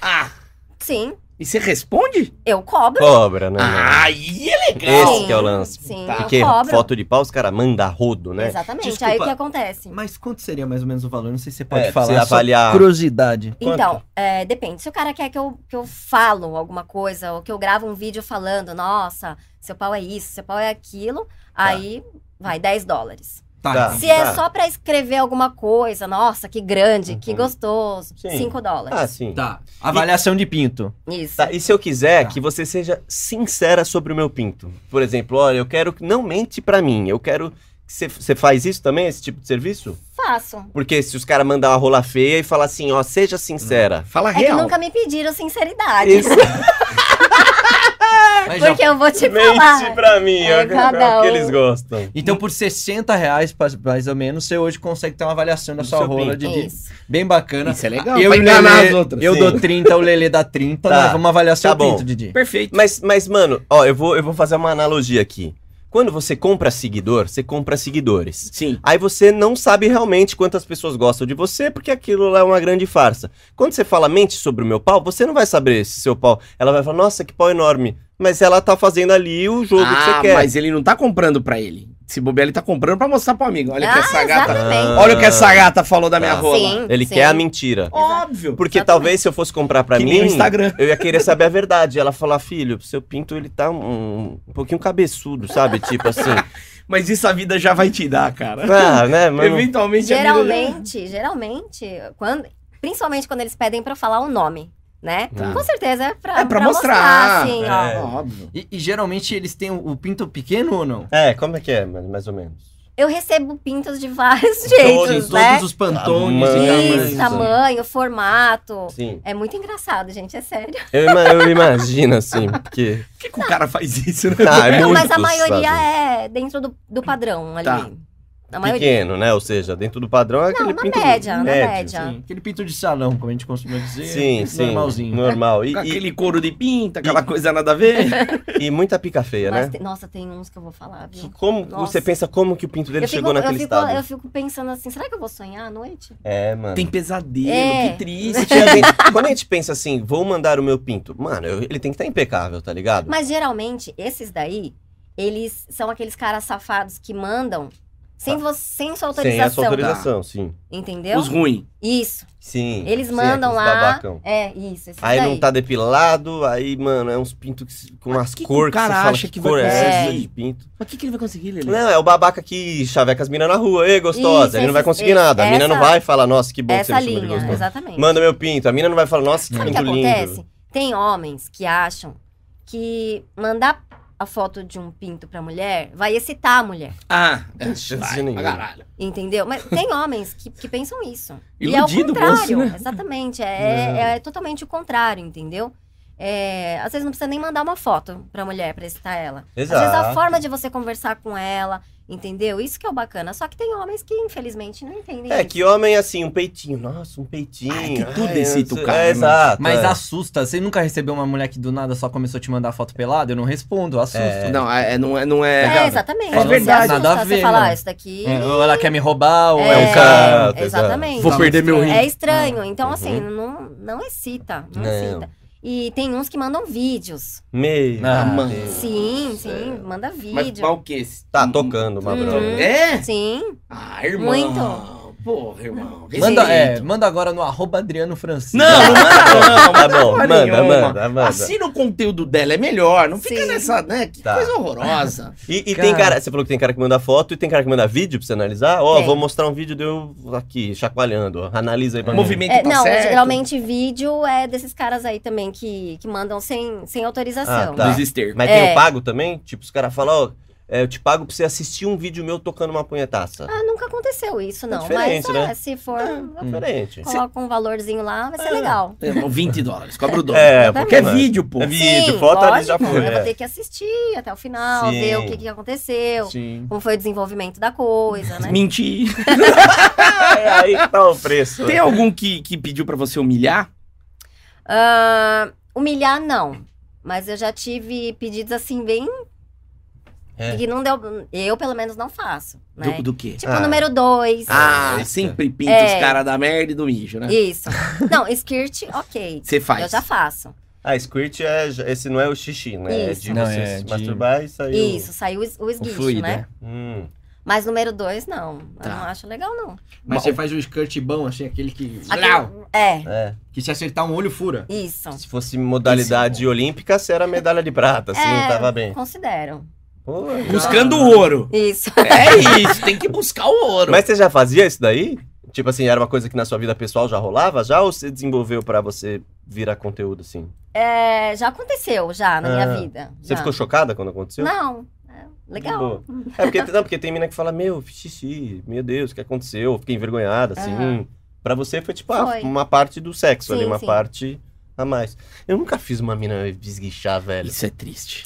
Speaker 1: Ah,
Speaker 4: sim,
Speaker 1: e você responde?
Speaker 4: eu cobro.
Speaker 2: Cobra,
Speaker 4: Ah,
Speaker 2: né? mano?
Speaker 1: Aí é
Speaker 2: Esse
Speaker 4: Sim,
Speaker 2: que é o lance.
Speaker 4: Sim,
Speaker 1: Tá.
Speaker 4: eu
Speaker 2: Porque
Speaker 4: cobro.
Speaker 2: foto de pau, os caras mandam rodo, né?
Speaker 4: Exatamente,
Speaker 3: Desculpa.
Speaker 4: aí o que acontece?
Speaker 3: Mas quanto seria mais ou menos o valor? Não sei se você pode
Speaker 2: É, pra
Speaker 3: falar.
Speaker 2: você
Speaker 3: só
Speaker 2: avaliar.
Speaker 3: Curiosidade.
Speaker 2: Quanto?
Speaker 4: Então, é, depende. Se o cara quer que eu, que eu falo alguma coisa, ou que eu gravo um vídeo falando, nossa, seu pau é isso, seu pau é aquilo, aí vai 10 dólares.
Speaker 2: Tá.
Speaker 4: Se é
Speaker 2: tá.
Speaker 4: só pra escrever alguma coisa, nossa, que grande, que
Speaker 2: Uhum.
Speaker 4: gostoso,
Speaker 2: Sim.
Speaker 4: 5
Speaker 2: Ah,
Speaker 4: dólares.
Speaker 2: sim.
Speaker 3: Tá. Avaliação de pinto.
Speaker 4: Isso.
Speaker 2: Tá, e se eu quiser
Speaker 3: Tá.
Speaker 2: que você seja sincera sobre o meu pinto? Por exemplo, olha, eu quero que não mente pra mim. Eu quero. que Você você faz isso também, esse tipo de serviço?
Speaker 4: Faço.
Speaker 2: Porque se os caras mandar uma rola feia e falar assim, ó, seja sincera.
Speaker 1: Fala
Speaker 4: É que
Speaker 1: Tá real.
Speaker 4: nunca me pediram sinceridade.
Speaker 2: Isso
Speaker 3: Mas já-
Speaker 4: É, Porque eu vou te
Speaker 2: mente
Speaker 4: falar.
Speaker 2: pra mim,
Speaker 4: É,
Speaker 2: é,
Speaker 4: cada
Speaker 2: o que
Speaker 4: um.
Speaker 2: eles gostam.
Speaker 3: Então, por 60 reais, pa- mais ou menos, você hoje consegue ter uma avaliação da
Speaker 2: Do
Speaker 3: sua
Speaker 2: seu
Speaker 3: rola
Speaker 2: pinto.
Speaker 3: de
Speaker 4: Isso.
Speaker 3: Bem bacana.
Speaker 1: Isso é legal.
Speaker 3: eu
Speaker 1: pra
Speaker 3: e o
Speaker 1: enganar
Speaker 3: Lelê-
Speaker 1: as outras.
Speaker 3: Eu
Speaker 2: sim.
Speaker 3: dou 30, o Lelê dá 30.
Speaker 2: Tá.
Speaker 3: Nós vamos avaliar seu
Speaker 2: Tá bom.
Speaker 3: pinto, Didi.
Speaker 1: Perfeito.
Speaker 2: Mas, mas, mano, ó, eu vou, eu vou fazer uma analogia aqui. Quando você compra seguidor, você compra seguidores.
Speaker 1: Sim.
Speaker 2: Aí você não sabe realmente quantas pessoas gostam de você, porque aquilo lá é uma grande farsa. Quando você fala mente sobre o meu pau, você não vai saber se seu pau. Ela vai falar, nossa, que pau enorme. Mas ela tá fazendo ali o jogo que você
Speaker 1: Ah,
Speaker 2: quer.
Speaker 1: mas ele não tá comprando pra ele. Se bobear, ele tá comprando pra mostrar pro amigo. Olha o que
Speaker 4: Ah,
Speaker 1: essa gata.
Speaker 4: exatamente.
Speaker 1: Olha o que essa gata falou da minha
Speaker 2: Tá.
Speaker 1: rola.
Speaker 4: Sim,
Speaker 2: Ele
Speaker 4: sim.
Speaker 2: quer a mentira.
Speaker 1: Óbvio.
Speaker 2: Porque
Speaker 4: Exatamente.
Speaker 2: talvez se eu fosse comprar pra
Speaker 1: que
Speaker 2: mim.
Speaker 1: nem o Instagram.
Speaker 2: Eu ia querer saber a verdade. Ela falar, filho, seu pinto ele tá um, um pouquinho cabeçudo, sabe? Tipo assim.
Speaker 1: Mas isso a vida já vai te dar, cara.
Speaker 2: Ah, né, mano?
Speaker 1: Eventualmente a vida
Speaker 4: Geralmente, geralmente, quando, principalmente quando eles pedem pra eu falar o nome, né?
Speaker 1: Tá.
Speaker 4: Com certeza é pra,
Speaker 1: É pra mostrar.
Speaker 4: assim,
Speaker 1: já...
Speaker 2: É.
Speaker 4: ó.
Speaker 1: Óbvio.
Speaker 3: E, e geralmente eles têm o, o pinto pequeno ou não?
Speaker 2: É, como é que é, mais, mais ou menos?
Speaker 4: Eu recebo pintos de vários jeitos,
Speaker 3: todos,
Speaker 4: né?
Speaker 3: todos os pantones
Speaker 2: Tamanho.
Speaker 4: Isso,
Speaker 3: e tamanhos.
Speaker 4: tamanho, formato.
Speaker 2: Sim.
Speaker 4: É muito engraçado, gente, é sério.
Speaker 2: Eu, ima- eu imagino, assim, porque.
Speaker 1: Por que, que o cara faz isso, né?
Speaker 2: Tá, é
Speaker 4: Não, mas a
Speaker 2: muitos,
Speaker 4: maioria
Speaker 2: sabe?
Speaker 4: é dentro do, do padrão ali.
Speaker 1: Tá.
Speaker 4: A maioria.
Speaker 2: Pequeno, né? Ou seja, dentro do padrão é aquele
Speaker 4: na
Speaker 2: pinto
Speaker 4: média, na
Speaker 2: médio.
Speaker 4: média.
Speaker 3: Sim, aquele pinto de salão, como a gente costuma dizer.
Speaker 2: Sim,
Speaker 3: pinto
Speaker 2: sim. é.
Speaker 3: Normalzinho.
Speaker 2: Normal. E,
Speaker 1: Com
Speaker 2: e-
Speaker 1: aquele couro de pinta, aquela coisa nada a ver.
Speaker 2: e muita pica feia,
Speaker 4: Mas
Speaker 2: né?
Speaker 4: tem- nossa, tem uns que eu vou falar,
Speaker 2: Que
Speaker 4: viu?
Speaker 2: como
Speaker 4: Nossa.
Speaker 2: você pensa como que o pinto dele
Speaker 4: eu, fico,
Speaker 2: chegou
Speaker 4: eu,
Speaker 2: naquele
Speaker 4: fico,
Speaker 2: estado?
Speaker 4: eu fico pensando assim, será que eu vou sonhar à noite?
Speaker 2: É, mano.
Speaker 1: Tem pesadelo,
Speaker 4: É.
Speaker 1: que triste.
Speaker 2: Porque a gente- quando a gente pensa assim, vou mandar o meu pinto, mano, eu- ele tem que estar impecável, tá ligado?
Speaker 4: Mas geralmente, esses daí, eles são aqueles caras safados que mandam sem, vo- sem sua
Speaker 2: Ah. Sem
Speaker 4: autorização. Tá.
Speaker 2: essa autorização, sim.
Speaker 4: Entendeu?
Speaker 1: Os ruins.
Speaker 4: Isso.
Speaker 2: Sim.
Speaker 4: Eles
Speaker 2: sim,
Speaker 4: mandam
Speaker 2: aqueles
Speaker 4: lá.
Speaker 2: Babacão.
Speaker 4: É, isso. esses
Speaker 2: Aí
Speaker 4: daí.
Speaker 2: não tá depilado, aí, mano, é uns pintos que se- com umas
Speaker 1: que que o
Speaker 2: cores que,
Speaker 1: cara
Speaker 2: você fala,
Speaker 1: acha que vai
Speaker 2: cor é essa
Speaker 4: conseguir?
Speaker 2: de pinto?
Speaker 1: Mas o que, que ele vai conseguir, Lelê?
Speaker 2: Não, é o babaca que chaveca as minas na rua. Ei, gostosa.
Speaker 4: Isso,
Speaker 2: ele não vai
Speaker 4: esses-
Speaker 2: conseguir
Speaker 4: esse-
Speaker 2: nada. A mina
Speaker 4: essa-
Speaker 2: não vai falar, nossa, que bom que você
Speaker 4: Essa
Speaker 2: me chamou de
Speaker 4: linha,
Speaker 2: gostosa.
Speaker 4: exatamente.
Speaker 2: Manda meu pinto. A mina não vai falar, nossa, que
Speaker 4: Sabe o que
Speaker 2: pinto
Speaker 4: acontece?
Speaker 2: lindo.
Speaker 4: Tem homens que acham que mandar a foto de um pinto pra mulher vai excitar a mulher.
Speaker 1: Ah, é,
Speaker 2: chance
Speaker 1: vai, pra
Speaker 2: nenhuma.
Speaker 1: caralho.
Speaker 4: Entendeu? Mas tem homens que, que pensam isso. e é o
Speaker 1: Iludido,
Speaker 4: contrário.
Speaker 1: moço, né?
Speaker 4: Exatamente. É, é- é totalmente o contrário, entendeu? É, às vezes não precisa nem mandar uma foto pra mulher pra excitar ela. Às vezes a
Speaker 2: Exato.
Speaker 4: forma de você conversar com ela, entendeu? Isso que é o bacana. Só que tem homens que, infelizmente, não entendem
Speaker 2: É
Speaker 4: isso.
Speaker 2: que homem, assim, um peitinho. Nossa, um peitinho.
Speaker 1: Ah, é que tudo
Speaker 2: eu
Speaker 1: excita o
Speaker 2: sei-
Speaker 1: cara,
Speaker 2: É,
Speaker 1: né?
Speaker 2: exato.
Speaker 3: Mas
Speaker 2: é.
Speaker 3: assusta. Você nunca recebeu uma mulher que do nada só começou a te mandar foto pelada? Eu não respondo, assusta.
Speaker 2: É.
Speaker 1: Não, é, não é. Não
Speaker 4: É,
Speaker 1: é...
Speaker 4: exatamente.
Speaker 1: É verdade.
Speaker 4: Você,
Speaker 3: Nada a
Speaker 4: assusta, você
Speaker 3: ver,
Speaker 4: fala,
Speaker 3: mano.
Speaker 4: ah, isso daqui...
Speaker 3: É, ou ela quer me roubar, ou
Speaker 2: é um cara,
Speaker 4: é, Exatamente.
Speaker 1: Vou perder meu rim.
Speaker 4: É estranho. Então,
Speaker 2: Uhum.
Speaker 4: assim, não, não excita. Não,
Speaker 2: Não.
Speaker 4: excita. E tem uns que mandam vídeos.
Speaker 2: Meio.
Speaker 4: é.
Speaker 3: Ah,
Speaker 1: mano.
Speaker 2: Deus.
Speaker 4: Sim, sim,
Speaker 2: céu.
Speaker 4: manda
Speaker 1: Mas,
Speaker 4: vídeo.
Speaker 1: mas o quê?
Speaker 2: Tá tocando uma
Speaker 4: Uhum.
Speaker 2: broma.
Speaker 1: É?
Speaker 4: Sim.
Speaker 1: Ah, irmão.
Speaker 4: Muito.
Speaker 1: Porra, irmão.
Speaker 3: Manda, é,
Speaker 1: respeito.
Speaker 3: manda agora no arroba Adriano Francisco.
Speaker 1: Não, não manda, não.
Speaker 2: Tá
Speaker 1: manda
Speaker 2: bom,
Speaker 1: porra
Speaker 2: manda,
Speaker 1: nenhuma.
Speaker 2: manda, manda.
Speaker 1: Assina o conteúdo dela, é melhor. Não fica
Speaker 4: Sim.
Speaker 1: nessa, né? Que
Speaker 2: Tá.
Speaker 1: coisa horrorosa.
Speaker 2: E, e
Speaker 3: Cara.
Speaker 2: tem cara, você falou que tem cara que manda foto e tem cara que manda vídeo pra você analisar? Ó,
Speaker 4: Tem.
Speaker 2: vou mostrar um vídeo de eu aqui, chacoalhando. ó. Analisa aí pra
Speaker 1: O
Speaker 2: mim.
Speaker 1: movimento
Speaker 4: É,
Speaker 1: tá
Speaker 4: não,
Speaker 1: certo.
Speaker 4: geralmente vídeo é desses caras aí também que, que mandam sem, sem autorização.
Speaker 2: Ah, tá.
Speaker 4: né?
Speaker 1: Dos estercos.
Speaker 2: Mas
Speaker 4: É.
Speaker 2: tem o pago também? Tipo, os caras falam, ó, é, eu te pago pra você assistir um vídeo meu tocando uma punhetaça.
Speaker 4: Ah, nunca aconteceu isso, não.
Speaker 2: diferente,
Speaker 4: Mas é,
Speaker 2: né?
Speaker 4: se for,
Speaker 2: É diferente.
Speaker 4: coloca um valorzinho lá,
Speaker 2: Ah.
Speaker 4: vai ser legal.
Speaker 1: É, irmão, 20 dólares, cobra o dobro.
Speaker 2: É,
Speaker 4: Exatamente.
Speaker 2: porque
Speaker 1: Porque é vídeo, pô.
Speaker 2: É
Speaker 1: É,
Speaker 2: vídeo, foto ali já
Speaker 4: lógico,
Speaker 2: foi.
Speaker 4: Eu vou
Speaker 2: É.
Speaker 4: ter que assistir até o final,
Speaker 2: Sim.
Speaker 4: ver o que, que aconteceu,
Speaker 3: Sim.
Speaker 4: como foi o desenvolvimento da coisa, né?
Speaker 1: Mentir.
Speaker 2: É, aí que tá o preço. um-
Speaker 1: Tem algum que, que pediu pra você humilhar?
Speaker 4: Ah, humilhar, não. Mas eu já tive pedidos assim, bem.
Speaker 2: É.
Speaker 4: Que não deu. Eu, pelo menos, não faço. Né?
Speaker 1: Do, do quê?
Speaker 4: Tipo,
Speaker 2: Ah.
Speaker 4: número dois.
Speaker 1: Ah, sempre pinta os
Speaker 4: É.
Speaker 1: caras da merda e do mijo, né?
Speaker 4: Isso. Não, skirt, ok.
Speaker 1: Você faz.
Speaker 4: Eu já faço.
Speaker 2: Ah, squirt é, já- esse não é o xixi, né?
Speaker 4: Isso.
Speaker 2: É de
Speaker 3: Não,
Speaker 2: você
Speaker 3: é
Speaker 2: se
Speaker 3: de-
Speaker 2: masturbar e sair. o-
Speaker 4: Isso, saiu o es- o esguicho,
Speaker 3: fluido,
Speaker 4: né?
Speaker 3: né?
Speaker 2: Hum.
Speaker 4: Mas número dois, não.
Speaker 1: Tá.
Speaker 4: Eu não acho legal, não.
Speaker 3: Mas
Speaker 1: Mas
Speaker 3: você faz um skirt bom, assim, aquele que. Aquele...
Speaker 4: Aquele- É,
Speaker 2: É.
Speaker 3: Que se acertar um olho, fura.
Speaker 4: isso.
Speaker 2: Se fosse modalidade olímpica, você era medalha de prata, assim,
Speaker 4: É,
Speaker 2: tava bem.
Speaker 4: Considero.
Speaker 2: Pô,
Speaker 1: Buscando o ouro.
Speaker 4: Isso.
Speaker 1: É isso, tem que buscar o ouro.
Speaker 2: Mas você já fazia isso daí? Tipo assim, era uma coisa que na sua vida pessoal já rolava já ou você desenvolveu pra você virar conteúdo assim?
Speaker 4: É, já aconteceu, já, na
Speaker 2: Ah,
Speaker 4: minha vida.
Speaker 2: Você
Speaker 4: já.
Speaker 2: ficou chocada quando aconteceu?
Speaker 4: Não. É,
Speaker 2: De
Speaker 4: legal.
Speaker 2: boa. É porque, não, porque tem mina que fala, meu, fiz xixi, meu Deus, o que aconteceu? Eu Fiquei envergonhada, assim.
Speaker 4: Aham.
Speaker 2: Pra você foi tipo ah,
Speaker 4: Foi.
Speaker 2: uma parte do sexo ali,
Speaker 4: Sim,
Speaker 2: uma
Speaker 4: sim.
Speaker 2: parte a mais. Eu nunca fiz uma mina esguichar, velho.
Speaker 1: Isso é triste.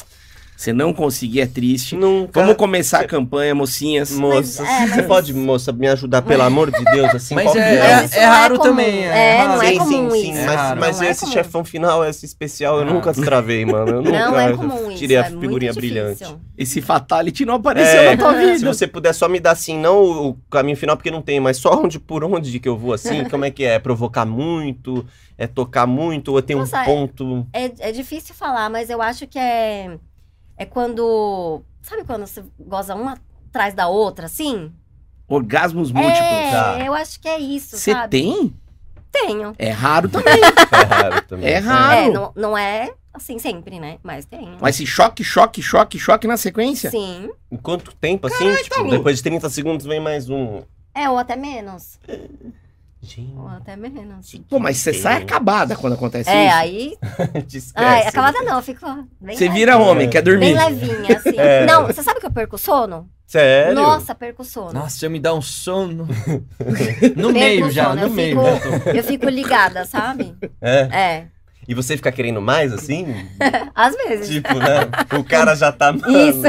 Speaker 1: Você não conseguir é triste.
Speaker 2: Nunca.
Speaker 1: Vamos começar a campanha, mocinhas.
Speaker 2: Moça,
Speaker 4: Mas- é,
Speaker 2: você
Speaker 4: mas-
Speaker 2: pode, moça, me ajudar, pelo amor de Deus, assim,
Speaker 3: Mas
Speaker 2: qual que
Speaker 3: é-
Speaker 4: Mas
Speaker 2: é?
Speaker 4: isso
Speaker 3: é
Speaker 4: não
Speaker 3: raro
Speaker 4: comum.
Speaker 3: também, é
Speaker 4: É,
Speaker 3: raro.
Speaker 4: não é
Speaker 2: sim,
Speaker 4: comum
Speaker 2: sim, sim,
Speaker 4: isso.
Speaker 2: mas,
Speaker 3: Raro.
Speaker 2: mas
Speaker 4: Não é
Speaker 2: esse
Speaker 4: comum.
Speaker 2: chefão final, esse especial, eu
Speaker 3: Não.
Speaker 2: nunca travei, mano. Eu nunca
Speaker 4: Não é comum isso.
Speaker 2: tirei
Speaker 4: é
Speaker 2: a
Speaker 4: muito
Speaker 2: figurinha
Speaker 4: difícil.
Speaker 2: brilhante.
Speaker 1: Esse fatality não apareceu
Speaker 2: É,
Speaker 1: na tua
Speaker 2: Se
Speaker 1: vida.
Speaker 2: você puder só me dar assim, não o- o caminho final, porque não tem, mas só onde por onde que eu vou assim, como é que é? É provocar muito? É tocar muito? Ou tem um
Speaker 4: Nossa, é-
Speaker 2: ponto.
Speaker 4: É, é difícil falar, mas eu acho que é. É quando. Sabe quando você goza uma atrás da outra, assim?
Speaker 1: Orgasmos múltiplos.
Speaker 4: é,
Speaker 2: tá.
Speaker 4: eu acho que é isso,
Speaker 1: Você
Speaker 4: sabe?
Speaker 1: tem?
Speaker 4: Tenho.
Speaker 1: É raro também.
Speaker 2: É raro também.
Speaker 1: É raro.
Speaker 4: É, não, não é assim sempre, né? Mas tenho.
Speaker 1: Mas se choque, choque, choque, choque na sequência.
Speaker 4: Sim.
Speaker 2: Em quanto tempo assim? tipo,
Speaker 1: Lu.
Speaker 2: depois de 30 segundos vem mais um.
Speaker 4: É, ou até menos.
Speaker 2: Gente,
Speaker 4: Ou até menos.
Speaker 1: Pô, mas você sai acabada quando acontece
Speaker 4: É,
Speaker 1: isso.
Speaker 4: aí.
Speaker 2: esquece.
Speaker 4: Ai, acabada não, eu fico bem,
Speaker 1: Você
Speaker 4: leve-
Speaker 1: vira homem, quer
Speaker 4: bem
Speaker 1: dormir.
Speaker 4: levinha, assim.
Speaker 2: É.
Speaker 4: Não, você sabe que eu perco o sono?
Speaker 2: Sério?
Speaker 4: Nossa, perco o sono.
Speaker 3: Nossa, já me dá um sono. no meio já,
Speaker 4: sono,
Speaker 3: no
Speaker 4: eu
Speaker 3: meio.
Speaker 4: fico- Eu fico ligada, sabe?
Speaker 2: É.
Speaker 4: É.
Speaker 2: E você fica querendo mais assim?
Speaker 4: Às vezes.
Speaker 2: tipo, né? O cara já tá. mano,
Speaker 4: Isso.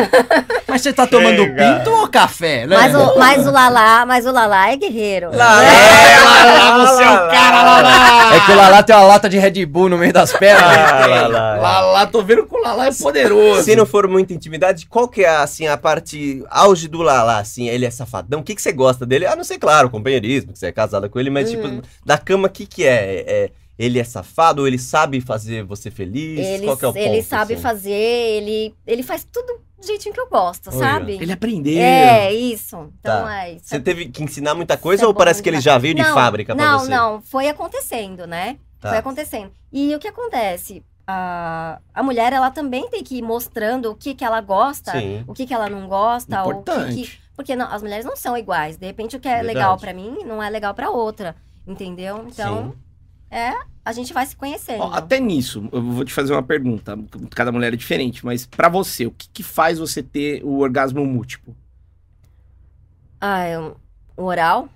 Speaker 3: Mas você tá tomando
Speaker 2: Chega.
Speaker 3: pinto ou café, né?
Speaker 4: Mas o, mas o Lalá, mas o Lalá é guerreiro.
Speaker 3: Lalá.
Speaker 1: É, lá, lá, lá, você é o cara, lá, lá.
Speaker 3: É que o
Speaker 4: Ah!
Speaker 3: Lalá tem uma lata de Red Bull no meio das pernas.
Speaker 2: Ah, lá, lá.
Speaker 1: Lá, lá, tô vendo que o Lala é poderoso.
Speaker 2: Se não for muita intimidade, qual que é assim, a parte auge do Lala? Assim, ele é safadão? O que, que você gosta dele? A não ser, claro, o companheirismo, que você é casada com ele, mas
Speaker 4: Uhum.
Speaker 2: tipo, da cama, o que, que é? É- Ele é safado? Ou ele sabe fazer você feliz?
Speaker 4: Ele,
Speaker 2: qual que é o ponto?
Speaker 4: ele sabe
Speaker 2: assim?
Speaker 4: fazer, ele, ele faz tudo do jeitinho que eu gosto,
Speaker 2: Olha.
Speaker 4: sabe?
Speaker 1: Ele aprendeu.
Speaker 4: É, isso. Então
Speaker 2: Tá.
Speaker 4: é isso.
Speaker 2: Você teve que ensinar muita coisa
Speaker 4: Tá
Speaker 2: ou
Speaker 4: bom,
Speaker 2: parece que ele
Speaker 4: tá.
Speaker 2: já veio de
Speaker 4: Não,
Speaker 2: fábrica pra
Speaker 4: não,
Speaker 2: você?
Speaker 4: Não, foi acontecendo, né?
Speaker 2: Tá.
Speaker 4: Foi acontecendo. E o que acontece? A, a mulher, ela também tem que ir mostrando o que, que ela gosta,
Speaker 2: Sim.
Speaker 4: o que, que ela não gosta, então, o que, que
Speaker 1: Importante.
Speaker 4: porque não- as mulheres não são iguais. De repente, o que é
Speaker 2: Verdade.
Speaker 4: legal pra mim não é legal pra outra. Entendeu? Então,
Speaker 2: Sim.
Speaker 4: é, a gente vai se conhecendo.
Speaker 1: Ó, até nisso, eu vou te fazer uma pergunta. Cada mulher é diferente, mas pra você, o que, que faz você ter o orgasmo múltiplo?
Speaker 4: Ah, é um- o oral?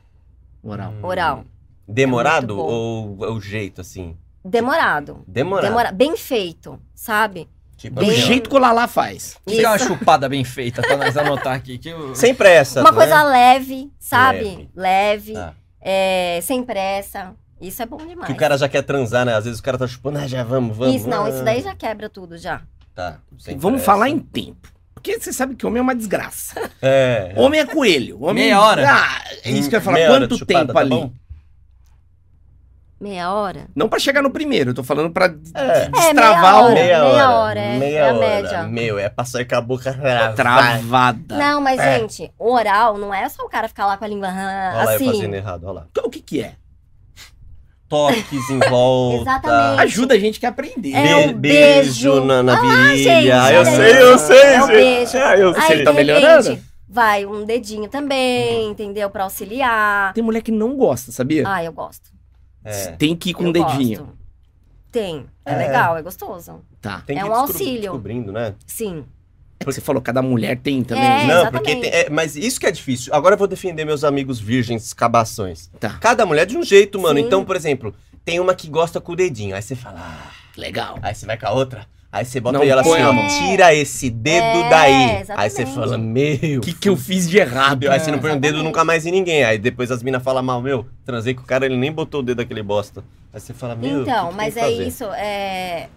Speaker 1: Oral.
Speaker 2: Hum.
Speaker 4: Oral.
Speaker 2: Demorado
Speaker 4: É muito
Speaker 2: ou é o jeito, assim?
Speaker 4: Demorado.
Speaker 2: Demorado.
Speaker 4: Demora- Bem feito, sabe?
Speaker 2: Tipo,
Speaker 1: Do
Speaker 4: Bem-
Speaker 2: assim, ó,
Speaker 1: jeito que o Lala faz.
Speaker 3: Isso é uma
Speaker 4: Isso.
Speaker 3: chupada bem feita, pra nós anotar aqui. Que eu...
Speaker 2: Sem pressa,
Speaker 4: Uma
Speaker 2: né?
Speaker 4: coisa leve, sabe?
Speaker 2: Leve.
Speaker 4: Leve.
Speaker 2: Tá.
Speaker 4: é, sem pressa. Isso é bom demais.
Speaker 2: Que o cara já quer transar, né? Às vezes o cara tá chupando, ah, já vamos, vamos.
Speaker 4: Isso, não, isso
Speaker 2: ah.
Speaker 4: daí já quebra tudo, já.
Speaker 2: Tá, sem
Speaker 1: Vamos
Speaker 2: pressa.
Speaker 1: falar em tempo. Porque você sabe que homem é uma desgraça.
Speaker 2: É.
Speaker 1: Homem é coelho. Homem...
Speaker 3: Meia hora.
Speaker 1: Ah, é isso que eu ia falar.
Speaker 2: Meia hora de
Speaker 1: Quanto
Speaker 2: chupada,
Speaker 1: tempo
Speaker 2: tá
Speaker 1: ali?
Speaker 2: bom?
Speaker 4: Meia hora?
Speaker 1: Não pra chegar no primeiro, eu tô falando pra
Speaker 2: É.
Speaker 1: destravar
Speaker 4: hora.
Speaker 1: o...
Speaker 4: Meia hora, é,
Speaker 2: Meia
Speaker 4: é a
Speaker 2: hora.
Speaker 4: média.
Speaker 2: Meu, é passar com a boca
Speaker 1: Tá
Speaker 2: travada.
Speaker 1: Travada.
Speaker 4: Não, mas,
Speaker 2: É.
Speaker 4: gente, o oral não é só o cara ficar lá com a língua ah,
Speaker 2: Olha lá eu
Speaker 4: assim.
Speaker 2: fazendo errado, olha lá.
Speaker 1: O que que é?
Speaker 2: Toques em volta.
Speaker 4: Exatamente.
Speaker 1: Ajuda a gente que aprender.
Speaker 4: É
Speaker 2: be-
Speaker 4: um
Speaker 2: beijo
Speaker 4: beijo.
Speaker 2: na, na
Speaker 4: gente,
Speaker 2: virilha. Ah, eu
Speaker 1: olha
Speaker 2: sei,
Speaker 1: aí.
Speaker 2: eu sei,
Speaker 4: É um
Speaker 2: gente.
Speaker 4: beijo.
Speaker 2: Ah, eu
Speaker 4: Aí,
Speaker 2: sei.
Speaker 4: de
Speaker 1: tá melhorando?
Speaker 4: repente, vai um dedinho
Speaker 2: Uhum.
Speaker 4: também, entendeu? Pra auxiliar.
Speaker 1: Tem mulher que não gosta, sabia?
Speaker 4: Ah, eu gosto.
Speaker 2: É,
Speaker 1: Tem que ir com
Speaker 4: eu
Speaker 1: o dedinho.
Speaker 4: gosto. Tem. É,
Speaker 2: É.
Speaker 4: legal, é gostoso.
Speaker 1: Tá.
Speaker 2: tem
Speaker 4: É
Speaker 2: que
Speaker 4: um
Speaker 2: descobri-
Speaker 4: auxílio.
Speaker 2: Descobrindo, né?
Speaker 4: Sim.
Speaker 1: É que você falou, cada mulher tem também.
Speaker 4: É,
Speaker 1: né?
Speaker 2: não, porque
Speaker 4: exatamente.
Speaker 2: tem- é, mas isso que é difícil. Agora eu vou defender meus amigos virgens cabações.
Speaker 1: Tá.
Speaker 2: Cada mulher de um jeito, mano.
Speaker 4: Sim.
Speaker 2: Então, por exemplo, tem uma que gosta com o dedinho. Aí você fala, ah,
Speaker 1: Legal.
Speaker 2: aí você vai com a outra. Aí você bota
Speaker 1: Não
Speaker 2: e ela
Speaker 1: põe
Speaker 2: assim,
Speaker 1: a
Speaker 2: ó,
Speaker 4: mão.
Speaker 2: tira esse dedo
Speaker 4: É,
Speaker 2: daí. Aí
Speaker 4: exatamente.
Speaker 2: você fala, meu.
Speaker 1: O que, que eu fiz de errado?
Speaker 2: Aí você não põe o dedo
Speaker 4: Exatamente.
Speaker 2: nunca mais em ninguém. Aí depois as minas falam mal, meu, transei com o cara, ele nem botou o dedo daquele bosta. Aí você fala, meu. o
Speaker 4: Então,
Speaker 2: que que
Speaker 4: mas
Speaker 2: tem que
Speaker 4: é
Speaker 2: fazer?
Speaker 4: isso. é,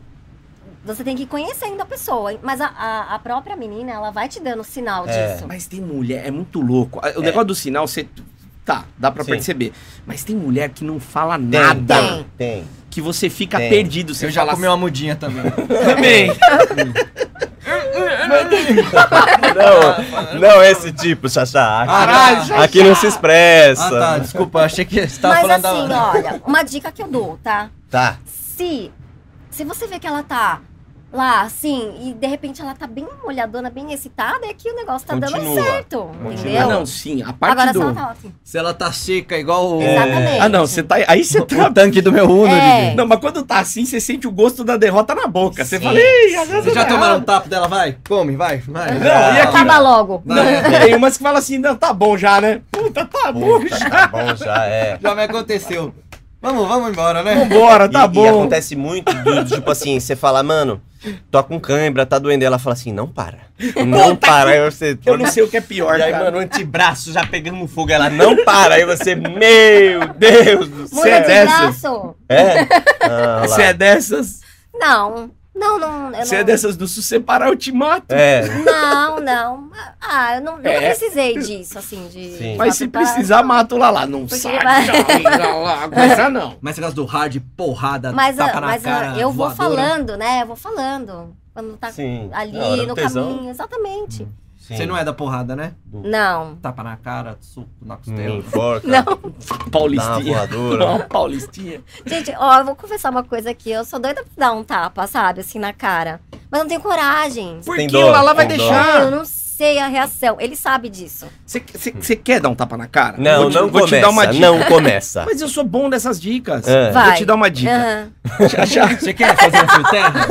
Speaker 4: Você tem que ir conhecendo a pessoa. hein? Mas a, a- a própria menina, ela vai te dando sinal
Speaker 2: É.
Speaker 4: disso.
Speaker 1: Mas tem mulher, é muito louco. O negócio do sinal, você. Tá, dá pra
Speaker 2: Sim.
Speaker 1: perceber. Mas tem mulher que não fala
Speaker 2: Tem,
Speaker 1: nada.
Speaker 4: Tem.
Speaker 2: Tem.
Speaker 1: Que você fica
Speaker 2: Tem.
Speaker 1: perdido. Você
Speaker 3: Eu já
Speaker 1: fala
Speaker 3: comi uma mudinha também.
Speaker 1: assim, também.
Speaker 2: Não, não esse tipo, Xaxá. Aqui,
Speaker 3: Caralho,
Speaker 1: Xaxá.
Speaker 2: aqui não se expressa.
Speaker 3: Ah, tá, desculpa, achei que você tava
Speaker 4: Mas
Speaker 3: falando
Speaker 4: assim,
Speaker 3: da.
Speaker 4: olha, uma dica que eu dou, tá?
Speaker 2: Tá.
Speaker 4: Se, se você vê que ela tá lá, assim, e de repente ela tá bem molhadona, bem excitada, é que o negócio tá
Speaker 2: Continua.
Speaker 4: dando certo,
Speaker 1: Ah,
Speaker 4: entendeu?
Speaker 1: não, sim. A parte
Speaker 4: Agora,
Speaker 1: do.
Speaker 4: se ela tá lá, assim,
Speaker 3: Se ela tá seca igual o,
Speaker 4: exatamente.
Speaker 1: Ah, não, você tá. Aí você tá.
Speaker 3: o tanque do meu Uno,
Speaker 4: É.
Speaker 3: Didi.
Speaker 1: Não, mas quando tá assim, você sente o gosto da derrota na boca. Você
Speaker 2: Sim,
Speaker 1: fala, ei, às
Speaker 2: sim.
Speaker 1: vezes
Speaker 3: Vocês já
Speaker 1: eu tô
Speaker 3: tomaram um
Speaker 1: errado."
Speaker 3: tapa dela? Vai, come, vai, vai.
Speaker 1: Não, e aqui?
Speaker 4: Acaba logo.
Speaker 3: Não.
Speaker 1: Não, tem umas que falam assim, não, tá bom já, né? Puta, tá bom
Speaker 2: Puta,
Speaker 1: já.
Speaker 2: tá bom já, é.
Speaker 3: Já me aconteceu. Vamos, vamos embora, né?
Speaker 1: Vambora, tá
Speaker 2: e,
Speaker 1: bom.
Speaker 2: e acontece muito do, do tipo assim, você fala, mano, tô com cãibra, tá doendo. E ela fala assim, não para. Não para. Aí você.
Speaker 1: Eu não sei o que é pior,
Speaker 2: E aí,
Speaker 1: cara.
Speaker 2: mano, o antebraço já pegando um fogo. Ela não para. Aí você, meu Deus do céu.
Speaker 4: Muda
Speaker 1: Você é
Speaker 4: de
Speaker 1: dessas?
Speaker 4: braço.
Speaker 2: É? Ah,
Speaker 1: Você é dessas.
Speaker 4: Não. Não, não. eu
Speaker 1: Você
Speaker 4: não...
Speaker 1: é dessas do se separar, eu te mato.
Speaker 2: É.
Speaker 4: Não, não. Ah, eu não, nunca
Speaker 1: É.
Speaker 4: precisei disso, assim, de.
Speaker 2: Sim.
Speaker 4: de
Speaker 1: Mas se
Speaker 4: matutar,
Speaker 1: precisar,
Speaker 4: não.
Speaker 1: mata o Lalá. Não
Speaker 4: Porque
Speaker 1: sai,
Speaker 4: vai-
Speaker 1: não, não, não, coisa não.
Speaker 3: Mas esse negócio do hard, porrada,
Speaker 4: Mas,
Speaker 3: tapa
Speaker 4: ah,
Speaker 3: na
Speaker 4: mas ah,
Speaker 3: cara,
Speaker 4: eu vou
Speaker 3: voadora.
Speaker 4: falando, né? Eu vou falando. Quando tá
Speaker 2: Sim.
Speaker 4: ali
Speaker 2: Na hora do
Speaker 4: no
Speaker 2: tesão,
Speaker 4: caminho, exatamente.
Speaker 2: Sim.
Speaker 3: Você não é da porrada, né?
Speaker 4: Não.
Speaker 3: Tapa na cara, suco na costela.
Speaker 2: Hum, forca,
Speaker 4: Não.
Speaker 1: Paulistinha.
Speaker 2: Dá uma voadora.
Speaker 1: Não, Paulistinha.
Speaker 4: Gente, ó, eu vou confessar uma coisa aqui. Eu sou doida pra dar um tapa, sabe? Assim, na cara. Mas eu não tenho coragem.
Speaker 1: Por
Speaker 2: Tem
Speaker 1: que
Speaker 2: dó,
Speaker 1: o Lalá vai
Speaker 2: tem dó.
Speaker 4: Eu
Speaker 1: deixar?
Speaker 4: não sei a reação. Ele sabe disso.
Speaker 1: Você quer dar um tapa na cara?
Speaker 2: Não,
Speaker 1: Vou te-
Speaker 2: não
Speaker 1: vou
Speaker 2: começa.
Speaker 1: te dar uma dica.
Speaker 2: Não começa.
Speaker 1: Mas eu sou bom nessas dicas.
Speaker 2: É.
Speaker 1: Vou
Speaker 4: Vai.
Speaker 1: te dar uma dica.
Speaker 4: Aham.
Speaker 1: Xaxá,
Speaker 3: Você quer fazer um fio terra?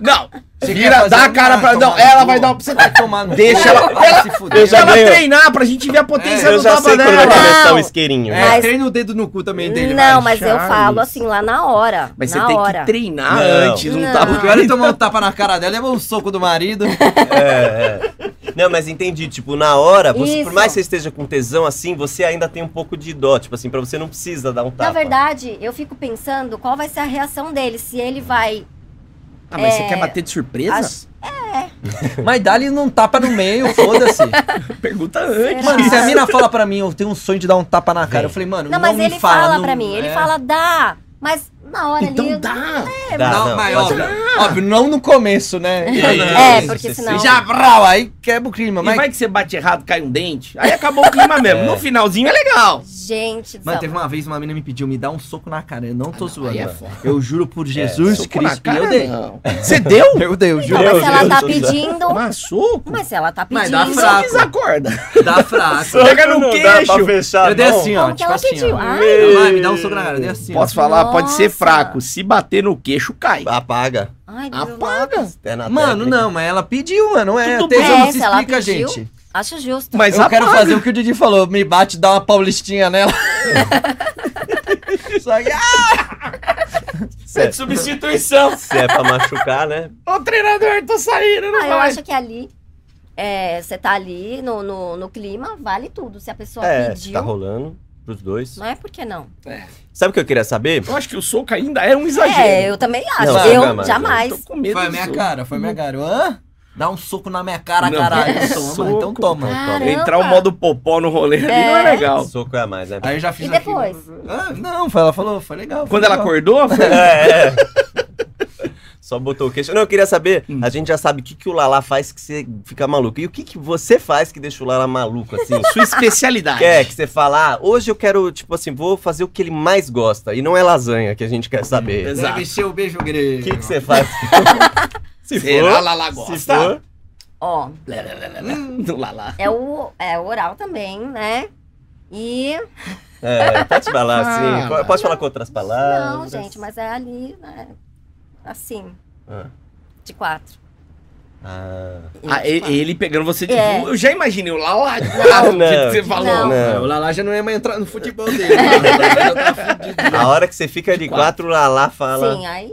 Speaker 1: Não,
Speaker 3: Você quer
Speaker 1: vira,
Speaker 3: fazer
Speaker 1: dá a
Speaker 3: um-
Speaker 1: cara
Speaker 3: Ah,
Speaker 1: pra. Não,
Speaker 3: tomar no
Speaker 1: ela
Speaker 3: cu.
Speaker 1: vai dar. um- Você
Speaker 3: Vai tomar no
Speaker 2: Deixa
Speaker 3: cu.
Speaker 2: ela-
Speaker 3: Vai
Speaker 1: ela-
Speaker 3: se
Speaker 1: Eu
Speaker 3: fuder.
Speaker 2: já
Speaker 1: já vai
Speaker 2: ganhei.
Speaker 1: treinar pra gente ver a potência
Speaker 3: É,
Speaker 2: Eu
Speaker 1: do
Speaker 2: já
Speaker 1: tapa
Speaker 2: sei quando vai
Speaker 1: dela.
Speaker 2: começar o
Speaker 4: Não.
Speaker 2: isqueirinho.
Speaker 3: É,
Speaker 4: Mas-
Speaker 3: treina o dedo no cu também dele,
Speaker 4: Não,
Speaker 3: vai.
Speaker 4: mas eu
Speaker 1: Charles.
Speaker 4: falo assim lá na hora.
Speaker 1: Mas você
Speaker 4: na
Speaker 1: tem
Speaker 4: hora.
Speaker 1: que treinar
Speaker 2: Não.
Speaker 1: antes, não,
Speaker 4: Não.
Speaker 1: tá
Speaker 3: O pior é tomar um tapa na cara dela, é um soco do marido.
Speaker 2: É, é. Não, mas entendi. Tipo, na hora, você, por
Speaker 4: Isso.
Speaker 2: mais que você esteja com tesão assim, você ainda tem um pouco de dó. Tipo assim, pra você não precisa dar um tapa.
Speaker 4: Na verdade, eu fico pensando qual vai ser a reação dele. Se ele vai É.
Speaker 1: Ah, mas você quer bater de surpresa?
Speaker 4: acho-
Speaker 3: mas dá-lhe um tapa no meio, foda-se.
Speaker 4: É
Speaker 1: Pergunta antes.
Speaker 4: Será?
Speaker 3: Mano, se a mina fala pra mim, eu tenho um sonho de dar um tapa na cara.
Speaker 2: Vem.
Speaker 3: Eu falei, mano,
Speaker 4: Não, mas
Speaker 3: me
Speaker 4: ele fala,
Speaker 3: não-
Speaker 4: pra mim, ele
Speaker 3: é.
Speaker 4: fala, dá. Mas na hora ali.
Speaker 1: Então
Speaker 4: eu-
Speaker 1: dá.
Speaker 2: Dá,
Speaker 3: não,
Speaker 2: não,
Speaker 3: mas
Speaker 2: pode-
Speaker 3: óbvio, óbvio, não no começo, né? E aí,
Speaker 4: É,
Speaker 2: Isso,
Speaker 4: porque
Speaker 2: isso,
Speaker 4: senão.
Speaker 2: isso.
Speaker 3: Já, brau, aí quebra o clima.
Speaker 1: E
Speaker 3: Mas,
Speaker 1: vai é que você bate errado, cai um dente. Aí acabou o clima mesmo.
Speaker 2: É.
Speaker 1: No finalzinho é legal.
Speaker 4: Gente, do
Speaker 3: Mano,
Speaker 4: céu.
Speaker 3: teve uma vez uma menina me pediu, me dá um soco na cara. Eu não tô zoando.
Speaker 1: aí é
Speaker 3: mano. eu juro por Jesus
Speaker 1: Soco na
Speaker 3: Cristo que
Speaker 1: cara,
Speaker 3: eu dei.
Speaker 1: não. Você deu?
Speaker 3: Eu dei, eu
Speaker 4: Não,
Speaker 3: juro.
Speaker 2: Meu
Speaker 4: mas se ela
Speaker 2: Deus,
Speaker 4: tá
Speaker 2: tô-
Speaker 4: pedindo.
Speaker 1: Mas soco?
Speaker 4: Mas se ela tá
Speaker 3: Mas
Speaker 4: pedindo.
Speaker 3: dá
Speaker 1: Só
Speaker 3: fraco.
Speaker 1: desacorda.
Speaker 3: Dá fraco.
Speaker 1: Pega no
Speaker 2: Não dá
Speaker 1: queixo.
Speaker 2: pra fechar,
Speaker 3: Eu dei
Speaker 2: não.
Speaker 3: assim, ó.
Speaker 4: Como que
Speaker 3: Tipo
Speaker 4: ela
Speaker 3: assim,
Speaker 4: pediu?
Speaker 3: ó.
Speaker 4: Ai,
Speaker 2: Meu.
Speaker 3: Vai, me dá um soco na cara. Eu dei assim, ó.
Speaker 1: Posso falar? Pode ser
Speaker 4: Nossa.
Speaker 1: fraco. Se bater no queixo, cai.
Speaker 2: Apaga.
Speaker 4: ai, meu
Speaker 1: Apaga.
Speaker 4: Deus.
Speaker 2: É na
Speaker 3: Mano,
Speaker 2: técnica.
Speaker 3: não, mas ela pediu, mano. Não é,
Speaker 1: Tudo
Speaker 3: tesão
Speaker 4: bem.
Speaker 3: não se
Speaker 4: É, se ela
Speaker 3: explica,
Speaker 4: pediu,
Speaker 3: gente.
Speaker 4: Acho justo.
Speaker 1: Mas
Speaker 3: eu quero
Speaker 1: apaga.
Speaker 3: fazer o que o Didi falou. Me bate, dá uma paulistinha nela. Só que, ah,
Speaker 1: Você é de substituição.
Speaker 2: Se é pra machucar, né?
Speaker 1: Ô treinador, tô saindo, não
Speaker 4: Ah, eu
Speaker 1: vai.
Speaker 4: acho que ali. é, Você tá ali no, no, no clima, vale tudo. Se a pessoa
Speaker 2: É,
Speaker 4: pediu.
Speaker 2: tá rolando pros dois.
Speaker 4: Não é porque não.
Speaker 2: Sabe o que eu queria saber?
Speaker 1: Eu acho que o soco ainda é um
Speaker 4: É,
Speaker 1: exagero.
Speaker 4: eu também acho.
Speaker 2: Não,
Speaker 4: eu
Speaker 2: jamais,
Speaker 4: jamais.
Speaker 1: né? Tô com medo
Speaker 3: Foi a
Speaker 1: do
Speaker 3: minha
Speaker 1: soco.
Speaker 3: cara, foi a minha cara. Eu, Hã? Dá um soco na minha cara,
Speaker 1: Não,
Speaker 3: caralho.
Speaker 1: soco.
Speaker 3: Toma, então toma.
Speaker 4: Caramba.
Speaker 1: Entrar o modo popó no rolê ali não é
Speaker 4: É.
Speaker 1: legal.
Speaker 2: Soco é a mais, né?
Speaker 3: Aí eu já fiz
Speaker 4: E depois?
Speaker 3: aqui. Ah, não, foi- ela falou, foi legal. foi
Speaker 1: Quando ela
Speaker 3: legal.
Speaker 1: acordou, foi-
Speaker 2: É, é. Só botou o queixo. Não, eu queria saber,
Speaker 1: Hum.
Speaker 2: a gente já sabe o que, que o Lala faz que você fica maluco. E o que, que você faz que deixa o Lala maluco, assim?
Speaker 1: sua especialidade.
Speaker 2: Que é, que você fala, ah, hoje eu quero, tipo assim, vou fazer o que ele mais gosta. E não é lasanha que a gente quer saber.
Speaker 1: Exato.
Speaker 3: Deve ser o beijo
Speaker 2: O
Speaker 3: grego.
Speaker 2: que, que você faz? se
Speaker 1: Será Lala
Speaker 2: for, se
Speaker 1: gosta? Hum,
Speaker 2: for.
Speaker 4: Ó,
Speaker 1: Do Lala.
Speaker 4: é o, é o oral também, né? E.
Speaker 2: É, pode falar assim,
Speaker 1: Ah,
Speaker 2: po- pode falar com outras
Speaker 4: Não,
Speaker 2: palavras.
Speaker 4: gente, mas é ali, né? Assim,
Speaker 2: Ah,
Speaker 4: de quatro.
Speaker 2: ah.
Speaker 1: Ah, e- ele pegando você de
Speaker 4: É.
Speaker 1: Eu já imaginei o Lala de
Speaker 2: Não,
Speaker 1: lado, do jeito
Speaker 2: não.
Speaker 1: que você falou.
Speaker 4: Não.
Speaker 3: É, o
Speaker 2: Não.
Speaker 3: Lala já não ia mais entrar no futebol dele. mano. O Lala já tá fudido.
Speaker 2: A hora que você fica de quatro, o Lala fala.
Speaker 4: Sim, aí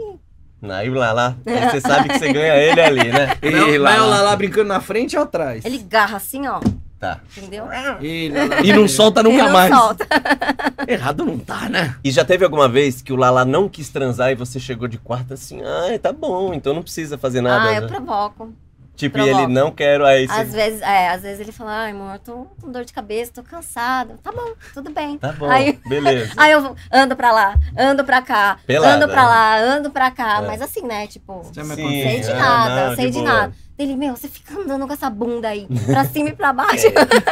Speaker 2: Aí o Lala, aí você sabe que você ganha ele ali, né?
Speaker 1: Ei,
Speaker 3: Não,
Speaker 1: Lala.
Speaker 3: não é o Lala brincando na frente ou atrás?
Speaker 4: Ele garra assim, ó,
Speaker 2: Tá.
Speaker 4: entendeu?
Speaker 3: Ih, Lala. é.
Speaker 1: E não solta
Speaker 4: Ele
Speaker 1: nunca
Speaker 4: não
Speaker 1: mais.
Speaker 4: solta.
Speaker 1: Errado não tá, né?
Speaker 2: E já teve alguma vez que o Lala não quis transar e você chegou de quarta assim, ah, tá bom, então não precisa fazer nada.
Speaker 4: ah, eu
Speaker 2: né?
Speaker 4: provoco.
Speaker 2: Tipo, e
Speaker 4: provoco.
Speaker 2: ele não quer, aí você...
Speaker 4: Às vezes, é, às vezes ele fala, ai, amor, tô com dor de cabeça, tô cansado. Tá bom, tudo bem.
Speaker 2: Tá bom,
Speaker 4: Aí-
Speaker 2: beleza.
Speaker 4: Aí eu ando pra lá, ando pra cá,
Speaker 2: Pelada,
Speaker 4: ando pra
Speaker 2: né?
Speaker 4: lá, ando pra cá.
Speaker 2: É.
Speaker 4: Mas assim, né, tipo,
Speaker 3: Já me
Speaker 2: Sim,
Speaker 3: aconteceu.
Speaker 4: sei de
Speaker 2: é,
Speaker 4: nada,
Speaker 2: não,
Speaker 4: sei de,
Speaker 2: boa.
Speaker 4: nada. Ele, meu, você fica andando com essa bunda aí, pra cima e pra
Speaker 2: É.
Speaker 4: baixo.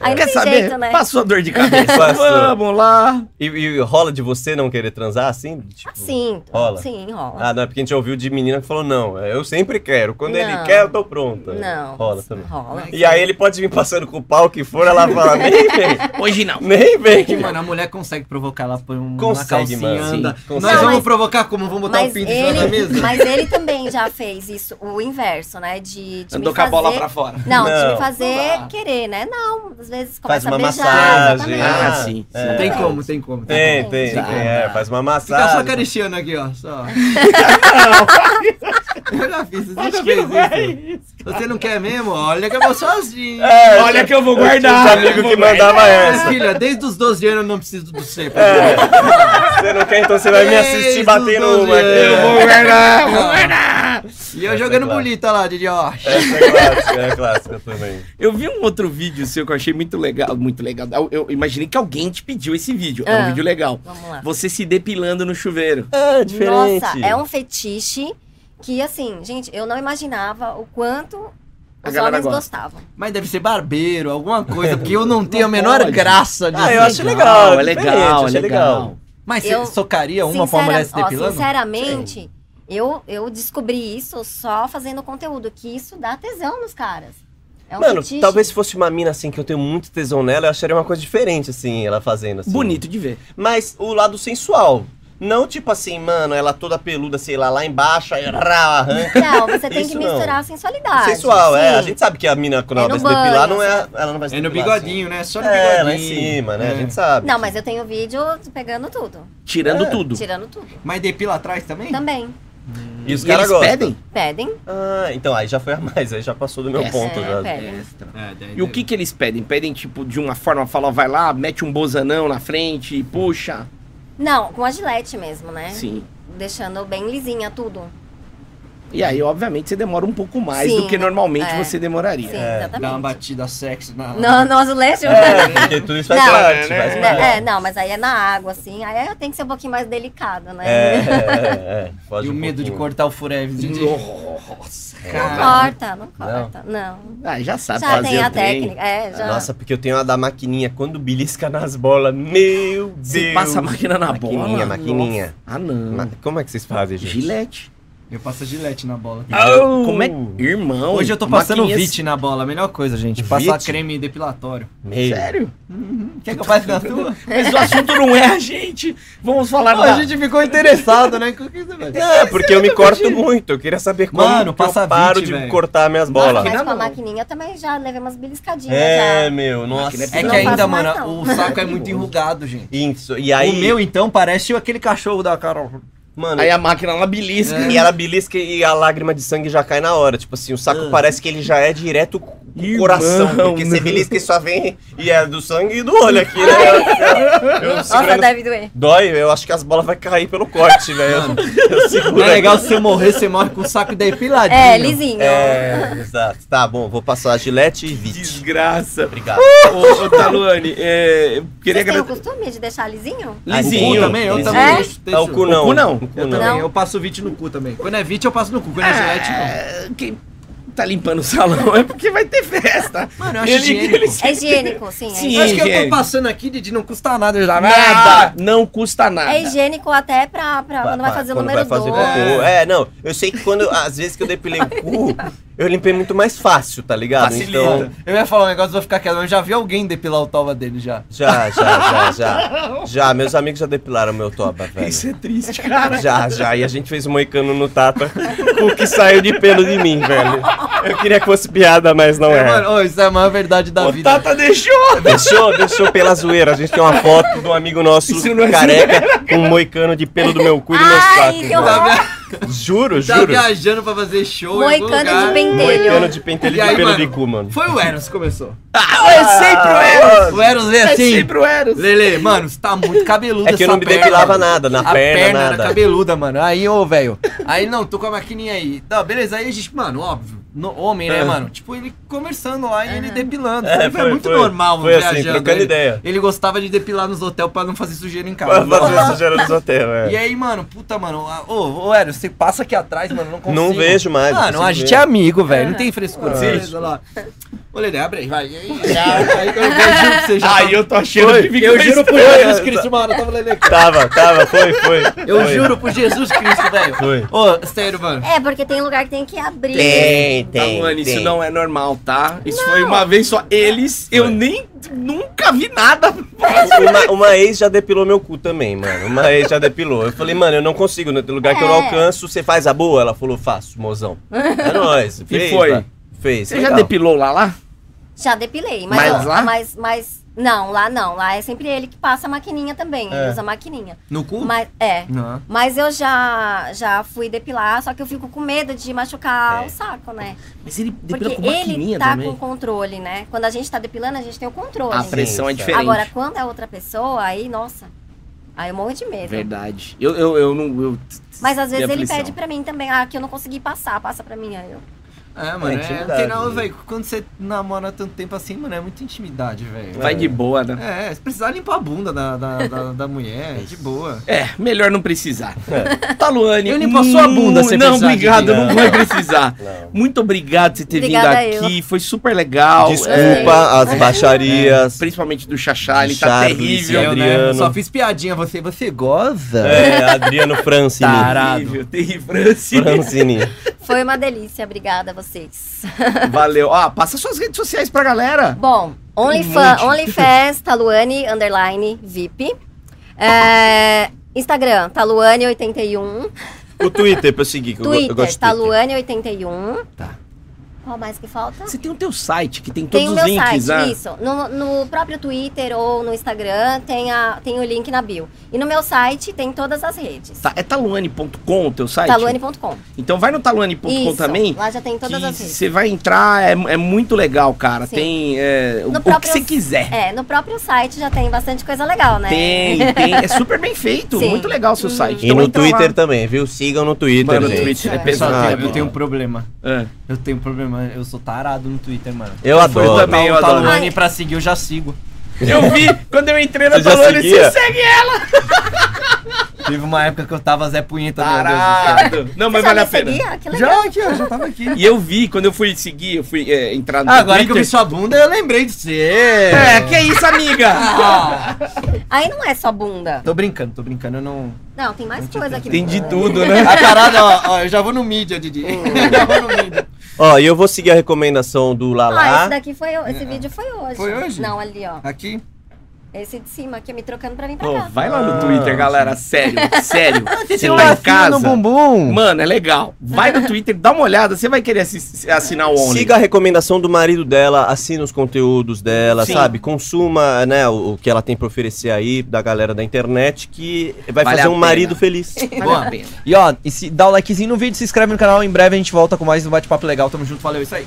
Speaker 4: aí não
Speaker 1: Quer
Speaker 4: tem
Speaker 1: saber?
Speaker 4: jeito, né?
Speaker 1: Passou a dor de cabeça.
Speaker 2: Passou.
Speaker 1: Vamos lá.
Speaker 2: E, e rola de você não querer transar assim? Tipo...
Speaker 4: Tá Sim,
Speaker 2: Rola?
Speaker 4: sim, rola.
Speaker 2: Ah, não, é porque a gente ouviu de menina que falou, não, é, eu sempre quero. Quando ele
Speaker 4: Não.
Speaker 2: quer, eu tô pronta.
Speaker 4: não,
Speaker 2: Rola também.
Speaker 4: rola.
Speaker 2: E aí ele pode vir passando com o pau que for, ela fala, nem vem,
Speaker 1: Hoje não.
Speaker 2: nem
Speaker 3: É que,
Speaker 2: vem.
Speaker 3: mano, a mulher consegue provocar lá por um,
Speaker 2: Consegue,
Speaker 3: uma calcinha.
Speaker 2: mano.
Speaker 3: anda.
Speaker 2: Sim,
Speaker 3: Nós
Speaker 2: consegue.
Speaker 3: vamos
Speaker 4: Mas-
Speaker 3: provocar como? Vamos botar o
Speaker 4: Mas
Speaker 3: pinto em cima da
Speaker 4: ele,
Speaker 3: mesa?
Speaker 4: mas ele também já fez isso, o inverso, né? De, de
Speaker 1: Andou
Speaker 4: me
Speaker 1: com a
Speaker 4: fazer...
Speaker 1: bola pra fora.
Speaker 4: Não, de
Speaker 2: Não.
Speaker 4: me fazer
Speaker 3: Não.
Speaker 4: querer, né? Não, às vezes
Speaker 2: Faz
Speaker 4: começa
Speaker 2: uma
Speaker 4: a beijar.
Speaker 2: massagem.
Speaker 4: exatamente.
Speaker 1: Ah, sim,
Speaker 2: É.
Speaker 1: sim.
Speaker 3: Tem como, tem como.
Speaker 2: Tem,
Speaker 3: como.
Speaker 2: tem, tem.
Speaker 1: Dá,
Speaker 2: É, faz uma
Speaker 3: Fica só
Speaker 2: massagem.
Speaker 3: carichando aqui, ó. Só. Eu já fiz isso, você já fez isso. Você não quer mesmo? Olha que eu vou sozinho.
Speaker 2: É,
Speaker 1: Olha que eu vou
Speaker 2: eu
Speaker 1: guardar.
Speaker 2: tinha uns amigos
Speaker 1: eu
Speaker 2: que
Speaker 1: vou guardar.
Speaker 2: mandava essa.
Speaker 3: Filha, desde os 12 anos eu não preciso do sepo.
Speaker 2: É. Você não quer, então você vai me assistir
Speaker 3: Desde
Speaker 2: batendo
Speaker 3: os doze
Speaker 2: uma aqui.
Speaker 1: Eu
Speaker 2: né?
Speaker 1: vou guardar, vou guardar.
Speaker 3: E eu
Speaker 2: Essa é
Speaker 3: jogando
Speaker 2: clássica.
Speaker 3: bolita lá, Didi, ó.
Speaker 2: Essa é clássica, é clássica também.
Speaker 1: Eu vi um outro vídeo seu que eu achei muito legal. Muito legal. Eu, eu imaginei que alguém te pediu esse vídeo. É um
Speaker 4: Ah.
Speaker 1: vídeo legal.
Speaker 4: Vamos lá.
Speaker 1: Você se depilando no chuveiro.
Speaker 2: Ah,
Speaker 4: Nossa, é um fetiche que, assim, gente, eu não imaginava o quanto
Speaker 1: A
Speaker 4: os
Speaker 1: galera
Speaker 4: homens
Speaker 1: gosta.
Speaker 4: gostavam.
Speaker 3: Mas deve ser barbeiro, alguma coisa, porque eu não tenho a
Speaker 1: Não
Speaker 3: menor
Speaker 1: pode.
Speaker 3: graça disso.
Speaker 2: Ah, eu acho legal.
Speaker 1: Não, é legal, é
Speaker 2: diferente, achei
Speaker 1: legal.
Speaker 3: Mas
Speaker 4: Eu-
Speaker 3: você socaria é uma pra
Speaker 4: Sincera-
Speaker 3: uma mulher se
Speaker 4: ó,
Speaker 3: depilando?
Speaker 4: sinceramente, eu, eu descobri isso só fazendo conteúdo, que isso dá tesão nos caras. É um
Speaker 2: Mano,
Speaker 4: fetiche.
Speaker 2: talvez se fosse uma mina assim que eu tenho muito tesão nela, eu acharia uma coisa diferente, assim, ela fazendo assim.
Speaker 1: Bonito de ver.
Speaker 2: Mas o lado sensual. Não tipo assim, mano, ela toda peluda, sei lá, lá embaixo, aí rá, arranca.
Speaker 4: Não, você tem
Speaker 2: Isso
Speaker 4: que
Speaker 2: não.
Speaker 4: misturar a sensualidade.
Speaker 2: Sensual, é.
Speaker 4: sim.
Speaker 2: A gente sabe que a mina, quando
Speaker 4: É
Speaker 2: ela
Speaker 4: no
Speaker 2: vai se depilar,
Speaker 4: banho,
Speaker 2: não é, ela não vai se
Speaker 3: É no
Speaker 2: depilar assim.
Speaker 3: bigodinho, né? Só no bigodinho.
Speaker 2: É, lá em cima, né? A
Speaker 3: É.
Speaker 2: gente sabe.
Speaker 4: Não, mas eu tenho vídeo pegando tudo,
Speaker 1: Tirando
Speaker 2: É.
Speaker 1: tudo.
Speaker 4: tirando tudo.
Speaker 3: Mas depila atrás também?
Speaker 4: Também.
Speaker 2: E os
Speaker 1: E
Speaker 2: caras
Speaker 1: eles
Speaker 2: gostam.
Speaker 1: pedem?
Speaker 4: Pedem,
Speaker 2: Ah, então aí já foi a mais, aí já passou do meu
Speaker 1: É.
Speaker 2: ponto.
Speaker 4: É,
Speaker 2: já.
Speaker 4: pede.
Speaker 3: Extra. É, daí-
Speaker 1: E o que que eles pedem? Pedem, tipo, de uma forma, fala, ó, vai lá, mete um bozanão na frente e puxa.
Speaker 4: Não, com a gilete mesmo, né?
Speaker 1: Sim.
Speaker 4: Deixando bem lisinha tudo.
Speaker 1: E aí, obviamente, você demora um pouco mais
Speaker 4: Sim,
Speaker 1: do que normalmente
Speaker 4: é.
Speaker 1: você demoraria.
Speaker 4: Sim,
Speaker 2: É,
Speaker 4: exatamente.
Speaker 3: Dá uma batida sexy na...
Speaker 4: No, no azulejo?
Speaker 2: É, porque tudo isso faz
Speaker 4: Não,
Speaker 2: parte,
Speaker 1: né,
Speaker 2: faz
Speaker 1: né,
Speaker 4: Né,
Speaker 2: parte.
Speaker 4: É, não, mas aí é na água, assim. Aí tem que ser um pouquinho mais delicado, né?
Speaker 2: É, é, é. Foge
Speaker 3: E o
Speaker 2: um
Speaker 3: medo de
Speaker 2: pouquinho.
Speaker 3: cortar o furev. de- de-
Speaker 1: Nossa,
Speaker 4: Não
Speaker 1: cara.
Speaker 4: corta, não corta. Não.
Speaker 1: Ah, já sabe
Speaker 4: Já
Speaker 1: fazer
Speaker 4: tem a
Speaker 1: o trem.
Speaker 4: técnica. É, já.
Speaker 2: Nossa, porque eu tenho a da maquininha, quando belisca nas bolas, meu Deus.
Speaker 1: Você passa a máquina na bola.
Speaker 2: Maquininha, maquininha.
Speaker 1: Ah, não.
Speaker 2: Ma- Como é que vocês fazem, gente?
Speaker 1: Gilete.
Speaker 3: Eu passo gilete na bola.
Speaker 2: Au!
Speaker 1: Como é? Irmão.
Speaker 3: Hoje eu tô passando
Speaker 1: maquininha-
Speaker 3: VIT na bola, a melhor coisa, gente. Passar
Speaker 2: Vit?
Speaker 3: creme depilatório.
Speaker 1: né?
Speaker 2: Meu.
Speaker 1: Sério?
Speaker 3: Quer que eu faça na tua?
Speaker 1: Mas o assunto não é a gente. Vamos falar
Speaker 3: Pô,
Speaker 1: da...
Speaker 3: a gente ficou interessado, né? Com o que você vai-
Speaker 2: Não, é porque eu me corto muito. Eu queria saber como
Speaker 3: Mano,
Speaker 2: que eu
Speaker 3: passa
Speaker 2: paro
Speaker 3: 20,
Speaker 2: de
Speaker 3: velho.
Speaker 2: cortar minhas bolas.
Speaker 4: Mas
Speaker 1: Máquina
Speaker 4: com a
Speaker 1: não.
Speaker 4: maquininha eu também já levei umas beliscadinhas.
Speaker 2: É,
Speaker 4: já.
Speaker 2: meu, nossa.
Speaker 1: Máquina
Speaker 3: É que
Speaker 4: Não
Speaker 3: ainda,
Speaker 4: faço mais,
Speaker 3: mano,
Speaker 4: não.
Speaker 3: o saco é muito enrugado, gente.
Speaker 2: Isso. E aí,
Speaker 3: O meu, então, parece aquele cachorro da Carol.
Speaker 2: mano,
Speaker 1: Aí a máquina lá belisca.
Speaker 3: É.
Speaker 2: E ela belisca e a lágrima de sangue já cai na hora. Tipo assim, o saco
Speaker 3: Ah.
Speaker 2: parece que ele já é direto com o
Speaker 1: Irmão,
Speaker 2: coração. Porque você
Speaker 1: não.
Speaker 2: belisca e só vem. E é do sangue e do olho aqui, né? Eu,
Speaker 4: Nossa,
Speaker 2: segurando-
Speaker 4: deve doer.
Speaker 2: Dói, eu acho que as bolas vão cair pelo corte, velho. Eu, eu seguro.
Speaker 3: Não é legal se você morrer, você morre com o saco depiladinho.
Speaker 4: É, lisinho.
Speaker 2: É, exato. Tá bom, vou passar a gilete e vit.
Speaker 1: Desgraça.
Speaker 2: Obrigado.
Speaker 1: ô, ô, Taluane, é, eu queria
Speaker 4: Vocês têm o
Speaker 1: agradecer.
Speaker 4: costume de deixar lisinho?
Speaker 3: O cu
Speaker 1: Lisinho.
Speaker 3: também, eu
Speaker 2: Lisinho.
Speaker 3: também.
Speaker 4: É?
Speaker 3: deixo-
Speaker 2: Tá,
Speaker 3: deixo.
Speaker 2: o cu não.
Speaker 1: O cu não.
Speaker 2: O cu
Speaker 3: Eu
Speaker 2: não.
Speaker 3: também,
Speaker 4: Não. Ah.
Speaker 3: eu passo VIT no cu também. Quando é VIT, eu passo no cu. Quando é gilete, não.
Speaker 1: Ah, Quem tá limpando o salão é porque vai ter festa.
Speaker 3: Mano, eu acho
Speaker 1: Ele-
Speaker 3: higiênico.
Speaker 1: ele-
Speaker 4: É higiênico,
Speaker 1: Sim.
Speaker 4: sim. É, higiênico.
Speaker 3: Eu acho que eu tô
Speaker 1: higiênico.
Speaker 3: passando aqui, Didi, não custa nada
Speaker 1: Ah!
Speaker 3: já.
Speaker 1: Nada. Não custa nada.
Speaker 4: É higiênico até pra, pra quando vai fazer o
Speaker 2: Quando
Speaker 4: número
Speaker 2: vai fazer
Speaker 4: 2.
Speaker 2: cocô. É, não. Eu sei que quando, às vezes que eu depilei o cu, eu limpei muito mais fácil, tá ligado?
Speaker 1: Facilita.
Speaker 2: Então,
Speaker 3: Eu ia falar um negócio, vou ficar quieto, mas eu já vi alguém depilar o toba dele já.
Speaker 2: já, já, já, já. Já, meus amigos já depilaram meu toba, velho.
Speaker 1: Isso é triste, cara.
Speaker 2: Já, já. E a gente fez um moicano no tapa com o que saiu de pelo de mim, velho. Eu queria que fosse piada, mas não
Speaker 3: É,
Speaker 2: é.
Speaker 3: mano, ô, tá- isso é a maior verdade da
Speaker 1: o
Speaker 3: vida.
Speaker 1: Tata deixou.
Speaker 2: Deixou, deixou pela zoeira. A gente tem uma foto de um amigo nosso
Speaker 1: Isso não é
Speaker 2: careca com um moicano de pelo do meu cu e do meu
Speaker 4: Ai,
Speaker 2: saco.
Speaker 4: que
Speaker 2: velho.
Speaker 3: Tá,
Speaker 4: horror.
Speaker 3: via-
Speaker 2: Juro,
Speaker 3: tá
Speaker 2: juro.
Speaker 3: viajando pra fazer show em algum
Speaker 4: Moicano de
Speaker 3: lugar.
Speaker 2: Moicano
Speaker 4: pentelho.
Speaker 2: de pentelho
Speaker 3: E aí,
Speaker 2: de pelo
Speaker 3: mano?
Speaker 2: de cu, mano.
Speaker 3: Foi o Eros que começou.
Speaker 1: Ah, é sempre o Eros.
Speaker 3: O Eros veio
Speaker 1: É
Speaker 3: assim.
Speaker 1: sempre o Eros.
Speaker 3: Lele, mano, você tá muito cabeludo
Speaker 2: É que eu
Speaker 3: essa
Speaker 2: não me
Speaker 3: perna,
Speaker 2: depilava
Speaker 3: mano.
Speaker 2: nada, na
Speaker 3: a
Speaker 2: perna,
Speaker 3: era
Speaker 2: nada.
Speaker 3: cabeluda, mano. Aí, ô, velho. Aí, não, tô com a maquininha aí. Tá, beleza. Aí a gente, mano, óbvio. no- homem, né,
Speaker 2: É.
Speaker 3: mano? Tipo, ele conversando lá e ele depilando.
Speaker 2: É,
Speaker 3: É, foi,
Speaker 2: foi-
Speaker 3: muito
Speaker 2: foi.
Speaker 3: normal,
Speaker 2: Foi assim, trocando
Speaker 3: ele,
Speaker 2: ideia.
Speaker 3: Ele gostava de depilar nos hotéis pra não fazer sujeira em
Speaker 2: Pra
Speaker 3: casa.
Speaker 2: fazer a sujeira dos hotéis,
Speaker 3: E
Speaker 1: é.
Speaker 2: velho.
Speaker 3: aí, mano, puta, mano. a- Ô, ô, Hélio, você passa aqui atrás, mano, não consigo.
Speaker 2: Não vejo mais,
Speaker 3: Mano,
Speaker 2: consigo
Speaker 3: a gente
Speaker 2: ver.
Speaker 3: é amigo, velho. Não tem frescura.
Speaker 2: Ah,
Speaker 3: Beleza, lá. Ô, Lele, abre aí, vai. Aí, aí, quando eu vejo, juro pra você já.
Speaker 1: Aí
Speaker 3: tá-
Speaker 1: eu tô achando
Speaker 2: Foi.
Speaker 1: que fica
Speaker 3: eu juro por
Speaker 1: estranho.
Speaker 3: Jesus Cristo, mano. Eu tava Lele aqui.
Speaker 2: Tava, tava, foi, foi.
Speaker 3: Eu
Speaker 2: Foi.
Speaker 3: juro por Jesus Cristo, velho.
Speaker 2: Foi.
Speaker 3: Ô, sério, mano.
Speaker 4: É, porque tem lugar que tem que abrir.
Speaker 2: Tem,
Speaker 1: Tá,
Speaker 2: tem.
Speaker 1: Luane, isso
Speaker 2: tem.
Speaker 1: não é normal, tá? Isso foi uma vez só eles. Eu nem nunca vi nada.
Speaker 2: Uma, uma ex já depilou meu cu também, mano. Uma ex já depilou. Eu falei, mano, eu não consigo. No lugar que eu não
Speaker 4: É.
Speaker 2: alcanço, você faz a boa? Ela falou, faço, mozão. É nóis. Fez,
Speaker 1: foi?
Speaker 2: tá? Fez.
Speaker 1: Você já
Speaker 2: legal.
Speaker 1: depilou lá lá?
Speaker 4: Já depilei, mas,
Speaker 1: Mas
Speaker 4: ó,
Speaker 1: lá?
Speaker 4: mas, mas- não, lá não. Lá é sempre ele que passa a maquininha também.
Speaker 2: É.
Speaker 4: Ele usa a maquininha.
Speaker 3: No cu?
Speaker 4: Mas é.
Speaker 3: Não.
Speaker 4: Mas eu já já fui depilar, só que eu fico com medo de machucar
Speaker 2: É.
Speaker 4: o saco, né?
Speaker 1: Mas ele
Speaker 4: Porque
Speaker 1: depilou com
Speaker 4: ele
Speaker 1: maquininha
Speaker 4: tá
Speaker 1: também.
Speaker 4: com controle, né? Quando a gente tá depilando, a gente tem o controle.
Speaker 1: A
Speaker 2: Sim,
Speaker 1: pressão é
Speaker 2: sim.
Speaker 1: diferente.
Speaker 4: Agora, quando é outra pessoa, aí, nossa. Aí eu morro de medo.
Speaker 1: Verdade. Eu, eu, eu não. Eu...
Speaker 4: Mas às vezes
Speaker 1: Minha
Speaker 4: ele
Speaker 1: aflição.
Speaker 4: pede pra mim também, ah, que eu não consegui passar, passa pra mim. Aí eu,
Speaker 3: É, mano. É,
Speaker 2: intimidade,
Speaker 3: não tem nada,
Speaker 2: né?
Speaker 3: velho. Quando você namora tanto tempo assim, mano, é muita intimidade, velho.
Speaker 1: Vai de boa, né?
Speaker 3: É, se precisar limpar a bunda da, da, da, da mulher, de boa.
Speaker 1: É, melhor não precisar. Tá, Luane.
Speaker 3: Eu limpo a sua bunda se
Speaker 1: Não,
Speaker 3: precisar de
Speaker 1: obrigado,
Speaker 3: mim.
Speaker 1: não vai precisar.
Speaker 2: Não.
Speaker 1: Muito obrigado por você ter
Speaker 4: Obrigada
Speaker 1: vindo
Speaker 4: eu.
Speaker 1: aqui. Foi super legal. É.
Speaker 2: Desculpa as baixarias.
Speaker 1: Principalmente do Xaxá, ele tá
Speaker 2: Charles,
Speaker 1: terrível.
Speaker 2: é,
Speaker 3: Eu né,
Speaker 2: Adriano.
Speaker 3: só fiz piadinha. Você, você goza?
Speaker 2: É, Adriano Francini.
Speaker 1: Tá Terrível, terrível. Francine.
Speaker 2: Francini.
Speaker 4: Foi uma delícia, obrigada a vocês.
Speaker 1: Valeu. Ó, passa suas redes sociais pra galera.
Speaker 4: Bom,
Speaker 1: um
Speaker 4: OnlyFans, OnlyFans, Taluane, underline, VIP. É, Instagram, Taluane81.
Speaker 2: O Twitter, pra eu seguir, que eu go- eu gosto
Speaker 4: Twitter, tá
Speaker 2: de Twitter.
Speaker 4: Taluane81.
Speaker 1: Tá.
Speaker 4: Qual mais que falta?
Speaker 1: Você tem o teu site, que tem todos
Speaker 4: Tem o
Speaker 1: os
Speaker 4: meu
Speaker 1: links,
Speaker 4: site,
Speaker 1: né?
Speaker 4: isso. No, no próprio Twitter ou no Instagram tem, a, tem o link na bio. E no meu site tem todas as redes.
Speaker 1: Tá, é taluane.com o teu site?
Speaker 4: Taluane.com.
Speaker 1: Então vai no taluane.com
Speaker 4: Isso,
Speaker 1: também.
Speaker 4: Lá já tem
Speaker 1: que
Speaker 4: todas as redes.
Speaker 1: Você vai entrar, é, é muito legal, cara.
Speaker 4: Sim.
Speaker 1: Tem é, o,
Speaker 4: No
Speaker 1: o que
Speaker 4: próprio-
Speaker 1: você quiser.
Speaker 4: É, no próprio site já tem bastante coisa legal, né?
Speaker 1: Tem, tem. É super bem feito.
Speaker 4: Sim.
Speaker 1: Muito legal o seu site. Então
Speaker 2: E no Twitter também, viu? Sigam no Twitter,
Speaker 1: Mano, no
Speaker 2: gente.
Speaker 1: Twitter é
Speaker 4: Isso, é.
Speaker 1: pesado.
Speaker 2: Ah,
Speaker 3: Pessoal, eu tenho- eu tenho um problema.
Speaker 1: É.
Speaker 3: Eu tenho um problema. Eu sou tarado no Twitter, mano.
Speaker 2: Eu adoro.
Speaker 1: Eu também, eu
Speaker 3: Tá
Speaker 1: adoro.
Speaker 3: Luane
Speaker 4: Ai.
Speaker 3: pra seguir, eu já sigo.
Speaker 1: Eu vi quando eu entrei na
Speaker 2: Você já
Speaker 1: Taluane,
Speaker 2: seguia?
Speaker 1: você segue
Speaker 3: Teve uma época que eu tava Zé Punheta, meu Deus do céu.
Speaker 1: tarado. Não,
Speaker 4: Você
Speaker 1: mas
Speaker 4: já
Speaker 1: vale
Speaker 4: me
Speaker 1: a pena.
Speaker 4: seguia? Que legal.
Speaker 3: Já aqui, ó, já tava aqui.
Speaker 1: E eu vi, quando eu fui seguir, eu fui é, entrar no
Speaker 3: Ah, agora que eu
Speaker 1: Twitter.
Speaker 3: vi sua bunda, eu lembrei de você.
Speaker 1: É, que isso, amiga?
Speaker 3: Ah,
Speaker 4: Aí não é só bunda.
Speaker 3: tô brincando, tô brincando, eu não.
Speaker 4: Não, tem mais coisa aqui. Ah,
Speaker 1: Tem de
Speaker 4: dentro.
Speaker 1: tudo, né?
Speaker 3: A parada, ó, ó, eu já vou no mídia, Didi. já vou no mídia.
Speaker 2: Ó, e eu vou seguir a recomendação do
Speaker 4: Ah,
Speaker 2: Lala.
Speaker 4: esse daqui foi ho-
Speaker 1: É.
Speaker 4: Esse vídeo foi hoje.
Speaker 3: Foi hoje?
Speaker 4: Não, ali, ó.
Speaker 3: Aqui?
Speaker 4: Esse de cima aqui, me trocando pra vir pra
Speaker 1: Pô,
Speaker 4: cá.
Speaker 1: vai lá no
Speaker 2: Ah,
Speaker 1: Twitter, galera. Sério, sério. Você tá em
Speaker 3: no
Speaker 1: casa.
Speaker 3: bumbum.
Speaker 1: Mano, é legal. Vai no Twitter, dá uma olhada. Você vai querer assis- assinar o Only.
Speaker 2: Siga a recomendação do marido dela, assina os conteúdos dela,
Speaker 1: Sim.
Speaker 2: sabe? Consuma, né, o, o que ela tem pra oferecer aí da galera da internet que vai
Speaker 1: Vale
Speaker 2: fazer
Speaker 1: a
Speaker 2: um
Speaker 1: pena.
Speaker 2: marido feliz.
Speaker 1: Vale
Speaker 3: Boa.
Speaker 1: a pena.
Speaker 3: E ó, e se dá o likezinho no vídeo, se inscreve no canal, em breve a gente volta com mais um bate-papo legal. Tamo junto, valeu, isso aí.